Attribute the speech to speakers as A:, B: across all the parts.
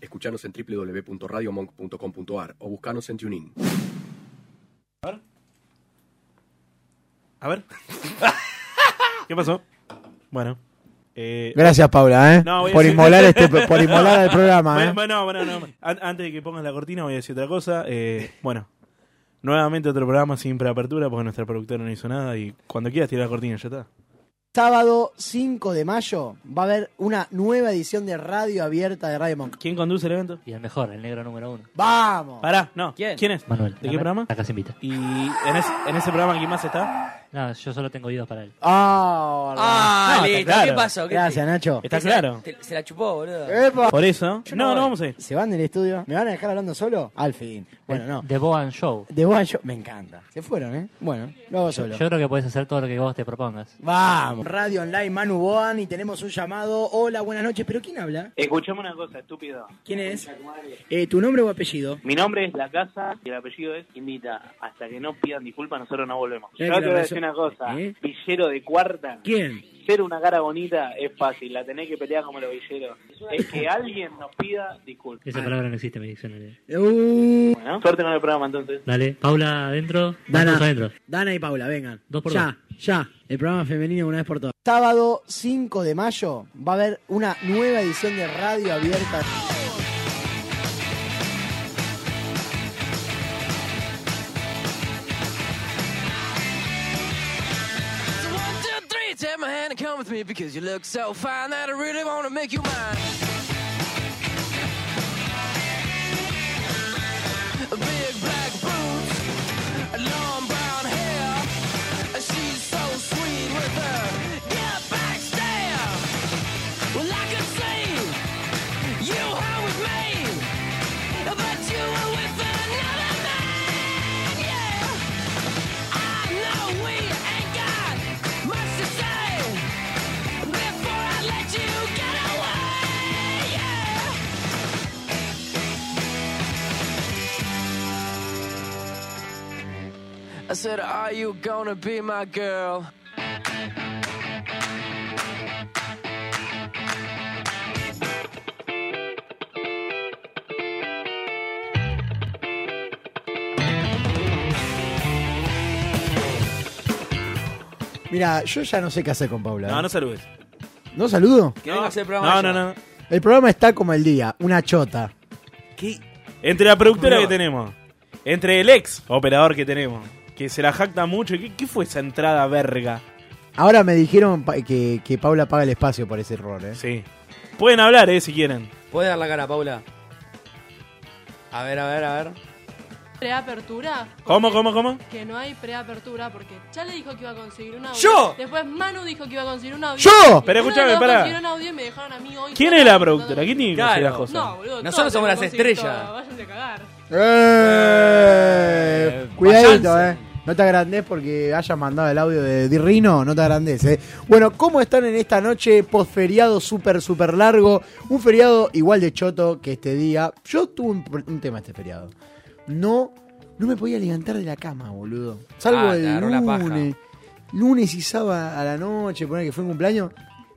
A: Escuchanos en www.radiomonk.com.ar o buscanos en TuneIn.
B: A ver. ¿Qué pasó? Bueno. Eh,
C: Gracias, Paula, ¿eh?
B: No, voy a
C: por,
B: decir-
C: inmolar este, por inmolar al programa,
B: bueno,
C: ¿eh?
B: bueno, bueno, no, bueno. An- Antes de que pongas la cortina voy a decir otra cosa. Eh, bueno. Nuevamente otro programa sin preapertura porque nuestra productora no hizo nada y cuando quieras tirar la cortina ya está.
D: Sábado 5 de mayo va a haber una nueva edición de radio abierta de Radio Monk.
B: ¿Quién conduce el evento?
E: Y el mejor, el negro número uno.
D: ¡Vamos!
B: Pará, no.
F: ¿Quién?
B: es?
E: Manuel.
B: ¿De qué programa?
E: La casa invita.
B: Y en, ese- en ese programa, ¿quién más está?
E: No, yo solo tengo oídos para él.
D: Ah,
F: Ah,
B: No, está
F: listo.
B: claro.
F: ¿Qué pasó? ¿Qué
D: Gracias, Nacho.
B: Está
F: te-
B: claro.
F: te- se la chupó, boludo.
D: ¡Epa!
B: Por eso.
F: Yo no
B: No, no
F: voy.
B: vamos a ir.
D: ¿Se van del estudio? ¿Me van a dejar hablando solo? Al fin. Bueno, no.
E: The Boan Show.
D: De Boa yo... Me encanta. Se fueron, ¿eh? Bueno, lo hago
E: Yo,
D: solo.
E: creo que puedes hacer todo lo que vos te propongas.
D: Vamos. Radio Online Manu Boan y tenemos un llamado. Hola, buenas noches. ¿Pero quién habla?
G: Escuchame una cosa, estúpido.
D: ¿Quién es? Eh, ¿Tu nombre o apellido?
G: Mi nombre es La Casa y el apellido es Indita. Hasta que no pidan disculpas, nosotros no volvemos.
D: Ya
G: Yo te
D: que la
G: voy a
D: razón-
G: decir una cosa.
D: ¿Eh?
G: Villero de cuarta.
D: ¿Quién?
G: Ser una cara bonita es fácil, la tenés que pelear como los villeros. Es que alguien nos pida disculpas.
E: Esa palabra no existe en mi diccionario.
D: Uh,
G: Bueno, suerte con el programa entonces.
E: Dale. Paula adentro.
D: Dana,
E: Manos adentro.
D: Dana y Paula, vengan.
E: Dos por
D: ya, ya. El programa femenino una vez por todas. Sábado 5 de mayo va a haber una nueva edición de Radio Abierta.
F: So one, two, three, take my hand and come with me because you look so fine that I really want to make you mine. Big black boots, long brown hair. She's so sweet with her get back stare. Well, I could see you were with me, but you were with another man. Yeah. I know we ain't got much to say before I let you get away. Yeah. I said, Are you gonna be my girl?
C: Mira, yo ya no sé qué hacer con Paula. ¿eh?
B: No, no saludes.
C: ¿No saludo?
F: Que venga a hacer el programa
B: No,
F: ella.
B: no, no.
C: El programa está como el día, una chota.
B: Entre la productora que tenemos, entre el ex operador que tenemos, que se la jacta mucho. ¿Qué, qué fue esa entrada verga?
C: Ahora me dijeron pa- que, que Paula paga el espacio por ese error, ¿eh?
B: Sí. Pueden hablar, eh, si quieren.
F: Puedes dar la cara, Paula. A ver, a ver, a ver.
H: preapertura.
B: ¿Cómo,
H: porque-
B: cómo, cómo?
H: Que no hay preapertura porque Chale dijo que iba a conseguir un audio.
F: ¡Yo!
H: Después Manu dijo que iba a conseguir un audio.
C: ¡Yo!
H: Y
B: Pero
H: uno
B: escúchame,
H: de los dos
B: pará.
H: consiguieron audio y me dejaron a mí hoy.
B: ¿Quién
H: sola
B: es la
H: contando-
B: productora? ¿Quién tiene que
F: Claro.
B: hacer las cosas?
H: No, boludo.
F: Nosotros
H: todos
F: somos las
H: tenemos conseguir
F: estrellas.
H: todo, Váyanse a cagar.
C: Eh, cuidadito,
F: vayanse.
C: ¿eh? No te agrandes porque hayas mandado el audio de Dirrino, no te agrandes, ¿eh? Bueno, ¿cómo están en esta noche posferiado súper, súper largo? Un feriado igual de choto que este día. Yo tuve un, pr- un tema este feriado. No, no me podía levantar de la cama, boludo. Salvo
F: Ah, te
C: el
F: agarró la paja.
C: lunes. Lunes y sábado a la noche, poner que fue un cumpleaños.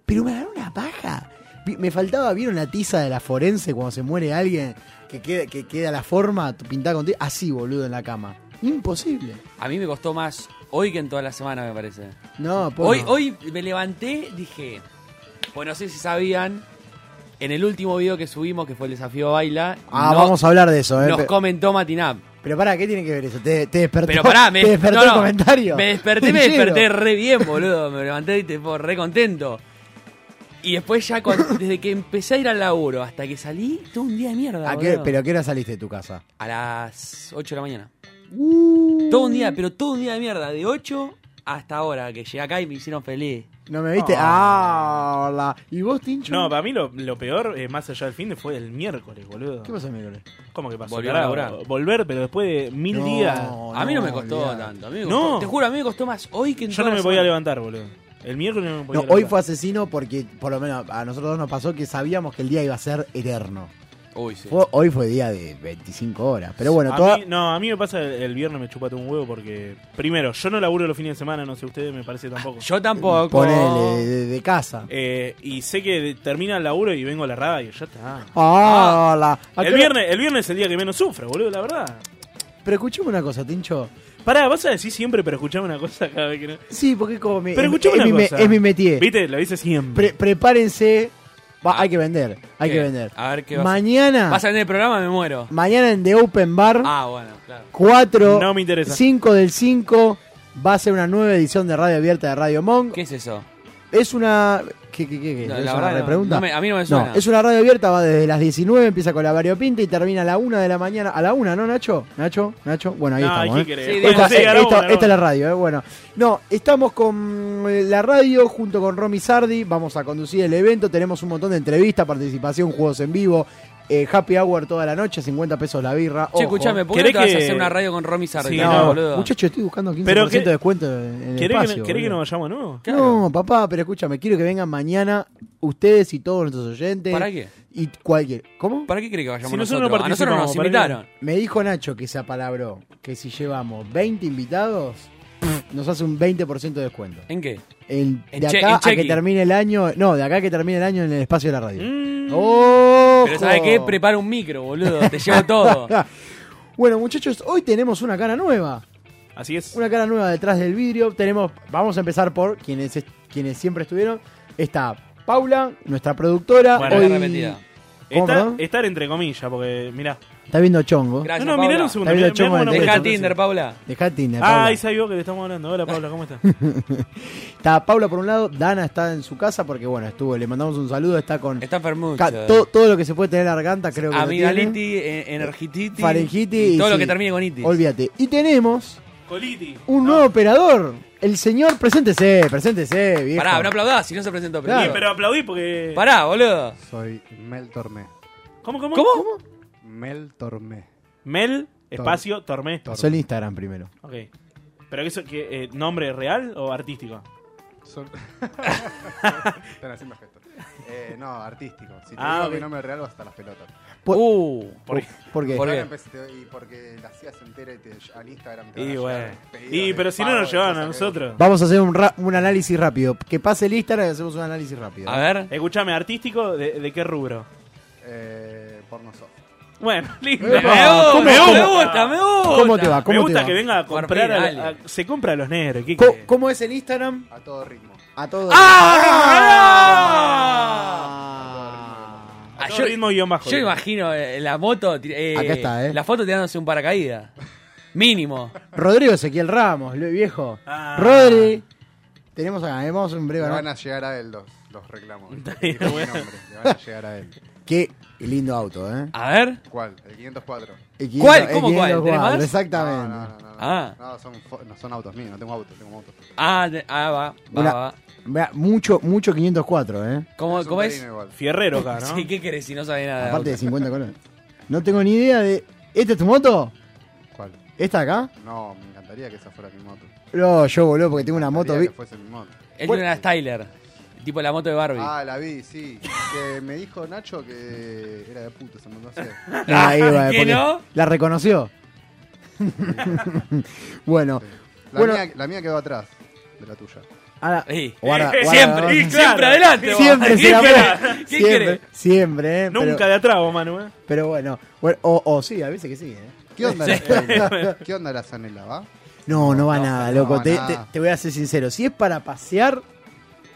C: Pero me agarró una paja. Vi- Me faltaba, ¿vieron la tiza de la forense cuando se muere alguien? Que queda, que queda la forma pintada con tiza. Así, boludo, en la cama. Imposible.
F: A mí me costó más hoy que en toda la semana, me parece.
C: No, po,
F: Hoy,
C: no.
F: hoy me levanté, dije. Bueno, no sé si sabían. En el último video que subimos, que fue el desafío Baila,
C: Ah,
F: no-
C: vamos a hablar de eso, ¿eh?
F: nos
C: Pe-
F: comentó Matinap.
C: pero pará, ¿qué tiene que ver eso? ¿Te, te despertó?
F: Pero pará, me,
C: ¿Te despertó
F: no,
C: el
F: no,
C: comentario?
F: Me desperté, me
C: Ligero.
F: desperté re bien, boludo. Me levanté y tipo, re contento. Y después ya, cuan- desde que empecé a ir al laburo hasta que salí, tuve un día de mierda.
C: ¿A qué,
F: boludo.
C: ¿Pero a qué hora saliste de tu casa?
F: A las 8 de la mañana.
C: Uh.
F: Todo un día, pero todo un día de mierda. De 8 hasta ahora, que llegué acá y me hicieron feliz.
C: ¿No me viste? Ah, hola. ¿Y vos, Tincho?
B: No, para mí lo, lo peor, eh, más allá del fin de fue el miércoles, boludo.
C: ¿Qué pasó, Miguel?
B: ¿Cómo que pasó?
F: Volvió a
B: Carajo,
F: laburar.
B: Volver, pero después de mil
C: No,
B: días.
F: a mí no me costó
C: olvidate.
F: tanto. a mí me
B: No.
F: costó- te juro, a mí me costó más hoy que en
B: Yo no
F: toda la
B: me podía
F: semana.
B: levantar, boludo. El miércoles no me podía
C: No,
B: levantar.
C: hoy fue asesino porque, por lo menos, a nosotros dos nos pasó que sabíamos que el día iba a ser eterno.
D: Uy, sí.
C: Fue- hoy fue día de 25 horas. Pero bueno,
B: a
C: toda-
B: mí, no, a mí me pasa el, el viernes me chupate un huevo porque, primero, yo no laburo los fines de semana, no sé ustedes, me parece tampoco.
D: Yo tampoco.
C: ponele de, de casa.
B: Eh, y sé que de- termina el laburo y vengo a la radio, ya está.
C: Ah, la- ¿a
B: El
C: qué hora-
B: viernes, el viernes es el día que menos sufro, boludo, la verdad.
C: Pero escuchame una cosa, Tincho.
B: Pará, vas a decir siempre, pero escuchame una cosa cada vez que no.
C: Sí, porque es como mi,
B: Pero
C: es-
B: escuchame una
C: es, mi me-
B: cosa.
C: es mi métier.
B: ¿Viste? Lo dice siempre.
C: Pre- prepárense. Va, hay que vender, hay
D: ¿Qué?
C: que vender.
D: A ver qué vas a-
C: Mañana,
D: ¿Vas a vender el programa? Me muero.
C: mañana en The Open Bar,
D: Ah, bueno, claro.
C: 4,
B: No me interesa.
C: 5 del 5, va a ser una nueva edición de Radio Abierta de Radio Monk.
D: ¿Qué es eso?
C: Es una... ¿Qué, qué, qué, qué?
D: No,
C: ¿Es
D: la
C: una
D: verdad no-
C: repregunta?
D: no me- a mí no me suena.
C: es una radio abierta, va desde las 19, empieza con la variopinta y termina a la 1 de la mañana. A la 1, ¿no, Nacho? ¿Nacho? ¿Nacho? Bueno, ahí
B: No,
C: estamos.
B: ¿qué
C: ¿eh?
B: querés?
D: Sí,
B: Bueno,
C: Esta,
B: sí,
D: digamos,
C: eh,
B: ahora
C: esto-
B: vos, ahora
C: esta es
B: vos.
C: la radio, eh, bueno. No, estamos con eh, la radio junto con Romy Sardi, vamos a conducir el evento, tenemos un montón de entrevistas, participación, juegos en vivo, eh, happy hour toda la noche, 50 pesos la birra.
D: Che,
C: ojo.
D: escuchame, ¿por qué no
B: ¿Querés
D: te vas a
B: que-
D: hacer una radio con Romy Sardi,
B: Sí,
D: no,
B: no,
D: boludo?
C: Muchacho, estoy buscando 15%
B: Pero
C: de
B: que-
C: descuento en el
B: ¿Querés, que,
C: espacio.
B: no- querés que
C: boludo.
B: nos vayamos de nuevo?
C: No, papá, pero escúchame, quiero que vengan mañana ustedes y todos nuestros oyentes.
D: ¿Para qué?
C: Y cualquier. ¿Cómo?
D: ¿Para qué crees que vayamos
B: Si nosotros
D: nosotros?
B: no
D: a nosotros nos
B: participamos, ¿para qué?
D: invitaron.
C: Me dijo Nacho que se apalabró que si llevamos 20 invitados, nos hace un 20% de descuento.
D: ¿En qué?
C: El-
D: En
C: de
D: che- en
C: acá a que
D: chequi.
C: termine el año. No, de acá a que termine el año en el espacio de la radio. Oh,
B: Mm.
C: ¡Ojo!
D: Pero ¿sabes qué? Prepara un micro, boludo. Te llevo todo.
C: Bueno, muchachos, hoy tenemos una cara nueva.
B: Así es.
C: Una cara nueva detrás del vidrio. Tenemos, vamos a empezar por quienes, est- quienes siempre estuvieron. Está Paula, nuestra productora.
B: Bueno,
C: hoy-
D: Buena repetida.
C: ¿Cómo,
B: Estar,
C: perdón?
B: estar entre comillas, porque mirá.
C: Está viendo chongo.
D: Gracias,
B: no, no,
D: Paula.
B: mirá un segundo.
C: Está
B: Mirá,
C: bien la choma
B: mirá cómo
C: del
B: nos
D: Dejá
C: Paula.
B: presentamos.
D: Tinder, Paula.
C: Dejá Tinder, Paula.
B: Ah, ahí sabía que le estamos hablando. Hola, Paula, ¿cómo estás?
C: Está Paula por un lado, Dana está en su casa porque bueno, estuvo, le mandamos un saludo, está con
D: Está enfermucho.
C: ca- to- todo lo que se puede tener en la garganta, creo que lo tiene.
D: Amigalitis, e- energititis.
C: Faringitis
D: y todo
C: y
D: lo
C: sí.
D: que termine con itis.
C: Olvídate. Y tenemos
B: Coliti.
C: un nuevo operador, el señor, preséntese, preséntese, viejo.
D: Pará, no aplaudás si no se presentó. pero-
C: Claro.
B: Pero aplaudí porque.
D: Pará, boludo.
E: Soy Mel Tormé.
B: ¿Cómo, cómo?
D: ¿Cómo?
E: Mel Tormé.
B: Mel, espacio, Tormé.
C: Soy el Instagram primero.
B: Ok. ¿Pero que eso, que, eh, nombre real o artístico?
E: Son- Están haciendo gestos. Eh, no, artístico. Si te
B: Ah,
E: digo
B: ok.
E: mi nombre real, vas hasta las pelotas.
C: Por-
D: Uh.
B: ¿Por qué?
C: ¿Por qué?
D: Por-
E: Ahora
D: qué?
E: empecé- te- y porque la hacías entera y te, al Instagram te van
B: Y
E: a
B: bueno.
E: llegar pedidos
B: Y
E: de
B: pero si no
E: pago
B: nos
E: de
B: llevaban a
E: cosas que-
B: nosotros.
C: Vamos a hacer un, ra- un análisis rápido. Que pase el Instagram y hacemos un análisis rápido.
D: A ver.
B: Escuchame, artístico, ¿de, de qué rubro?
E: Eh, porno soft.
B: Bueno, lindo.
C: Epa,
D: Me gusta,
C: ¿cómo-
D: me
C: cómo-
D: gusta, me gusta.
C: ¿Cómo te va?
B: Me
C: ¿Cómo te
B: gusta
C: va?
B: que venga a
D: Por
B: comprar.
D: fin,
B: a-
D: dale.
B: a- se compra a los negros. ¿qué
C: Co-
B: querés?
C: ¿Cómo es el Instagram?
E: A todo ritmo.
C: A todos.
D: Ah,
B: Todo ritmo guión bajo.
D: Yo imagino eh, la moto. tir- eh,
C: Acá está, eh.
D: La foto tirándose un paracaídas. Mínimo.
C: Rodrigo Ezequiel Ramos, lo viejo.
B: Ah.
C: Rodri. Tenemos acá, eh, vamos en
E: Le
C: breve.
E: van
C: ¿no?
E: a llegar a él los, los reclamos.
B: bien,
E: Dijo mi
B: bueno.
E: nombre, Le van a llegar a él.
C: Qué lindo auto, ¿eh?
D: A ver.
E: ¿Cuál? El 504.
C: El 500,
D: ¿Cuál? ¿Cómo
C: el
D: cuál?
C: 504,
D: ¿Tenés más?
C: Exactamente.
E: No, no, no, no.
D: Ah.
E: No, son, fo- no son autos míos, no tengo autos, tengo motos.
D: Ah, de- ah, va. Va,
C: Una-
D: va.
C: Vea, mucho, mucho 504, ¿eh?
D: ¿Cómo,
E: un
D: cómo es?
E: Torino igual.
B: Fierrero acá, ¿no?
D: Sí, ¿qué querés si no sabe nada? de
C: Aparte de
D: auto?
C: 50 colores. No tengo ni idea de. ¿Esta es tu moto?
E: ¿Cuál?
C: ¿Esta acá?
E: No, me encantaría que esa fuera mi moto. Me
C: No, yo, boludo, porque tengo una moto.
E: encantaría
C: vi-
E: que fuese mi moto.
D: Él tiene una Styler. Tipo la moto de Barbie.
E: Ah, la vi, sí. Que me dijo Nacho que era de puto, se mandó a hacer.
C: Ah, Ahí va,
D: ¿Que
C: porque
D: no?
C: La reconoció. bueno,
E: La,
C: Bueno.
E: mía, la mía quedó atrás de la tuya.
C: ahora. eh,
D: Sí.
C: guarda-
E: eh,
C: guarda-
D: siempre,
C: guarda.
D: y siempre adelante. vos.
C: Siempre
D: ¿Qué
C: se la
D: querés?
C: pone.
D: ¿Qué
C: Siempre,
D: querés?
C: siempre, ¿eh?
B: Nunca
C: Pero,
B: de atrás, vos, Manu. ¿eh?
C: pero bueno, bueno, o, o sí, a veces que sí, ¿eh?
E: ¿Qué onda, la, ¿Qué onda la zanela, va?
C: No, no va
E: No,
C: nada,
E: no
C: loco.
E: va
C: te,
E: nada.
C: te- te voy a ser sincero. Si es para pasear,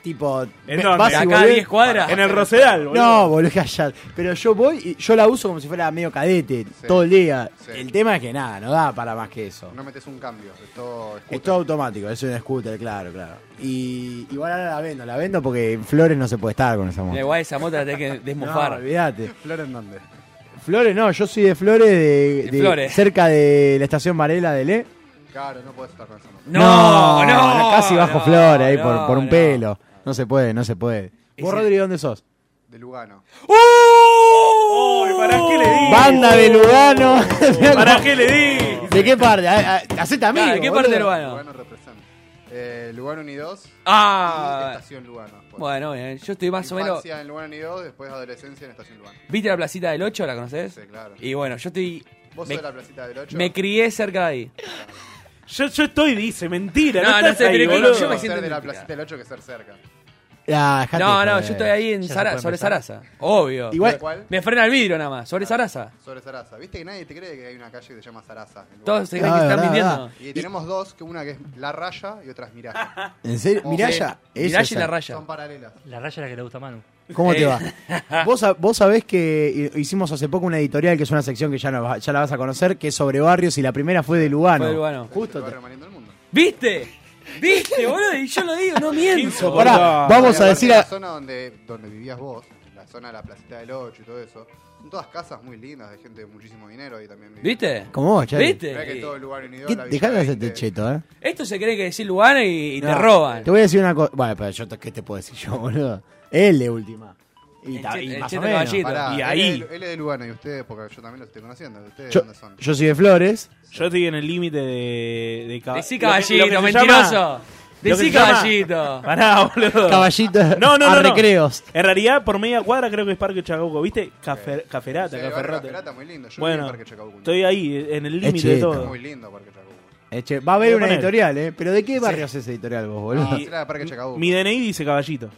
C: tipo. ve-
B: dónde?
C: vas
D: De
C: y
D: acá a
C: volvés-
D: 10 cuadras.
B: En el Rosedal, boludo.
C: No, boludo, allá. Pero yo voy y yo la uso como si fuera medio cadete
E: Sí.
C: todo el día.
E: Sí.
C: El tema es que nada, no da para más que eso.
E: No metes un cambio, es todo
C: Es
E: scooter.
C: todo automático, es un scooter, claro, claro. Y igual ahora la vendo, la vendo porque en Flores no se puede estar con esa
D: Mira,
C: moto.
D: Igual esa moto la tenés que
C: No,
D: desmofar.
C: olvídate.
E: ¿Flor en dónde?
C: Flores no, yo soy de Flores, de,
D: De
C: de-
D: Flores.
C: cerca de la estación Varela de Le.
E: Claro, no puedes estar con esa moto.
D: no, no,
C: Casi bajo
D: no,
C: Flores ahí por,
D: no,
C: por un
D: no.
C: pelo. No se puede, no se puede. ¿Vos,
D: Ese-
C: Rodri, dónde sos?
E: De Lugano.
B: Uy, ¿para qué le di?
C: Banda de Lugano.
B: ¿Para qué le di?
C: ¿De qué parte? A- a- Hacete amigo.
D: Claro, ¿de qué
C: boludo.
D: parte urbana?
E: Lugano representa. Eh, Lugano Unidos.
F: Ah.
E: Y Estación Lugano. después.
F: Bueno, bien. Yo estoy más o menos-
E: Infancia en Lugano Unidos, después adolescencia en Estación Lugano.
F: ¿Viste la placita del 8? ¿La conoces?
E: Sí, claro.
F: Y bueno, yo estoy.
E: ¿Vos
F: me,
E: sos de la placita del 8?
F: me crié cerca de ahí.
B: Yo, yo estoy, dice, mentira. No,
F: No, no
B: estás
F: sé,
B: ahí,
F: pero
B: boludo.
F: yo me
E: Ser
F: siento
E: de la
F: identificado.
E: placita del 8 que ser cerca.
F: No, no, yo estoy ahí en
E: Ya se
F: Zara-
E: puede
F: sobre
E: empezar.
F: Sarasa. Obvio.
E: Igual- ¿Cuál?
F: Me frena el vidrio nada más. Sobre
C: Ah,
F: Sarasa.
E: Sobre Sarasa. Viste que nadie te cree que hay una calle que se llama Sarasa. en Lugano.
F: Todos se creen que Ah, están verdad, mintiendo. verdad.
E: Y tenemos dos, que una que es La Raya y otra es Miraya.
C: ¿En serio?
E: O-
C: Miraya,
E: Sí.
C: esa Miraya y es- La Raya.
E: Son paralelas.
I: La raya es la que le gusta a Manu.
C: ¿Cómo te va? vos, sa- vos sabés que hi- hicimos hace poco una editorial, que es una sección que ya, no va- ya la vas a conocer, que es sobre barrios y la primera fue de Lugano.
F: Fue de Lugano.
C: ah, Justo.
F: ¿Viste? ¿Viste, boludo? Y yo lo digo, no miento.
C: Pará,
E: Porque
C: vamos
E: aparte
C: a decir
E: La
C: a-
E: zona donde, donde vivías vos, la zona de la placita del 8 y todo eso, son todas casas muy lindas de gente de muchísimo dinero ahí también. vive.
F: ¿Viste?
C: Como vos, Charlie.
F: ¿Viste?
E: Mirá que todo el lugar unido
C: ¿Qué-
E: la
C: Dejá de
E: Villa
C: hacerte el cheto, ¿eh?
F: Esto se cree que decir Lugano y, y te
C: No,
F: roban.
C: Te voy a decir una cosa. Bueno, pero yo te- ¿qué te puedo decir yo, boludo? Él de última. Y,
F: El
C: ta-
F: cheto-
C: y
F: el
C: más o
F: cheto
C: menos.
F: caballito.
E: Pará,
F: Y
E: él
F: ahí-
E: es de- Él es de Lugano y ustedes, porque yo también los estoy conociendo. ¿Ustedes
C: Yo,
E: dónde son?
C: yo soy de Flores.
B: Yo estoy en el límite de, de cab-
F: Decí
B: lo que-
F: caballito,
B: lo que se
F: mentiroso.
B: llama-
F: Decí
B: lo que se llama-
F: caballito.
B: Pará, boludo.
C: Caballito
B: No, no,
C: a
B: no, no.
C: recreos.
B: En realidad, por media cuadra creo que es Parque Chacabuco. ¿Viste? Cafe- caferata,
E: Sí, el barrio
B: Caferrata.
E: Caferata, muy lindo. Yo viví en
B: bueno,
E: Parque Chacabuco.
B: estoy ahí, en el límite de
C: cheto.
B: todo.
E: Muy lindo Parque Chacabuco.
C: Eh, che, va a haber
B: Voy a
C: una
B: poner.
C: editorial, ¿eh? ¿Pero de qué barrio haces editorial vos, boludo?
E: Ah, será de Parque Chacabuco.
B: Mi DNI dice caballito.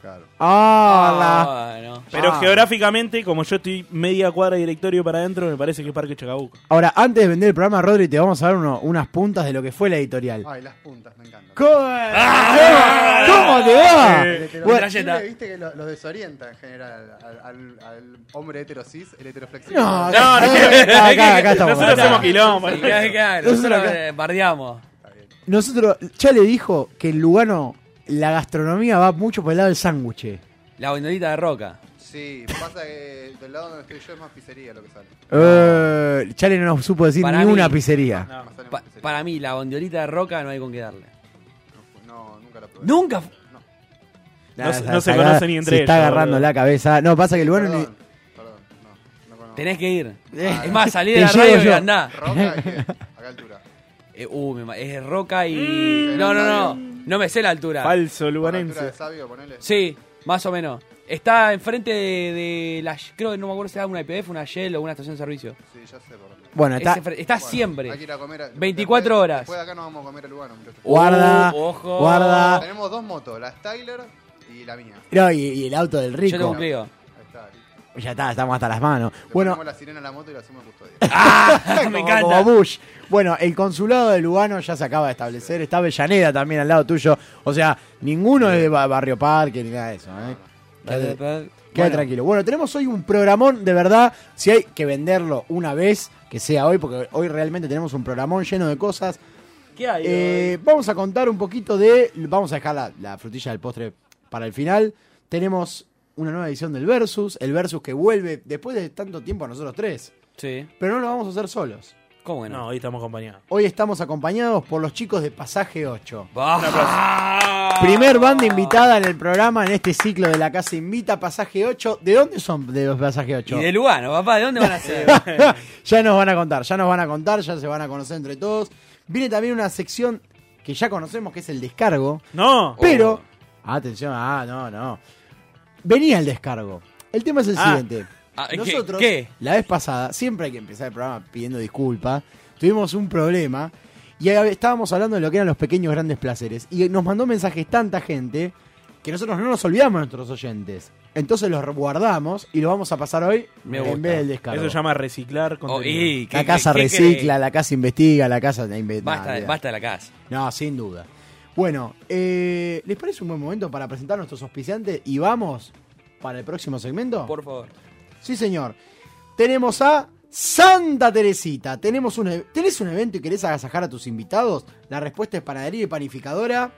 E: Claro.
C: Ah,
F: la- no.
B: Pero
C: Ah.
B: geográficamente, como yo estoy media cuadra de directorio para adentro, me parece que es Parque Chacabuco.
C: Ahora, antes de vender el programa, Rodri, te vamos a dar uno- unas puntas de lo que fue la editorial.
B: Ah.
E: Ay, las puntas, me encantan.
C: ¿Cómo,
E: Ah,
C: ¿Cómo te va?
B: ah,
E: Pero
C: Bueno,
E: Chile, viste que lo- los desorienta en general al, al- al hombre heterosis, el heteroflexible.
C: No, No, no, no, acá- acá- acá estamos. Nosotros
E: Acá.
C: hacemos quilombo,
E: Sí,
F: Claro, claro,
C: Nosotros
F: nosotros
C: acá-
F: eh, bardeamos.
C: nosotros, ya le dijo que en Lugano la gastronomía va mucho por el lado del sándwich. Eh,
F: La bondolita de roca.
E: Sí, pasa que del lado donde estoy yo es más pizzería lo que sale.
C: Eh, Chale no nos supo decir
F: Para
C: ni
F: mí-
C: una pizzería.
F: Pa- para mí, la bondiolita de roca no hay con qué darle.
E: No, nunca la probé.
F: Nunca. fu-
B: No se-
C: Nada,
B: no se
C: acá
B: conocen ni entre
C: se está
B: ellos,
C: agarrando
B: boludo.
C: la cabeza. No, pasa que el bueno
E: Perdón,
F: Tenés que ir.
C: Eh.
F: Es más, salí de
C: Te
F: la
C: llevo
F: radio y
C: yo.
F: andá.
E: Roca y qué? ¿A qué altura?
F: Eh, uh, me ma- es roca y.
E: Mm.
F: no, no, no. No me sé la altura.
B: Falso
E: ¿A la altura de
B: luganense.
E: sabio, ponele?
F: Sí, más o menos. Está enfrente de, de la. Creo que no me acuerdo si era una IPF, una Shell o una estación de servicio.
E: Sí, ya sé por dónde.
C: Bueno, está-
F: Es enfre- está siempre.
E: Hay que ir a comer. a-
F: 24
E: después-
F: horas.
E: Después de acá nos vamos a comer al Lugano, muchachos.
C: Guarda,
F: Uh, ojo.
C: guarda.
E: Tenemos dos motos, la Styler y la mía.
C: No, y, y el auto del
F: Yo tengo
C: rico.
F: un Clio.
E: Ahí está, listo.
C: Ya está, estamos hasta las manos.
E: Le
C: Bueno,
E: ponemos la sirena a la moto y la hacemos custodia.
C: como-
F: me encanta.
C: como Bush. Bueno, el consulado de Lugano ya se acaba de establecer. Está Avellaneda también al lado tuyo. O sea, ninguno es de ba- Barrio Parque ni nada de eso. ¿eh? Quédate,
F: Bueno,
C: quédate tranquilo. Bueno, tenemos hoy un programón de verdad. Si hay que venderlo una vez, que sea hoy, porque hoy realmente tenemos un programón lleno de cosas.
F: ¿Qué hay?
C: Eh, vamos a contar un poquito de. Vamos a dejar la, la frutilla del postre para el final. Tenemos una nueva edición del Versus. El Versus que vuelve después de tanto tiempo a nosotros tres.
F: Sí.
C: Pero no lo vamos a hacer solos.
F: ¿Cómo que no?
B: No, hoy estamos acompañados.
C: Hoy estamos acompañados por los chicos de Pasaje 8.
F: ¡Bah!
C: Primer banda invitada en el programa en este ciclo de la casa invita Pasaje 8. ¿De dónde son de los Pasaje 8?
F: Y de Lugano, papá, ¿de dónde van a ser?
C: ya nos van a contar, ya nos van a contar, ya se van a conocer entre todos. Viene también una sección que ya conocemos que es el descargo.
B: No.
C: Pero,
F: Oh.
C: atención, ah, no, no. Venía el descargo. El tema es el
B: Ah.
C: siguiente.
F: Ah, ¿qué-
C: Nosotros,
F: qué?
C: la vez pasada, siempre hay que empezar el programa pidiendo disculpas. Tuvimos un problema y ahí estábamos hablando de lo que eran los pequeños grandes placeres. Y nos mandó mensajes tanta gente que nosotros no nos olvidamos de nuestros oyentes. Entonces los guardamos y los vamos a pasar hoy
F: Me
C: en
F: gusta.
C: vez del descargo.
B: Eso se llama reciclar
F: Oh,
B: contenido.
F: y, ¿qué-
C: la casa
F: qué- qué
C: recicla,
F: crees?
C: la casa investiga, la casa inventa.
F: Basta, de- basta de la casa.
C: No, sin duda. Bueno, eh, ¿les parece un buen momento para presentar a nuestros auspiciantes y vamos para el próximo segmento?
F: Por favor.
C: Sí, señor. Tenemos a Santa Teresita. Tenemos un, e- ¿Tenés un evento y querés agasajar a tus invitados? La respuesta es panadería y panificadora.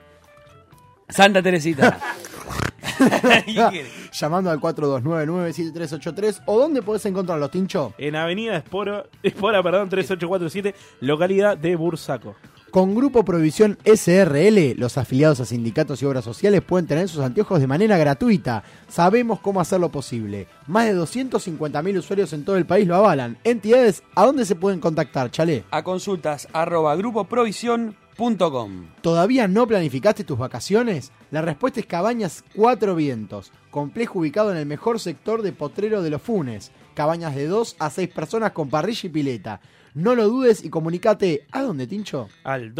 F: Santa Teresita. ¿Y qué?
C: Llamando al 4299-7383. ¿O dónde podés encontrarlos, Tincho?
B: En Avenida Espora, Espora, perdón, 3847, localidad de Bursaco.
C: Con Grupo Provisión SRL, los afiliados a sindicatos y obras sociales pueden tener sus anteojos de manera gratuita. Sabemos cómo hacerlo posible. Más de 250.000 usuarios en todo el país lo avalan. Entidades, ¿a dónde se pueden contactar, Chale?
F: A consultas arroba grupoprovision.com.ar
D: Cabañas4vientos.com.
C: ¿Todavía no planificaste tus vacaciones? La respuesta es Cabañas Cuatro Vientos, complejo ubicado en el mejor sector de Potrero de los Funes. Cabañas de 2 a 6 personas con parrilla y pileta. No lo dudes y comunícate. ¿A dónde, Tincho?
B: Al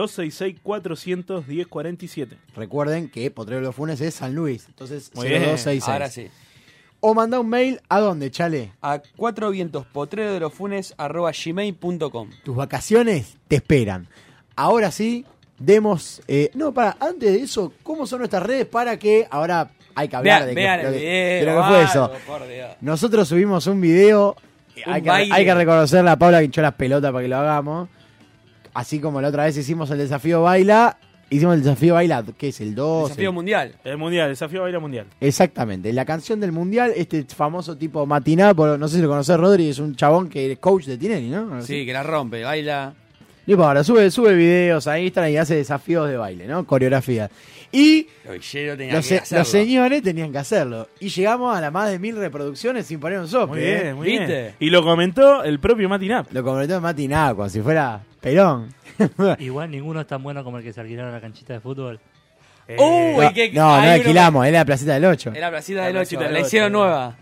B: 266-410-47.
C: Recuerden que Potrero de los Funes es San Luis. Entonces,
B: Muy
C: 0266.
D: Ahora sí.
C: O manda un mail a dónde, Chale.
D: A cuatro vientos potrero de los funes arroba gmail.com.
C: Tus vacaciones te esperan. Ahora sí, demos. eh, no, para, antes de eso, ¿cómo son nuestras redes para que ahora hay que hablar de,
D: Vean,
C: que-
D: vean
C: lo
D: el
C: que-
D: video.
C: de lo que fue eso?
D: algo, por Dios.
C: Nosotros subimos un video. Hay que,
D: baile.
C: hay que reconocerla a Paula que hinchó las pelotas para que lo hagamos. Así como la otra vez hicimos el desafío baila. Hicimos el desafío baila, que es el 2.
D: Desafío
C: el-
D: mundial.
B: El mundial, desafío baila mundial.
C: Exactamente, la canción del mundial, este famoso tipo matiná, por- no sé si lo conoces Rodri, es un chabón que es coach de Tinelli, ¿no?
D: Sí, que la rompe, baila.
C: Y ahora sube, sube videos a Instagram y hace desafíos de baile, ¿no? Coreografía. Y
D: Lo villero tenía
C: los,
D: que
C: se-
D: hacerlo.
C: los señores tenían que hacerlo. Y llegamos a las más de mil reproducciones sin poner un sope.
B: Muy
C: ¿eh?
B: bien, muy bien.
D: ¿Viste?
B: Y lo comentó el propio Matinap.
C: Lo convirtió en matiná, como si fuera Perón.
J: Igual ninguno es tan bueno como el que se alquilaron la canchita de fútbol. Eh,
D: Uy,
C: no,
D: qué-
C: Eh, no, no
D: hay uno-
C: alquilamos, era la placita del 8.
D: Era Placita
B: La
D: del
B: Placita
D: 8,
B: del
D: la hicieron
B: Ocho.
D: nueva.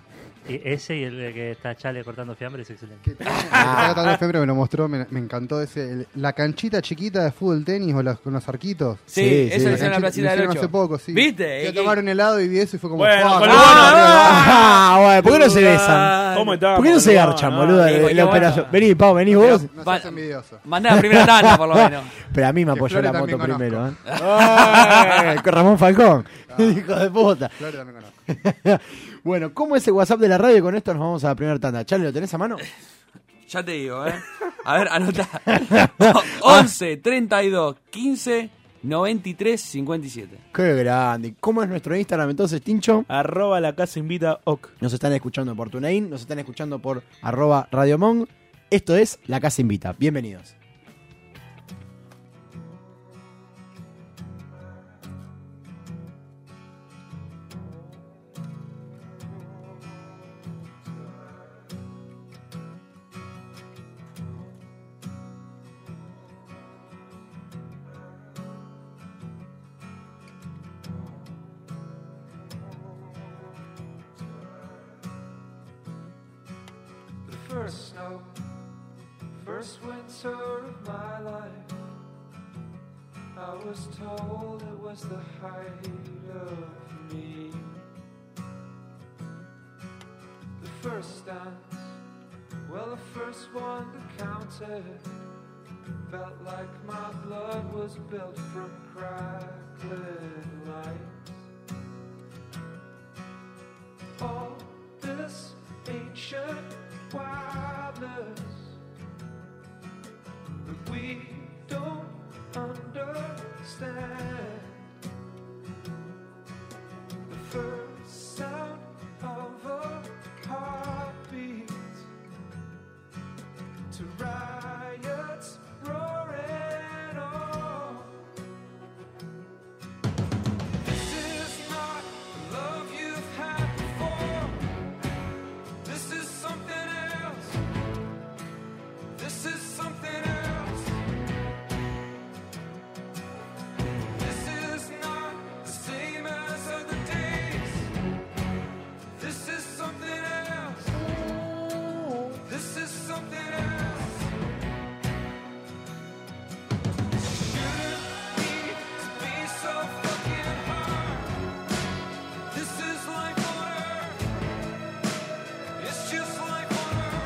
J: Y ese y el que está Chale cortando fiambre es excelente.
E: Que está-
C: Ah.
E: está tratando de febrero, me lo mostró, me, me encantó ese. el- la canchita chiquita de fútbol tenis o las- con los arquitos.
C: Sí,
D: Sí, eso
C: sí.
D: lo
E: La
D: hicieron en la
E: canchita-
D: Placita del
E: hicieron
D: 8.
E: hace poco, sí.
D: ¿Viste?
E: Fui a
D: Es que-
E: tomar un helado y vi eso y fue como.
B: Bueno,
E: "Fuck,
B: con
E: no,
B: lo
E: no, no".
C: Ah, bueno, ¿por qué no se besan?
B: ¿Cómo estamos?
C: ¿Por qué no se garchan, boludo?
D: sí,
C: La-
D: porque
C: La
D: bueno.
C: operación. Vení, Pau, venís vos.
E: No
D: Va-
E: seas envidioso.
D: Mandá la primera tanda, por lo menos.
C: Pero a mí me
E: Que
C: apoyó
E: Flores
C: la moto
E: también conozco.
C: primero. ¿eh? Ay, con Ramón Falcón, hijo de puta.
E: Flor también conozco.
C: Bueno, ¿cómo es el WhatsApp de la radio? Con esto nos vamos a la primera tanda. Charlie, ¿lo tenés a mano?
D: Ya te digo, ¿eh? A ver, anota. O- 11, 32, 15, 93, 57.
C: Qué grande. ¿Cómo es nuestro Instagram entonces, Tincho?
B: Arroba la casa invita ok.
C: Nos están escuchando por TuneIn, nos están escuchando por arroba Radiomon. Esto es La Casa Invita. Bienvenidos.
K: The first snow, first winter of my life. I was told it was the height of me. The first dance, well, the first one that counted. Felt like my blood was built from crackling lights. All this ancient wildness that we don't understand. The first sound of a heartbeat to riots roaring on. This is not the love you've had before. This is something else. This is something else. This is not the same as other days. This is something else. This is something else. Shouldn't need to be so fucking hard. This is life on earth. It's just like water.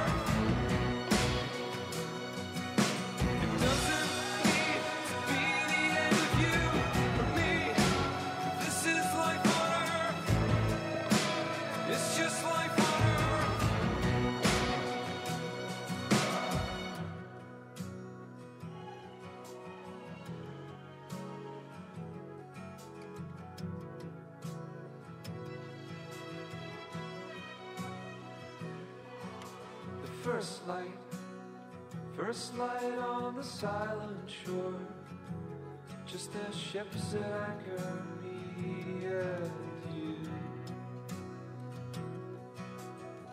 K: It doesn't need to be the end of you or me. This is like water. It's just like water. The first light, first light on the silent shore. Just as ships at anchor, me and you.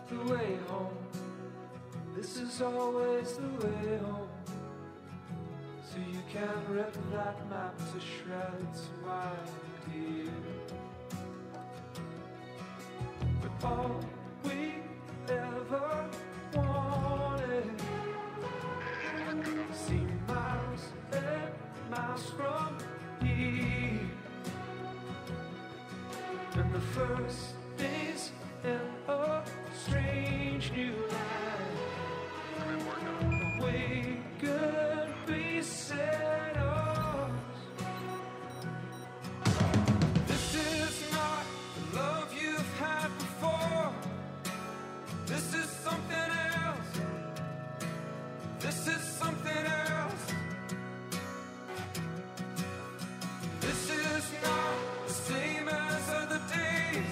K: The way home, this is always the way home. So you can rip that map to shreds, my dear. But all we ever wanted seemed miles and miles from here. And the first days in a strange new land. We could be set off. This is not the love you've had before. This is something else. This is something else. This is not the same as other days.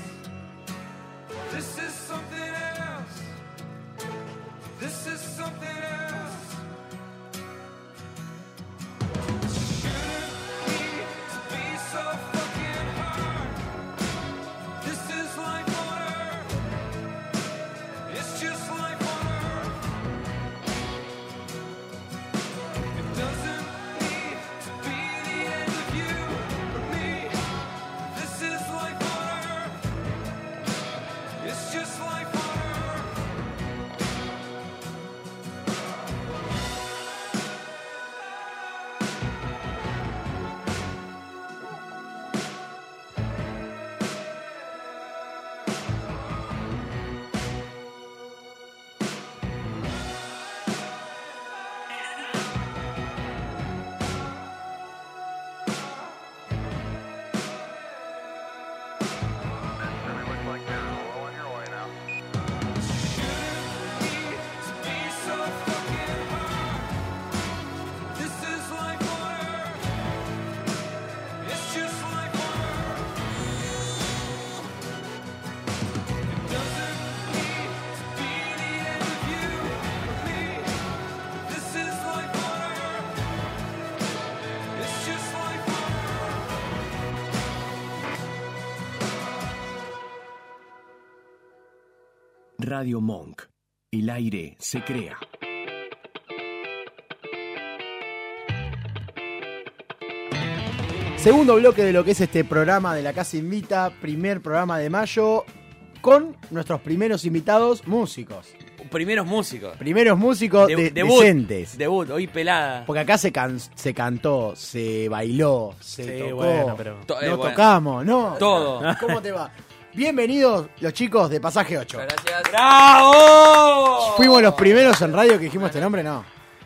K: This is something else. This is something else. Shouldn't need to be so fucking hard. This is life on earth. It's just life on earth. It doesn't need to be the end of you or me. This is life on earth. It's just life on earth.
G: Radio Monk. El aire se crea.
C: Segundo bloque de lo que es este programa de la Casa Invita, primer programa de mayo, con nuestros primeros invitados músicos.
F: Primeros músicos.
C: Primeros músicos de,
F: debut,
C: decentes.
F: Debut, hoy pelada.
C: Porque acá se, can- se cantó, se bailó, se
F: Sí,
C: tocó,
F: bueno, pero- To- eh,
C: no
F: bueno.
C: tocamos, no.
F: Todo.
C: ¿Cómo te va? Bienvenidos los chicos de Pasaje 8.
F: ¡Bravo!
C: Fuimos los primeros en radio que dijimos este nombre, no.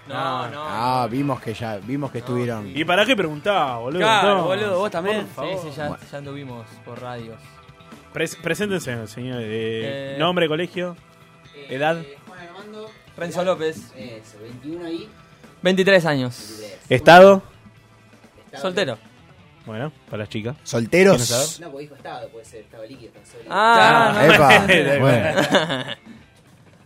F: No, no.
C: Ah, vimos que ya, vimos que estuvieron.
B: ¿Y para qué preguntaba, boludo?
D: Claro,
B: No.
D: boludo, vos también.
B: Por favor.
D: Sí, sí, ya, ya anduvimos por radios.
B: Pres- preséntense, señor. eh,
D: Eh,
B: nombre, colegio, edad.
D: Renzo López.
L: Eso, 21 y
D: 23 años.
B: Estado.
D: Soltero.
B: Bueno, para las chicas. ¿Quieren
L: Solteros.
B: saber?
L: No, porque dijo estado, puede ser estado líquido, estado sólido.
D: Ah,
C: Ah, no. epa, bueno.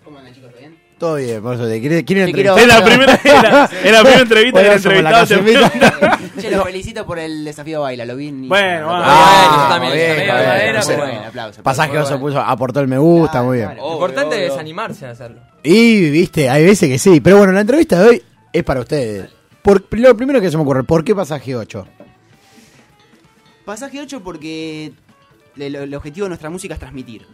L: ¿Cómo andan chicos? ¿Todo bien?
C: Todo bien, por eso te quiere, quieren
L: Te quiero
C: entrevistar.
L: ver,
B: Es la primera- es la primera entrevista
C: Bueno,
B: que
C: somos la
B: entrevistado
C: Casa
B: te
C: Invita.
L: Che, los felicito por el desafío baila, lo vi en
B: Bueno,
L: Instagram.
B: bueno.
C: Ah,
L: Ah,
C: bueno,
L: bien,
C: bien,
L: bien,
C: bien,
L: bien,
C: no sé.
L: bueno, aplauso.
C: Pasaje Oso puso, aportó el me gusta, muy bien.
D: Lo importante es animarse a hacerlo.
C: Eh, Y viste, hay veces que sí. Pero bueno, la entrevista de hoy es para ustedes. Por, lo primero que se me ocurre, ¿por qué pasaje 8?
L: Pasaje 8 porque el, el objetivo de nuestra música es transmitir.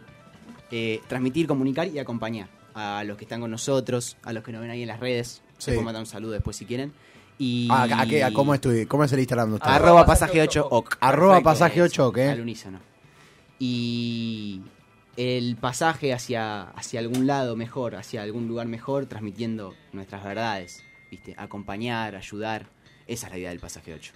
L: Eh, transmitir, comunicar y acompañar a los que están con nosotros, a los que nos ven ahí en las redes.
C: Sí.
L: Se pueden mandar un saludo después si quieren. Y
C: ¿A, Ah, a qué- a cómo, es tu- ¿Cómo es el Instagram de ustedes?
L: Arroba pasaje 8 oc.
C: Arroba eh.
L: Perfecto.
C: pasaje 8 ok.
L: Al unísono. Y el pasaje hacia, hacia algún lado mejor, hacia algún lugar mejor, transmitiendo nuestras verdades, ¿viste? Acompañar, ayudar. Esa es la idea del pasaje 8.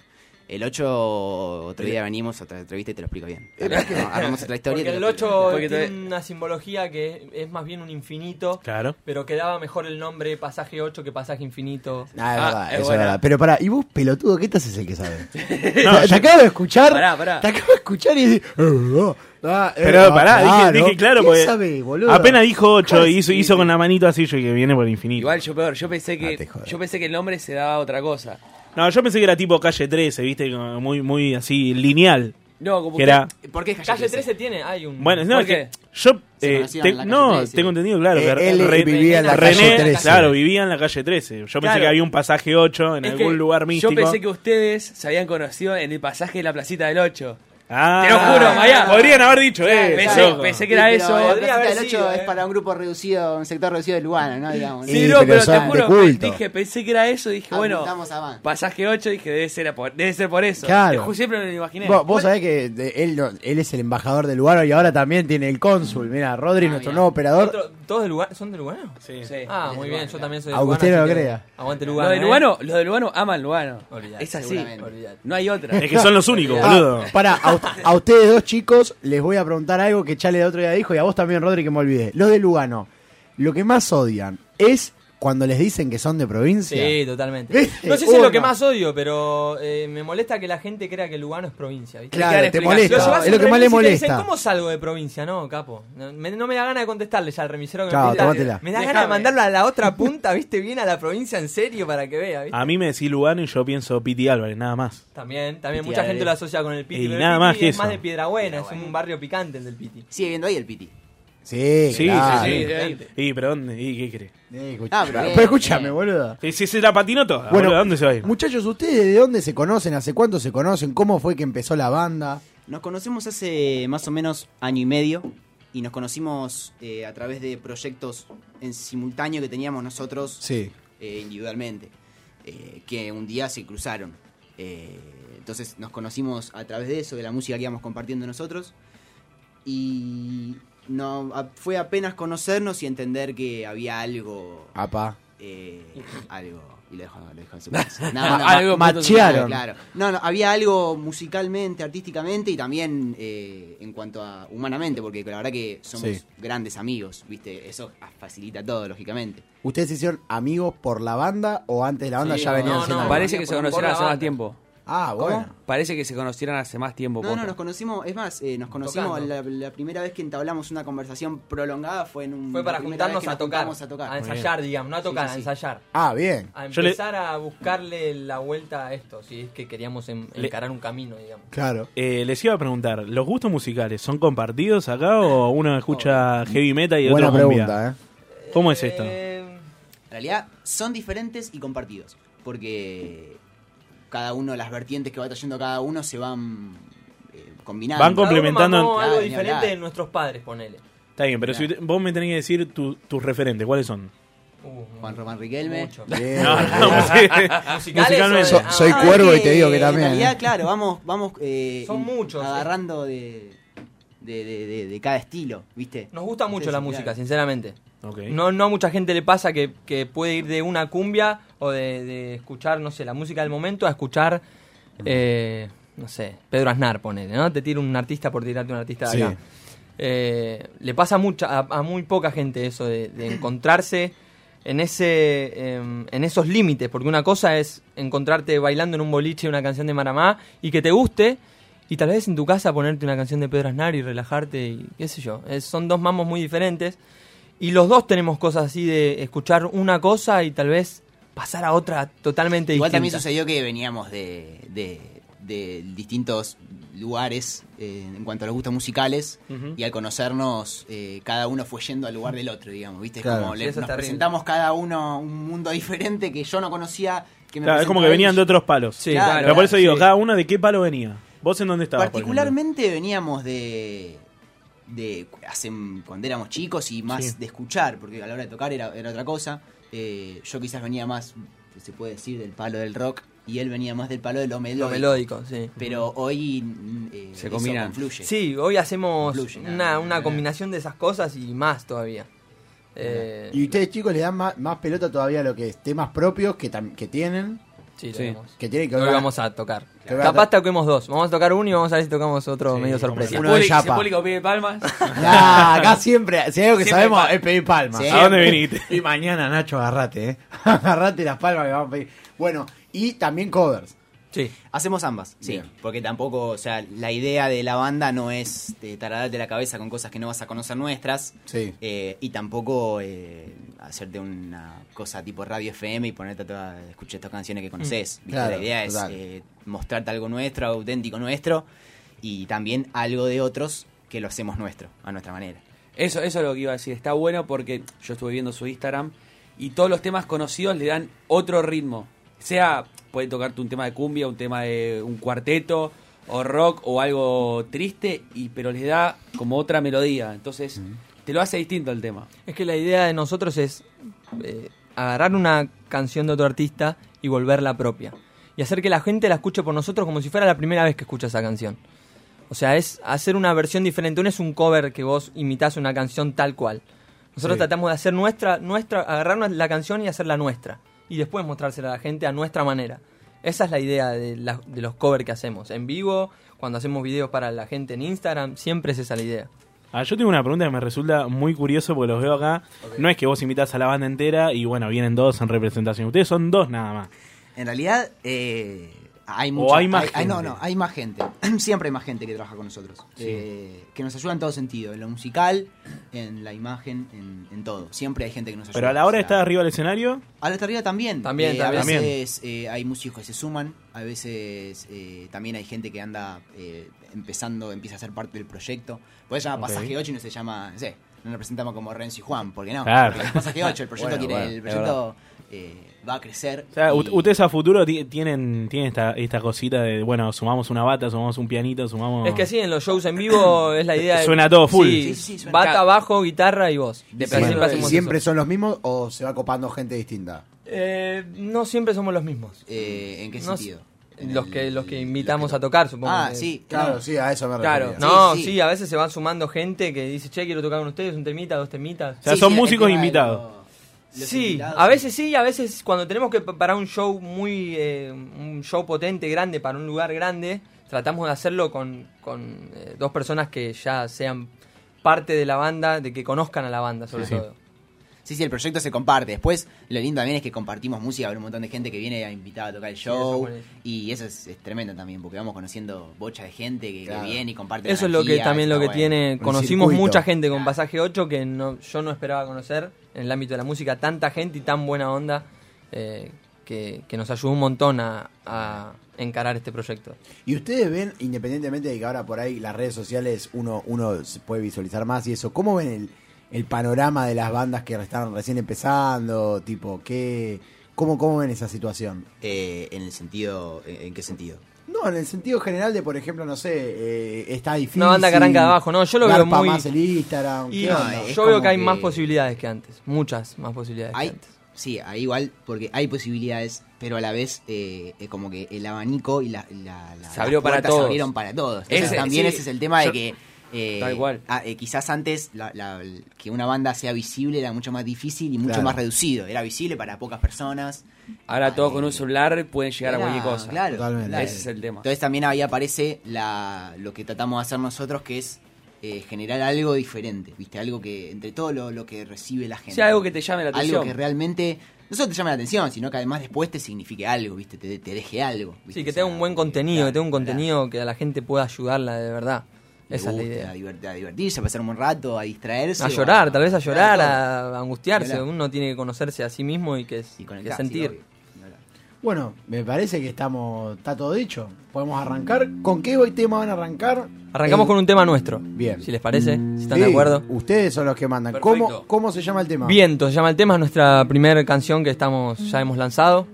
L: El 8, otro día venimos a otra entrevista y te lo explico bien. Armamos otra historia. y
D: Porque
L: te
D: el
L: lo explico.
D: 8 tiene una simbología que es más bien un infinito.
B: Claro.
D: Pero quedaba mejor el nombre pasaje 8 que pasaje infinito.
C: Ah, es verdad, eso es verdad. Pero pará, ¿y vos, pelotudo, qué te haces el que sabe? te,
D: No,
C: te
D: yo-
C: acabo de escuchar.
D: Pará, pará.
C: Te acabo de escuchar y decís. "Ah, ah, eh,
B: Pero
C: ah,
B: pará, dije- dije, claro,
C: ¿Quién
B: porque
C: sabe, boludo?
B: apenas dijo 8
C: Joder,
B: y hizo,
C: sí.
B: hizo con la manito así yo que viene por el infinito.
F: Igual yo peor, yo
C: Ah,
F: pensé que yo pensé que el nombre se daba a otra cosa.
B: No, yo pensé que era tipo calle 13, viste, Como muy, muy así lineal.
F: No, como
B: que era.
F: ¿Por qué
D: Calle 13 tiene, hay un.
B: Bueno, no,
D: ¿Por
B: es que
D: qué?
B: yo
L: Se
B: Eh,
L: conocieron
B: te-
L: en la calle
B: no,
L: 13.
B: tengo entendido, claro.
C: Eh,
B: que
C: él
B: Re-
C: vivía en la
B: René,
C: calle 13.
B: Claro, vivía en la calle 13. Yo pensé
M: Claro.
B: que había un pasaje 8 en
M: Es que
B: algún lugar místico.
M: Yo pensé que ustedes se habían conocido en el pasaje de la placita del 8.
B: Ah,
M: Te lo juro, Maya.
B: Podrían haber dicho, eh.
M: Pensé,
B: loco.
M: pensé que era
L: Sí,
M: eso.
L: pero La
M: Podría haber
L: Placita del
M: sido,
L: Ocho
M: eh.
L: es para un grupo reducido, un sector reducido de Lugano, ¿no? Digamos.
M: Sí, no, pero, te juro, dije, pensé que era eso, dije, bueno,
L: Apuntamos a más.
M: pasaje 8, dije, debe ser, a por, debe ser por eso.
C: Claro.
M: Te eh, ju- Siempre me lo imaginé.
C: Vos, vos sabés que de- él, no- él es el embajador del lugar y ahora también tiene el cónsul. Mira, Rodri,
M: Ah,
C: nuestro nuevo operador.
M: Otro-
D: ¿Todos de Lugano? ¿Son de Lugano?
M: Sí.
D: Ah, muy bien, yo también soy de
C: Aunque
D: Lugano.
C: usted no
D: así
C: lo
D: que
C: crea.
D: Aguante Lugano.
M: Los de
D: ¿eh?
M: Lugano, los de Lugano aman Lugano.
D: Olvidate,
M: es así.
D: seguramente.
M: No hay otra.
B: Es que son los únicos,
C: Ah,
B: boludo.
C: pará, a, ust- a ustedes dos chicos les voy a preguntar algo que Chale el otro día dijo y a vos también, Rodri, que me olvidé. Los de Lugano, lo que más odian es cuando les dicen que son de provincia.
D: Sí, totalmente.
C: ¿Viste?
D: No sé si es
C: Una.
D: lo que más odio, pero eh, me molesta que la gente crea que Lugano es provincia. ¿viste?
C: Claro,
D: Que dan
C: te
D: explicaciones.
C: molesta,
D: llevas
C: es
D: al
C: lo que más le
D: remis y te dicen,
C: molesta.
D: ¿Cómo salgo de provincia? No, capo. No me, no me da ganas de contestarle ya al remisero que
C: Chao,
D: me
C: tómatela.
D: Me da ganas
M: Dejame.
D: de mandarlo a la otra punta, ¿viste? Bien a la provincia en serio para que vea, ¿viste?
B: A mí me decís Lugano y yo pienso Piti Álvarez, nada más.
D: También, también
B: Piti,
D: mucha
B: dale.
D: gente lo asocia con el Piti.
B: Y
D: pero el
B: nada
D: Piti
B: más que
D: es más
B: eso.
D: de Piedrabuena, es un barrio picante el del Piti.
L: Sigue viendo ahí el Piti.
C: Sí,
B: Sí,
C: claro.
B: sí, sí. Y, pero ¿dónde? ¿Y qué crees?
C: Eh,
L: Ah,
C: escucha-
L: pero
C: pero
L: bien,
C: escúchame,
L: bien.
C: boludo.
B: Si si se la patinó toda,
C: Bueno,
B: Ah, boludo, ¿a dónde se va a ir?
C: Muchachos, ¿ustedes de dónde se conocen? ¿Hace cuánto se conocen? ¿Cómo fue que empezó la banda?
L: Nos conocemos hace más o menos año y medio y nos conocimos eh, a través de proyectos en simultáneo que teníamos nosotros
C: Sí.
L: eh, individualmente, eh, que un día se cruzaron. Eh, entonces nos conocimos a través de eso, de la música que íbamos compartiendo nosotros. Y no, a- fue apenas conocernos y entender que había algo.
C: Apa.
L: eh, algo. Y lo dejo, lo dejo en su
C: Algo
L: ma-
C: machearon.
L: Claro. No, no, había algo musicalmente, artísticamente y también eh, en cuanto a humanamente, porque la verdad que somos
C: Sí.
L: grandes amigos, ¿viste? Eso facilita todo, lógicamente.
C: ¿Ustedes se hicieron amigos por la banda o antes de la banda
L: Sí,
C: ya
L: no,
C: venían
L: no,
C: siendo amigos?
L: parece
N: que se
L: Por- por
N: conocieron
L: la
N: hace más
L: banda.
N: tiempo.
C: Ah,
L: ¿Cómo?
N: bueno. Parece que se conocieron hace más tiempo.
L: No,
N: posta.
L: no, nos conocimos, es más, eh, nos conocimos
D: Tocando.
L: la, la primera vez que entablamos una conversación prolongada fue en un...
D: Fue para
L: la primera vez
D: juntarnos
L: que
D: a
L: nos
D: tocar,
L: juntamos a tocar.
D: a ensayar, digamos, no a
L: Sí,
D: tocar,
L: sí, sí.
D: a ensayar.
C: Ah, bien.
D: A
B: Yo le-
D: empezar a buscarle la vuelta a esto, si es que queríamos en-
B: Le-
D: encarar un camino, digamos.
C: Claro.
B: Eh, les iba a preguntar, ¿los gustos musicales son compartidos acá o uno escucha heavy metal y
C: Buena
B: otro cumbia?
C: pregunta, ¿eh?
B: ¿Cómo es esto?
D: Eh,
L: Eh, En realidad son diferentes y compartidos, porque cada uno, las vertientes que va trayendo cada uno se van eh, combinando.
B: Van complementando-
D: Cada uno mamó algo
L: Claro, ni
D: diferente
L: hablar.
D: de nuestros padres, ponele.
B: Está bien, pero si usted- vos me tenés que decir tu- tus referentes, ¿cuáles son?
D: Uh,
L: Juan Román Riquelme.
D: mucho.
C: Bien.
B: No, no, musicalmente.
C: So-
D: Ah,
C: soy
L: Ah,
C: cuervo
L: es
C: y te digo que
L: En
C: también.
L: realidad,
C: ¿eh?
L: claro, vamos, vamos eh,
D: Son muchos, eh.
L: agarrando de, de, de- de- de cada estilo, ¿viste?
D: Nos gusta mucho
L: Sí,
D: la
L: sí,
D: música,
L: claro.
D: sinceramente.
B: Ok.
D: No, no a mucha gente le pasa que, que puede ir de una cumbia o de, de escuchar, no sé, la música del momento a escuchar, eh, no sé, Pedro Aznar, ponele, ¿no? Te tira un artista por tirarte un artista de
C: Sí.
D: acá. Eh, le pasa mucha, a, a muy poca gente eso de, de encontrarse en, ese, em, en esos límites, porque una cosa es encontrarte bailando en un boliche una canción de Maramá y que te guste, y tal vez en tu casa ponerte una canción de Pedro Aznar y relajarte y qué sé yo. Es- son dos mamos muy diferentes. Y los dos tenemos cosas así de escuchar una cosa y tal vez pasar a otra totalmente
L: Igual también
D: distinta.
L: sucedió que veníamos de, de- de distintos lugares eh, en cuanto a los gustos musicales
B: Ujú.
L: y al conocernos eh, cada uno fue yendo al lugar del otro, digamos, ¿viste? Es
C: Claro.
L: como
D: Sí,
L: le-
D: eso
L: nos
D: está
L: presentamos cada uno un mundo diferente que yo no conocía. Que me
B: Claro, es como que
L: presentó
B: venían
L: él.
B: de otros palos.
D: Sí,
L: Claro,
B: Pero por eso digo,
D: sí.
B: cada uno de qué palo venía. ¿Vos en dónde estabas? por ejemplo?
L: Particularmente veníamos de. de hace, cuando éramos chicos y más
B: Sí.
L: de escuchar, porque a la hora de tocar era, era otra cosa. Eh, yo quizás venía más, se puede decir, del palo del rock y él venía más del palo de lo
D: Lo
L: melódico.
D: melódico, sí.
L: Pero hoy mm, eh,
N: Se
L: eso
N: combinan.
L: confluye.
D: Sí, hoy hacemos
L: Influye, nada,
D: una,
L: nada,
D: una
L: nada.
D: combinación de esas cosas y más todavía. Eh,
C: Y ustedes chicos le dan más, más pelota todavía a lo que es temas propios que, tam- que tienen,
D: sí,
N: Sí.
D: tenemos.
C: que tienen que
D: Hoy
C: ver-
D: vamos a tocar.
C: Que hoy vamos
D: Capaz
C: a
D: toquemos dos. Vamos a tocar uno y vamos a ver si tocamos otro
B: Sí,
D: medio
B: como
D: sorpresa.
N: Si el
C: Uno de
N: público- si el
C: Yapa.
N: público pide palmas.
C: Ah, acá siempre, si hay algo que
N: Siempre
C: sabemos
N: pal-
C: es pedir palmas.
L: Sí.
B: ¿A dónde viniste?
C: Y mañana, Nacho, agarrate, ¿eh? agarrate las palmas que vamos a pedir. Bueno, y también covers.
D: Sí.
L: Hacemos ambas, sí.
C: Bien.
L: Porque tampoco, o sea, la idea de la banda no es eh, taradarte la cabeza con cosas que no vas a conocer nuestras.
C: Sí.
L: Eh, y tampoco eh, hacerte una cosa tipo radio FM y ponerte a toda- escuchar estas canciones que conoces. ¿viste?
C: Mm. Claro,
L: la idea es
C: total.
L: eh, mostrarte algo nuestro, auténtico nuestro, y también algo de otros que lo hacemos nuestro, a nuestra manera.
F: Eso, eso es lo que iba a decir. Está bueno porque yo estuve viendo su Instagram y todos los temas conocidos le dan otro ritmo. Sea, puede tocarte un tema de cumbia, un tema de un cuarteto, o rock, o algo triste, y pero les da como otra melodía. Entonces,
C: Mm.
F: te lo hace distinto el tema.
D: Es que la idea de nosotros es eh, agarrar una canción de otro artista y volverla propia. Y hacer que la gente la escuche por nosotros como si fuera la primera vez que escucha esa canción. O sea, es hacer una versión diferente. No es un cover que vos imitás una canción tal cual. Nosotros
M: Sí.
D: tratamos de hacer nuestra, nuestra, agarrar la canción y hacerla nuestra. Y después mostrársela a la gente a nuestra manera. Esa es la idea de, la- de los covers que hacemos. En vivo, cuando hacemos videos para la gente en Instagram, siempre es esa la idea.
B: Ah, yo tengo una pregunta que me resulta muy curioso porque los veo acá. No es que vos invitas a la banda entera y bueno, vienen dos en representación. Ustedes son dos nada más.
L: En realidad, eh, hay
B: O
L: mucha
B: hay más
L: No,
B: gente.
L: no, hay más gente. Siempre hay más gente que trabaja con nosotros.
B: Sí.
L: Eh, que nos ayuda en todo sentido. En lo musical, en la imagen, en, en todo. Siempre hay gente que nos ayuda.
B: Pero a la hora de
L: O
B: estar arriba del escenario,
L: sea, a la tarea también.
B: También,
L: a
B: también.
L: veces eh, hay músicos que se suman. A veces eh, también hay gente que anda eh, empezando, empieza a ser parte del proyecto. Puede llamar
B: Ok.
L: Pasaje 8 y no se llama, no sé, no nos presentamos como Renzo y Juan, porque no.
B: Claro.
L: Porque es Pasaje 8, el proyecto,
B: Bueno,
L: quiere-
B: bueno,
L: el
B: es
L: proyecto eh, va a crecer.
B: o sea,
L: y-
B: ut- ustedes a futuro ti- tienen, tienen esta, esta cosita de, bueno, sumamos una bata, sumamos un pianito, sumamos...
D: Es que sí, en los shows en vivo es la idea. de-
B: Suena todo full.
D: Sí,
B: Sí,
D: Bata, bajo, guitarra y voz. Siempre
G: ¿Y
D: hacemos
G: siempre
D: eso.
G: son los mismos o se va copando gente distinta?
D: Eh, no siempre somos los mismos.
L: Eh, ¿En qué
D: No
L: sentido?
D: s- los, que, los que invitamos a tocar, supongo.
L: Ah,
D: que-
L: sí, claro. Claro, sí, a eso me
D: Claro,
L: refería.
D: no,
L: Sí,
D: sí.
L: sí.
D: a veces se van sumando gente que dice, che, quiero tocar con ustedes un temita, dos temitas.
B: O sea, son músicos invitados.
D: Sí, a veces sí, a veces cuando tenemos que preparar un show muy, eh, un show potente, grande, para un lugar grande, tratamos de hacerlo con, con, eh, dos personas que ya sean parte de la banda, de que conozcan a la banda sobre
L: Sí, sí.
D: todo.
L: Sí, sí, el proyecto se comparte. Después, lo lindo también es que compartimos música. Habrá un montón de gente que viene a invitar a tocar el
D: eso es
L: show.
D: buenísimo.
L: y eso es, es tremendo también, porque vamos conociendo bocha de gente que, que
D: Claro.
L: viene y comparte.
D: Eso
L: la
D: es lo que
L: energía,
D: también
L: está
D: lo que
L: bueno.
D: tiene. Conocimos mucha gente con Pasaje 8 que no, yo no esperaba conocer en el ámbito de la música. Tanta gente y tan buena onda eh, que, que nos ayudó un montón a, a encarar este proyecto.
G: Y ustedes ven, independientemente de que ahora por ahí las redes sociales uno, uno se puede visualizar más y eso, ¿cómo ven el, el panorama de las bandas que están recién empezando? Tipo, ¿qué, cómo, ¿cómo ven esa situación?
L: Eh, en el sentido. ¿En en qué sentido?
G: No, en el sentido general de, por ejemplo, no sé, eh, está difícil.
D: Una banda que arranca de abajo, no, yo lo veo
G: garpa
D: muy-
G: más el Instagram.
D: Y
G: ¿qué
D: no,
G: onda?
D: eh, yo veo que hay más posibilidades que antes, muchas más posibilidades.
L: Hay, sí, hay igual, porque hay posibilidades, pero a la vez, eh, eh, como que el abanico y la, la- la-
F: Se abrió
L: las
F: para
L: puertas
F: todos.
L: se abrieron para todos. Entonces,
F: Ese-
L: también
F: sí.
L: ese es el tema de
F: Yo-
L: que. eh,
F: Tal cual.
L: ah, eh, quizás antes la- la- el- que una banda sea visible era mucho más difícil y mucho
F: Claro.
L: más reducido. Era visible para pocas personas. Ah, eh,
F: Ahora todos con un celular pueden llegar a
L: Era-
F: cualquier cosa.
L: Claro, claro.
F: Ese es el tema.
L: Entonces también ahí aparece la, lo que tratamos de hacer nosotros, que es eh, generar algo diferente, ¿viste? Algo que, entre todo lo, lo que recibe la gente.
F: Sí, algo que te llame la atención.
L: Algo que realmente, no solo te llame la atención, sino que además después te signifique algo, ¿viste? Te, te deje algo.
D: Sí, que tenga un buen contenido, que tenga un contenido que a la gente pueda ayudarla de verdad. Esa es la idea.
L: A, divert- a divertirse, a pasar un buen rato, a distraerse.
D: A
L: o
D: llorar, tal vez a llorar,
L: todo.
D: a, a angustiarse.
L: Llorar.
D: Uno tiene que conocerse a sí mismo y que, que
L: conectar, sí,
D: sentir.
L: obvio.
C: Bueno, me parece que estamos. Está todo dicho. Podemos arrancar. ¿Con qué hoy tema van a arrancar?
D: Arrancamos
C: Eh,
D: con un tema nuestro.
G: Bien.
D: Si les parece, si están de
G: Sí,
D: acuerdo.
G: Ustedes son los que mandan. ¿Cómo, ¿Cómo se llama el tema?
D: Viento se llama el tema, es nuestra primera canción que estamos ya hemos lanzado.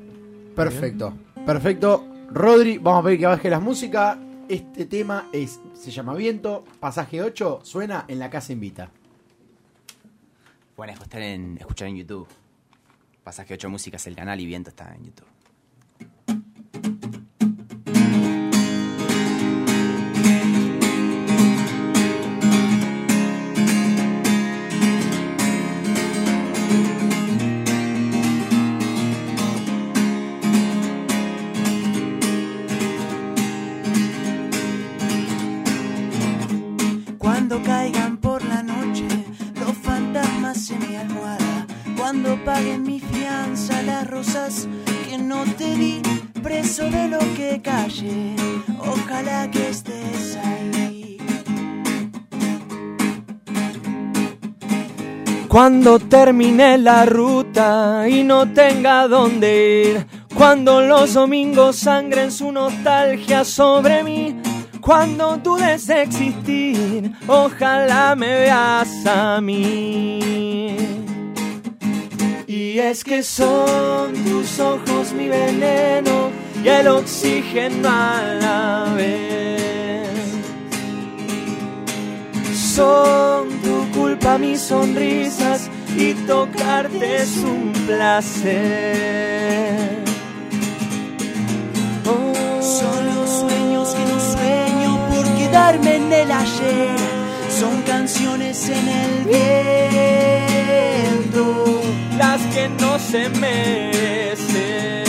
G: Perfecto, perfecto. Rodri, vamos a pedir que baje la música. Este tema es, se llama Viento, pasaje 8, suena en la casa invita.
L: Pueden escuchar en, escuchar en YouTube. Pasaje 8 Música es el canal y Viento está en YouTube.
O: Cuando caigan por la noche los fantasmas en mi almohada. Cuando paguen mi fianza las rosas que no te di, preso de lo que callé. Ojalá que estés ahí.
M: Cuando termine la ruta y no tenga dónde ir. Cuando los domingos sangren su nostalgia sobre mí.
H: Cuando dudes de existir, ojalá me veas a mí. Y es que son tus ojos mi veneno y el oxígeno a la vez. Son tu culpa mis sonrisas y tocarte es un placer.
O: Son los sueños que no sueño por quedarme en el ayer. Son canciones en el viento.
H: Las que no se merecen.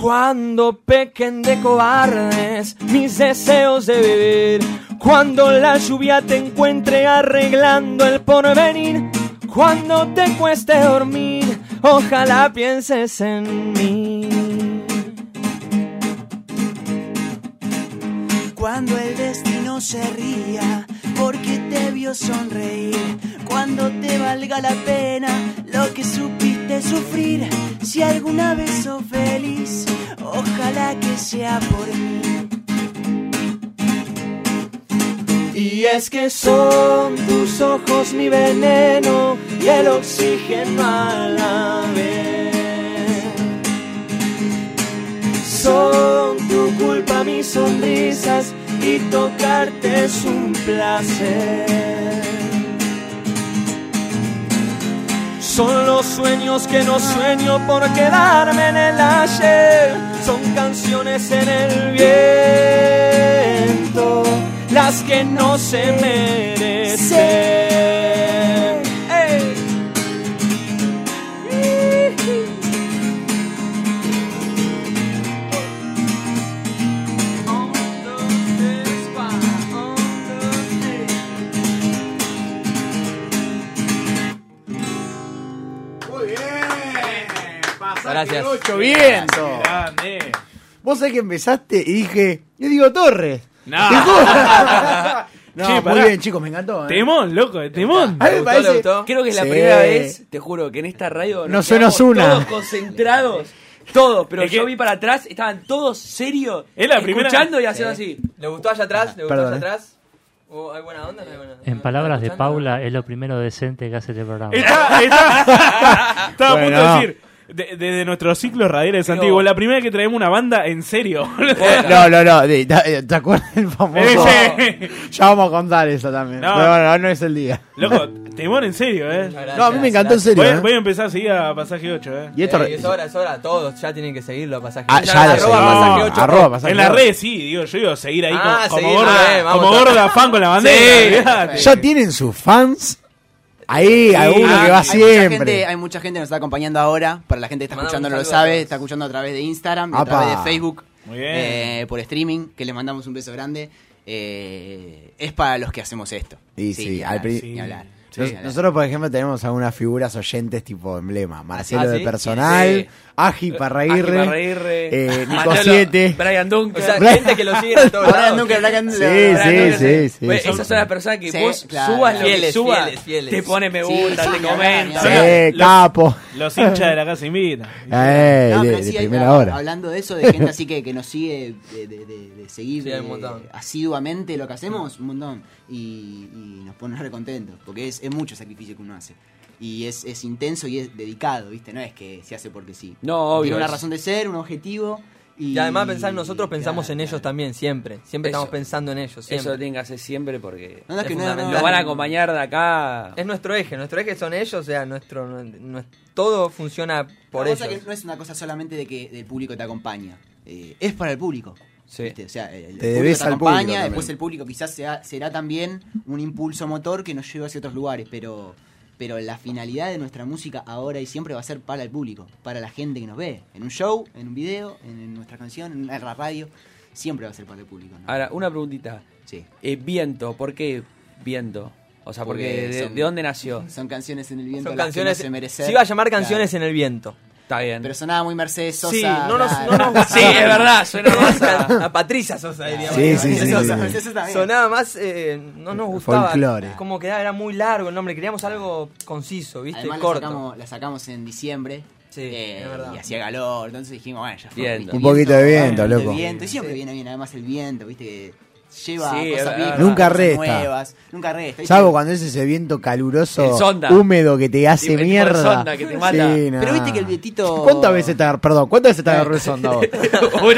H: Cuando pequen de cobardes mis deseos de vivir. Cuando la lluvia te encuentre arreglando el porvenir. Cuando te cueste dormir, ojalá pienses en mí.
O: Cuando el destino se ría porque te vio sonreír. Cuando te valga la pena lo que supiste sufrir. Si alguna vez sos feliz, ojalá que sea por mí.
H: Y es que son tus ojos mi veneno y el oxígeno a la vez. Son tu culpa mis sonrisas y tocarte es un placer. Son los sueños que no sueño por quedarme en el ayer. Son canciones en el viento, las que no se merecen. ¡Ey!
D: Gracias.
C: Ocho viento. Vos sabés que empezaste y dije, yo digo Torres.
B: No.
C: Te juro. No,
B: Ah. Che,
C: muy
B: pará.
C: bien, chicos, me encantó. ¿eh?
B: Temón, loco, temón.
C: A mí me parece.
F: Creo que es la
C: Sí.
F: primera vez, te juro, que en esta radio
C: No
F: quedamos
C: suenos una.
F: Todos concentrados, todos, pero
B: Es que-
F: yo vi para atrás, estaban todos serios,
B: Es la primera-
F: escuchando y haciendo
D: Sí.
F: así.
D: ¿Le gustó allá atrás? ¿Le gustó
F: Perdón,
D: allá
F: eh.
D: atrás? ¿O ¿Hay buena onda? ¿No hay buena onda?
J: En palabras de Paula, es lo primero decente que hace este programa.
B: Está, está- estaba
J: Bueno.
B: a punto de decir. de- Desde nuestro ciclo radiales antiguo, la primera vez que traemos una banda en serio.
C: Eh, No, no, no. de- eh, ¿Te te acuerdas del famoso? Ya vamos a contar eso también.
B: No.
C: Pero bueno, no es el día.
B: Loco, temón en serio, eh.
C: No, a mí me encantó en serio,
B: Voy, a-
C: eh.
B: voy a empezar a seguir a pasaje 8, eh.
C: Y esto-
D: Eh, es hora, es hora. Todos ya tienen que seguirlo a pasaje.
C: Ah, ya lo
D: arroba
C: seguimos.
D: pasaje ocho.
C: Arroba pasaje
B: En las
C: ocho.
B: redes sí, digo, yo digo seguir ahí
D: Ah,
B: como, como
D: seguir,
B: gorda,
D: eh, vamos
B: como
D: todos.
B: gorda fan con la
D: Sí,
B: bandera.
C: Ya tienen sus fans. Ahí, alguno
L: Ah,
C: que va
L: hay Mucha gente,
C: siempre.
L: hay mucha gente que nos está acompañando ahora. Para la gente que está
D: Mandamos
L: escuchando
D: un
L: no lo
D: saludo a
L: sabe, está escuchando a través de Instagram, a
C: Apa.
L: través de Facebook,
B: Muy bien.
L: eh, por streaming, que les mandamos un beso grande. Eh, es para los que hacemos esto.
C: Y sí,
L: ni
C: al
L: hablar,
C: pri-
L: ni hablar.
C: Nos-
L: ni hablar.
C: Nosotros, por ejemplo, tenemos algunas figuras oyentes tipo emblema. Marcelo
L: Ah, ¿sí?
C: de Personal,
L: Sí.
C: Agi Parraguirre,
F: Ángel Parraguirre,
C: eh, Nico
F: Manolo-
C: 7.
F: Brian Duncan.
C: O sea, gente que lo sigue en todos Brian lados. Duncan, Brian Duncan. Sí, sí, sí, sí,
F: Bueno,
C: sí. Eh,
F: Esas son las personas que
L: Sí,
F: vos
L: claro.
F: subas lo que
L: Fieles,
F: subas,
L: fieles, fieles.
F: te pone me
L: Sí,
F: gusta,
L: sí,
F: te
L: ni hablar, ni
F: comenta.
L: hablar.
C: Eh,
F: Los-
C: capo.
B: Los hinchas de la casa invita.
C: Eh,
L: No,
C: de,
L: pero
C: de
L: sí, hay-
C: primera
L: ah,
C: hora.
L: Hablando de eso, de gente así que, que nos sigue, de, de- de- de seguir
D: Sí, hay un
L: eh,
D: montón.
L: asiduamente lo que hacemos, un montón. Y, y nos pone re contentos, porque es, es mucho sacrificio que uno hace. Y es, es intenso y es dedicado, ¿viste? No es que se hace porque sí.
F: No, obvio,
L: Tiene una
F: es-
L: razón de ser, un objetivo. Y,
D: Y además pensar en nosotros, pensamos en ellos también, siempre. Siempre
F: Eso.
D: estamos pensando en ellos, siempre.
F: Eso lo tienen que hacer siempre porque
D: No, no, es que no, no,
F: lo
D: no.
F: van a acompañar de acá.
D: Es nuestro eje, nuestro eje son ellos, o sea, nuestro, nues- todo funciona por
L: La
D: ellos.
L: cosa que no es una cosa solamente de que el público te acompaña. Eh, es para el público. ¿viste? O sea, el, el
C: Te debes
L: te
C: al
L: acompaña,
C: público también.
L: después el público quizás sea- será también un impulso motor que nos lleve hacia otros lugares, pero pero la finalidad de nuestra música ahora y siempre va a ser para el público, para la gente que nos ve, en un show, en un video, en, en nuestra canción, en la radio, siempre va a ser para el público. ¿no?
F: Ahora, una preguntita.
L: Sí.
F: Eh, viento, ¿por qué viento? O sea, porque,
L: Porque
F: de,
L: son-
F: de dónde nació?
L: Son canciones en el viento,
D: Son
L: las que no
D: canciones.
L: se merecen.
D: se iba a llamar
L: Claro.
D: canciones en el viento.
F: Está bien.
L: Pero sonaba muy Mercedes Sosa.
D: Sí, no nos-
L: nada.
D: no nos gustaba. Sí, es verdad, suena más a- a Patricia Sosa, diría. Sí, sí, sí,
L: Sosa,
D: sí.
L: Mercedes Sosa, bien.
D: Sonaba más, eh, no nos gustaba.
C: Folclore.
D: Como que era muy largo el nombre, queríamos algo conciso, ¿viste?
L: Además,
D: Corto.
L: La, sacamos, la sacamos en diciembre. eh, y hacía calor, entonces dijimos, bueno, ya fue.
D: Viento.
L: viste,
C: Un poquito de viento,
L: un poquito de
C: loco.
L: viento, Y siempre viene bien, además el viento, viste, que lleva
F: Sí, es
L: cosas
F: verdad.
L: vivas,
C: Nunca
L: cosas
C: resta.
L: nuevas, nunca resta. ¿viste?
C: Salvo cuando es ese viento
L: El
C: caluroso,
L: sonda.
C: húmedo que te hace
L: El tipo de
C: mierda.
L: sonda que te mata.
C: Sí, no.
L: Pero viste que el vientito-
C: ¿Cuántas veces te agarró? Perdón, ¿cuántas veces te agarró el sonda vos?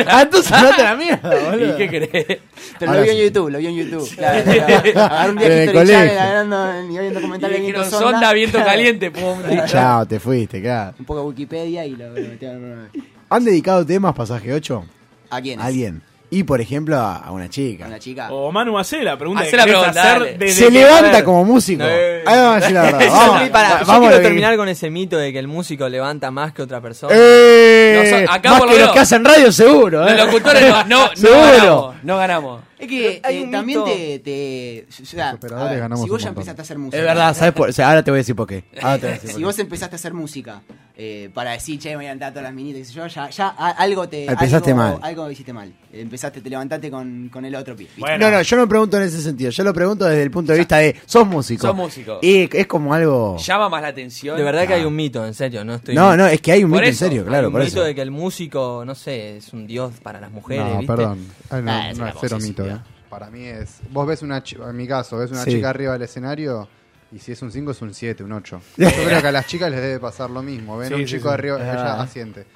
C: Ah, entonces andate a la mierda, boludo.
L: ¿Y qué
F: querés?
L: Pero
C: Ahora
L: lo vio
C: sí.
L: en YouTube, lo vio en YouTube. Claro, claro. Agarró un día
C: Desde el
L: History Channel,
C: colegio.
L: agarrando y viendo documentales
F: Y
L: de viento
F: dijeron, sonda, viento caliente, pum.
C: Y Chao, te fuiste, claro.
L: Un poco de Wikipedia y lo, lo metieron en una vez.
C: ¿Han dedicado temas pasaje 8?
L: ¿A quiénes?
C: alguien. Y por ejemplo a, a una chica.
L: Una chica.
B: O Manu, hacé la pregunta. que
D: Hacé la
B: querés
D: pregunta,
B: hacer
D: dale.
B: desde
C: Se
B: que- a ver.
C: levanta como músico.
D: Eh.
C: Ahí vamos a decir Ah, la verdad.
D: Yo
C: Vamos,
D: estoy para- yo
C: vamos a
D: quiero
C: vivir.
D: terminar con ese mito de que el músico levanta más que otra persona.
C: Eh,
D: No, so- acá
C: más
D: por
C: que los
D: lo menos.
C: que hacen radio seguro. eh.
F: Los locutores no, no, no
C: Seguro.
F: ganamos. No ganamos.
L: Es que
D: hay
L: eh,
D: un
L: también
D: mito.
L: te. te o sea,
C: operadores
L: a ver,
C: ganamos
L: si vos
C: un
L: ya
C: montón.
L: empezaste a hacer música.
C: Es verdad, ¿sabes por, o sea, ahora te voy a decir por qué. Ahora Ah, te voy a decir por
L: si
C: qué.
L: vos empezaste a hacer música eh, para decir, che, me voy a levantar todas las minitas, qué sé yo, ya, ya a- algo te.
C: Empezaste
L: algo,
C: mal.
L: Algo hiciste mal. Empezaste, te levantaste con, con el otro pie. ¿viste?
C: No, no, yo no pregunto en ese sentido. Yo lo pregunto desde el punto de vista de sos músico.
F: Sos músico.
C: Y es como algo.
F: Llama más la atención.
D: De verdad que hay un mito, en serio, no estoy...
C: Ah. No, no, es que hay un
D: Por
C: mito en
D: eso,
C: serio, claro,
D: hay un
C: por
D: mito
C: eso.
D: de que el músico, no sé, es un dios para las mujeres,
P: No,
D: ¿viste?
P: perdón. Ay, no,
D: Ah, es
P: no,
D: una
P: es cero
D: voz,
P: mito, eh.
E: Para mí es. Vos ves una chica, en mi caso, ves una
P: Sí.
E: chica arriba del escenario y si es un 5 es un 7, un 8. Yo creo que a las chicas les debe pasar lo mismo. Ven
P: Sí,
E: a un
P: sí,
E: chico
P: sí.
E: arriba,
P: Es
E: ella
P: verdad.
E: asiente.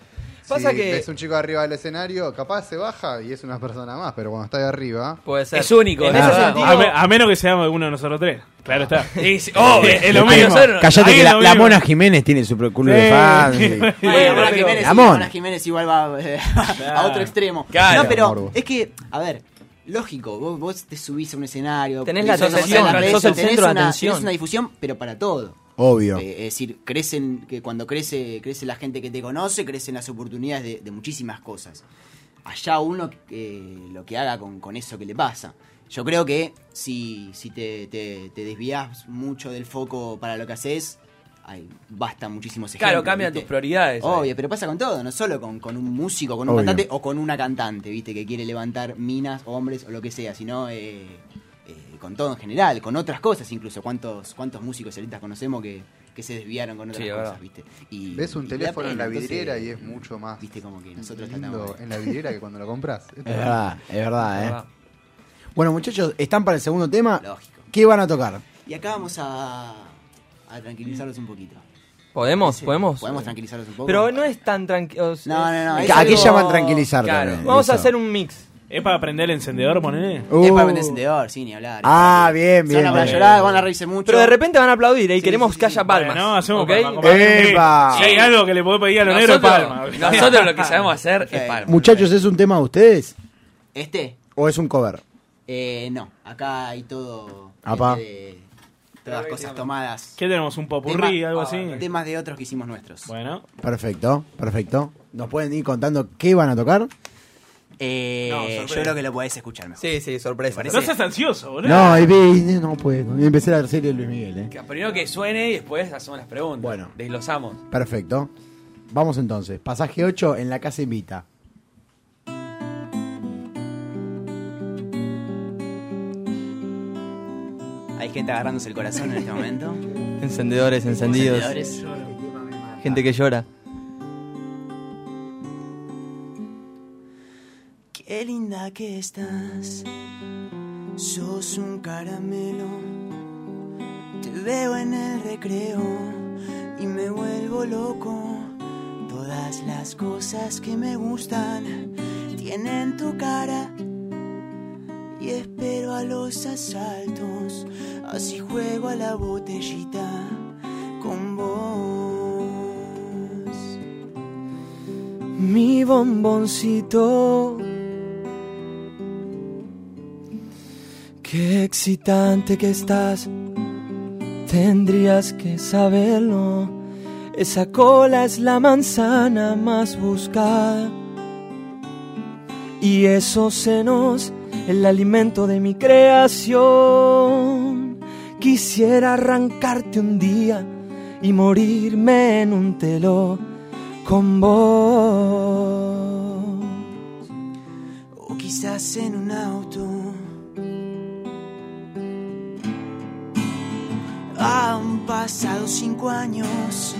D: Pasa
E: si
D: que-
E: ves un chico arriba del escenario, capaz se baja y es una persona más, pero cuando está de arriba.
D: Puede ser.
F: Es único,
E: En
F: es
C: Ah,
E: ese
F: verdad.
B: A, Ah, me- a menos que seamos uno de nosotros tres. Claro está.
F: Sí, sí, oh,
B: es, es lo
C: Pero
B: mismo.
C: Callate
B: Ahí
C: que
B: es
C: la,
B: lo
C: la
B: mismo.
C: Mona Jiménez tiene su pro- club de
B: Sí.
C: fans. sí.
B: Bueno,
L: Bueno, Mona Jiménez,
C: la
L: sí,
C: Mona.
L: Mona Jiménez igual va eh, a otro extremo.
C: Claro.
L: No, pero
C: Morbo.
L: es que, a ver, lógico, vos, vos te subís a un escenario,
D: Tenés la
L: sos-
D: atención,
L: en las redes,
D: sos el
L: tenés
D: centro de
L: una-
D: atención.
L: tenés una difusión, pero para todo.
C: Obvio.
L: Eh, es decir, crecen, que cuando crece, crece la gente que te conoce, crecen las oportunidades de, de muchísimas cosas. Allá uno eh, lo que haga con, con eso que le pasa. Yo creo que si, si te, te, te desvías mucho del foco para lo que haces, hay, basta muchísimos ejemplos.
F: Claro, cambian
L: ¿viste?
F: tus prioridades.
L: Obvio, pero pasa con todo, no solo con, con un músico, con un
F: Obvio.
L: cantante o con una cantante, ¿viste? Que quiere levantar minas, hombres o lo que sea, sino eh, eh, con todo en general, con otras cosas incluso. ¿Cuántos, cuántos músicos elitas conocemos que, que se desviaron con otras
E: Sí, es
L: cosas,
E: verdad.
L: ¿viste? Y,
E: Ves un
L: y da
E: teléfono en
L: pena,
E: la
L: entonces,
E: vidriera y es mucho más.
L: Mm. Viste como que nosotros
E: lindo
L: tratamos de-
E: en la vidriera que cuando lo compras.
C: Es verdad, es verdad,
E: Es
C: eh.
E: verdad.
C: Bueno, muchachos, están para el segundo tema.
L: Lógico.
C: ¿Qué van a tocar?
L: Y acá vamos a, a tranquilizarlos un poquito.
D: ¿Podemos?
L: Sí,
D: ¿Podemos?
L: Podemos tranquilizarlos un poco.
D: Pero no es tan tranquilo.
L: No, no, no,
C: es Aquí algo- llaman tranquilizar Claro. también,
D: Vamos
C: eso.
D: a
C: Uh.
D: hacer un mix.
B: ¿Es para prender el encendedor, ponele?
L: Es para vender encendedor, sí, ni hablar.
C: Ah, bien, bien.
L: Van a
C: bien.
D: Ah,
L: llorar, van a reírse mucho.
D: Pero de repente van a aplaudir ¿eh? y queremos que haya palmas.
B: Bueno, no, hacemos
D: ¿ok?
B: palmas, compadre.
C: ¡Epa!
B: Si hay algo que le puedo pedir a los negros,
F: Nosotros,
B: es palma.
F: nosotros lo que sabemos hacer
B: Eh,
F: es palma.
C: Muchachos, ¿es un tema de ustedes?
L: Este,
C: ¿O es un cover?
L: eh, no. Acá hay todo.
C: Apa.
L: este de- todas las cosas tomadas.
B: ¿Qué tenemos? ¿Un popurrí,
L: Tema- Ah,
B: algo así?
L: Temas de otros que hicimos nuestros.
B: Bueno.
C: Perfecto, perfecto. ¿Nos pueden ir contando qué van a tocar?
L: Eh,
B: No,
L: yo
B: sorpresa.
L: creo que lo podés escuchar mejor.
D: Sí, sí, sorpresa.
B: No seas ansioso, boludo.
C: No, y vi- no puedo. Empecé la serie de Luis Miguel, eh.
F: Que Primero que suene y después hacemos las preguntas. Bueno. Desglosamos.
C: Perfecto. Vamos entonces. Pasaje 8 en la casa invita.
L: Hay gente agarrándose el corazón en este momento.
D: Encendedores, encendidos.
L: Encendedores.
D: Gente que llora.
O: Qué linda que estás, sos un caramelo. Te veo en el recreo y me vuelvo loco. Todas las cosas que me gustan tienen tu cara y espero a los asaltos. Así juego a la botellita con vos.
H: Mi bomboncito. Qué excitante que estás. Tendrías que saberlo. Esa cola es la manzana más buscada. Y esos senos, el alimento de mi creación. Quisiera arrancarte un día y morirme en un telón con vos.
O: o quizás en un auto. Han pasado cinco años,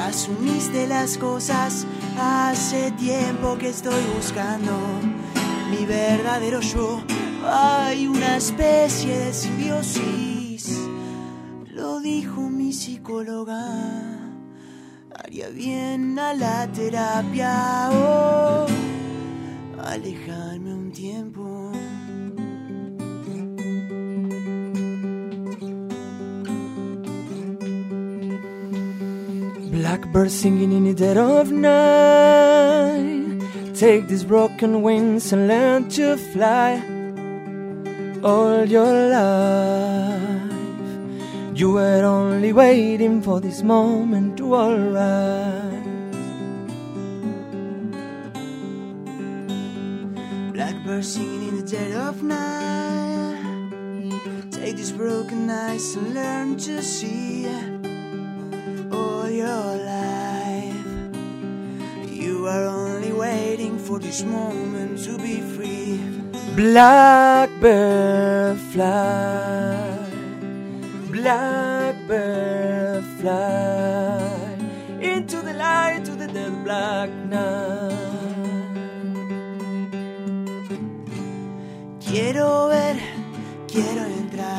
O: asumiste las cosas, hace tiempo que estoy buscando mi verdadero yo. Hay una especie de simbiosis, lo dijo mi psicóloga. Haría bien a la terapia. oh alejarme un tiempo.
H: Blackbird singing in the dead of night. Take these broken wings and learn to fly. All your life, you were only waiting for this moment to arrive.
O: Blackbird singing in the dead of night. Take these broken eyes and learn to see all your life. You are only waiting for this moment to be free.
H: Blackbird fly, blackbird fly into the light to the dead black night.
O: Quiero ver, quiero entrar.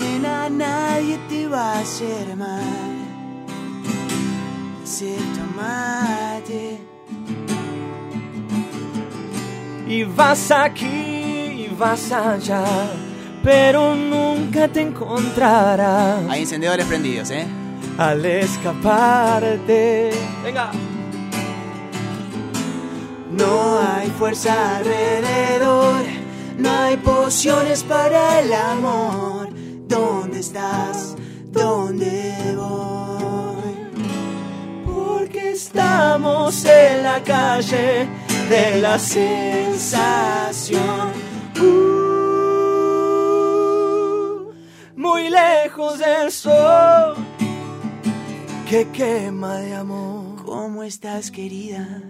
O: Nena, nadie te va a hacer mal. Excepto amarte.
H: Y vas aquí y vas allá, pero nunca te encontrarás
L: Hay encendedores prendidos, ¿eh?
H: al escaparte. Venga.
O: No hay fuerza alrededor, no hay pociones para el amor. ¿Dónde estás? ¿Dónde voy? Porque estamos en la calle de la sensación. Uh,
H: muy lejos del sol que quema de amor.
O: ¿Cómo estás, querida?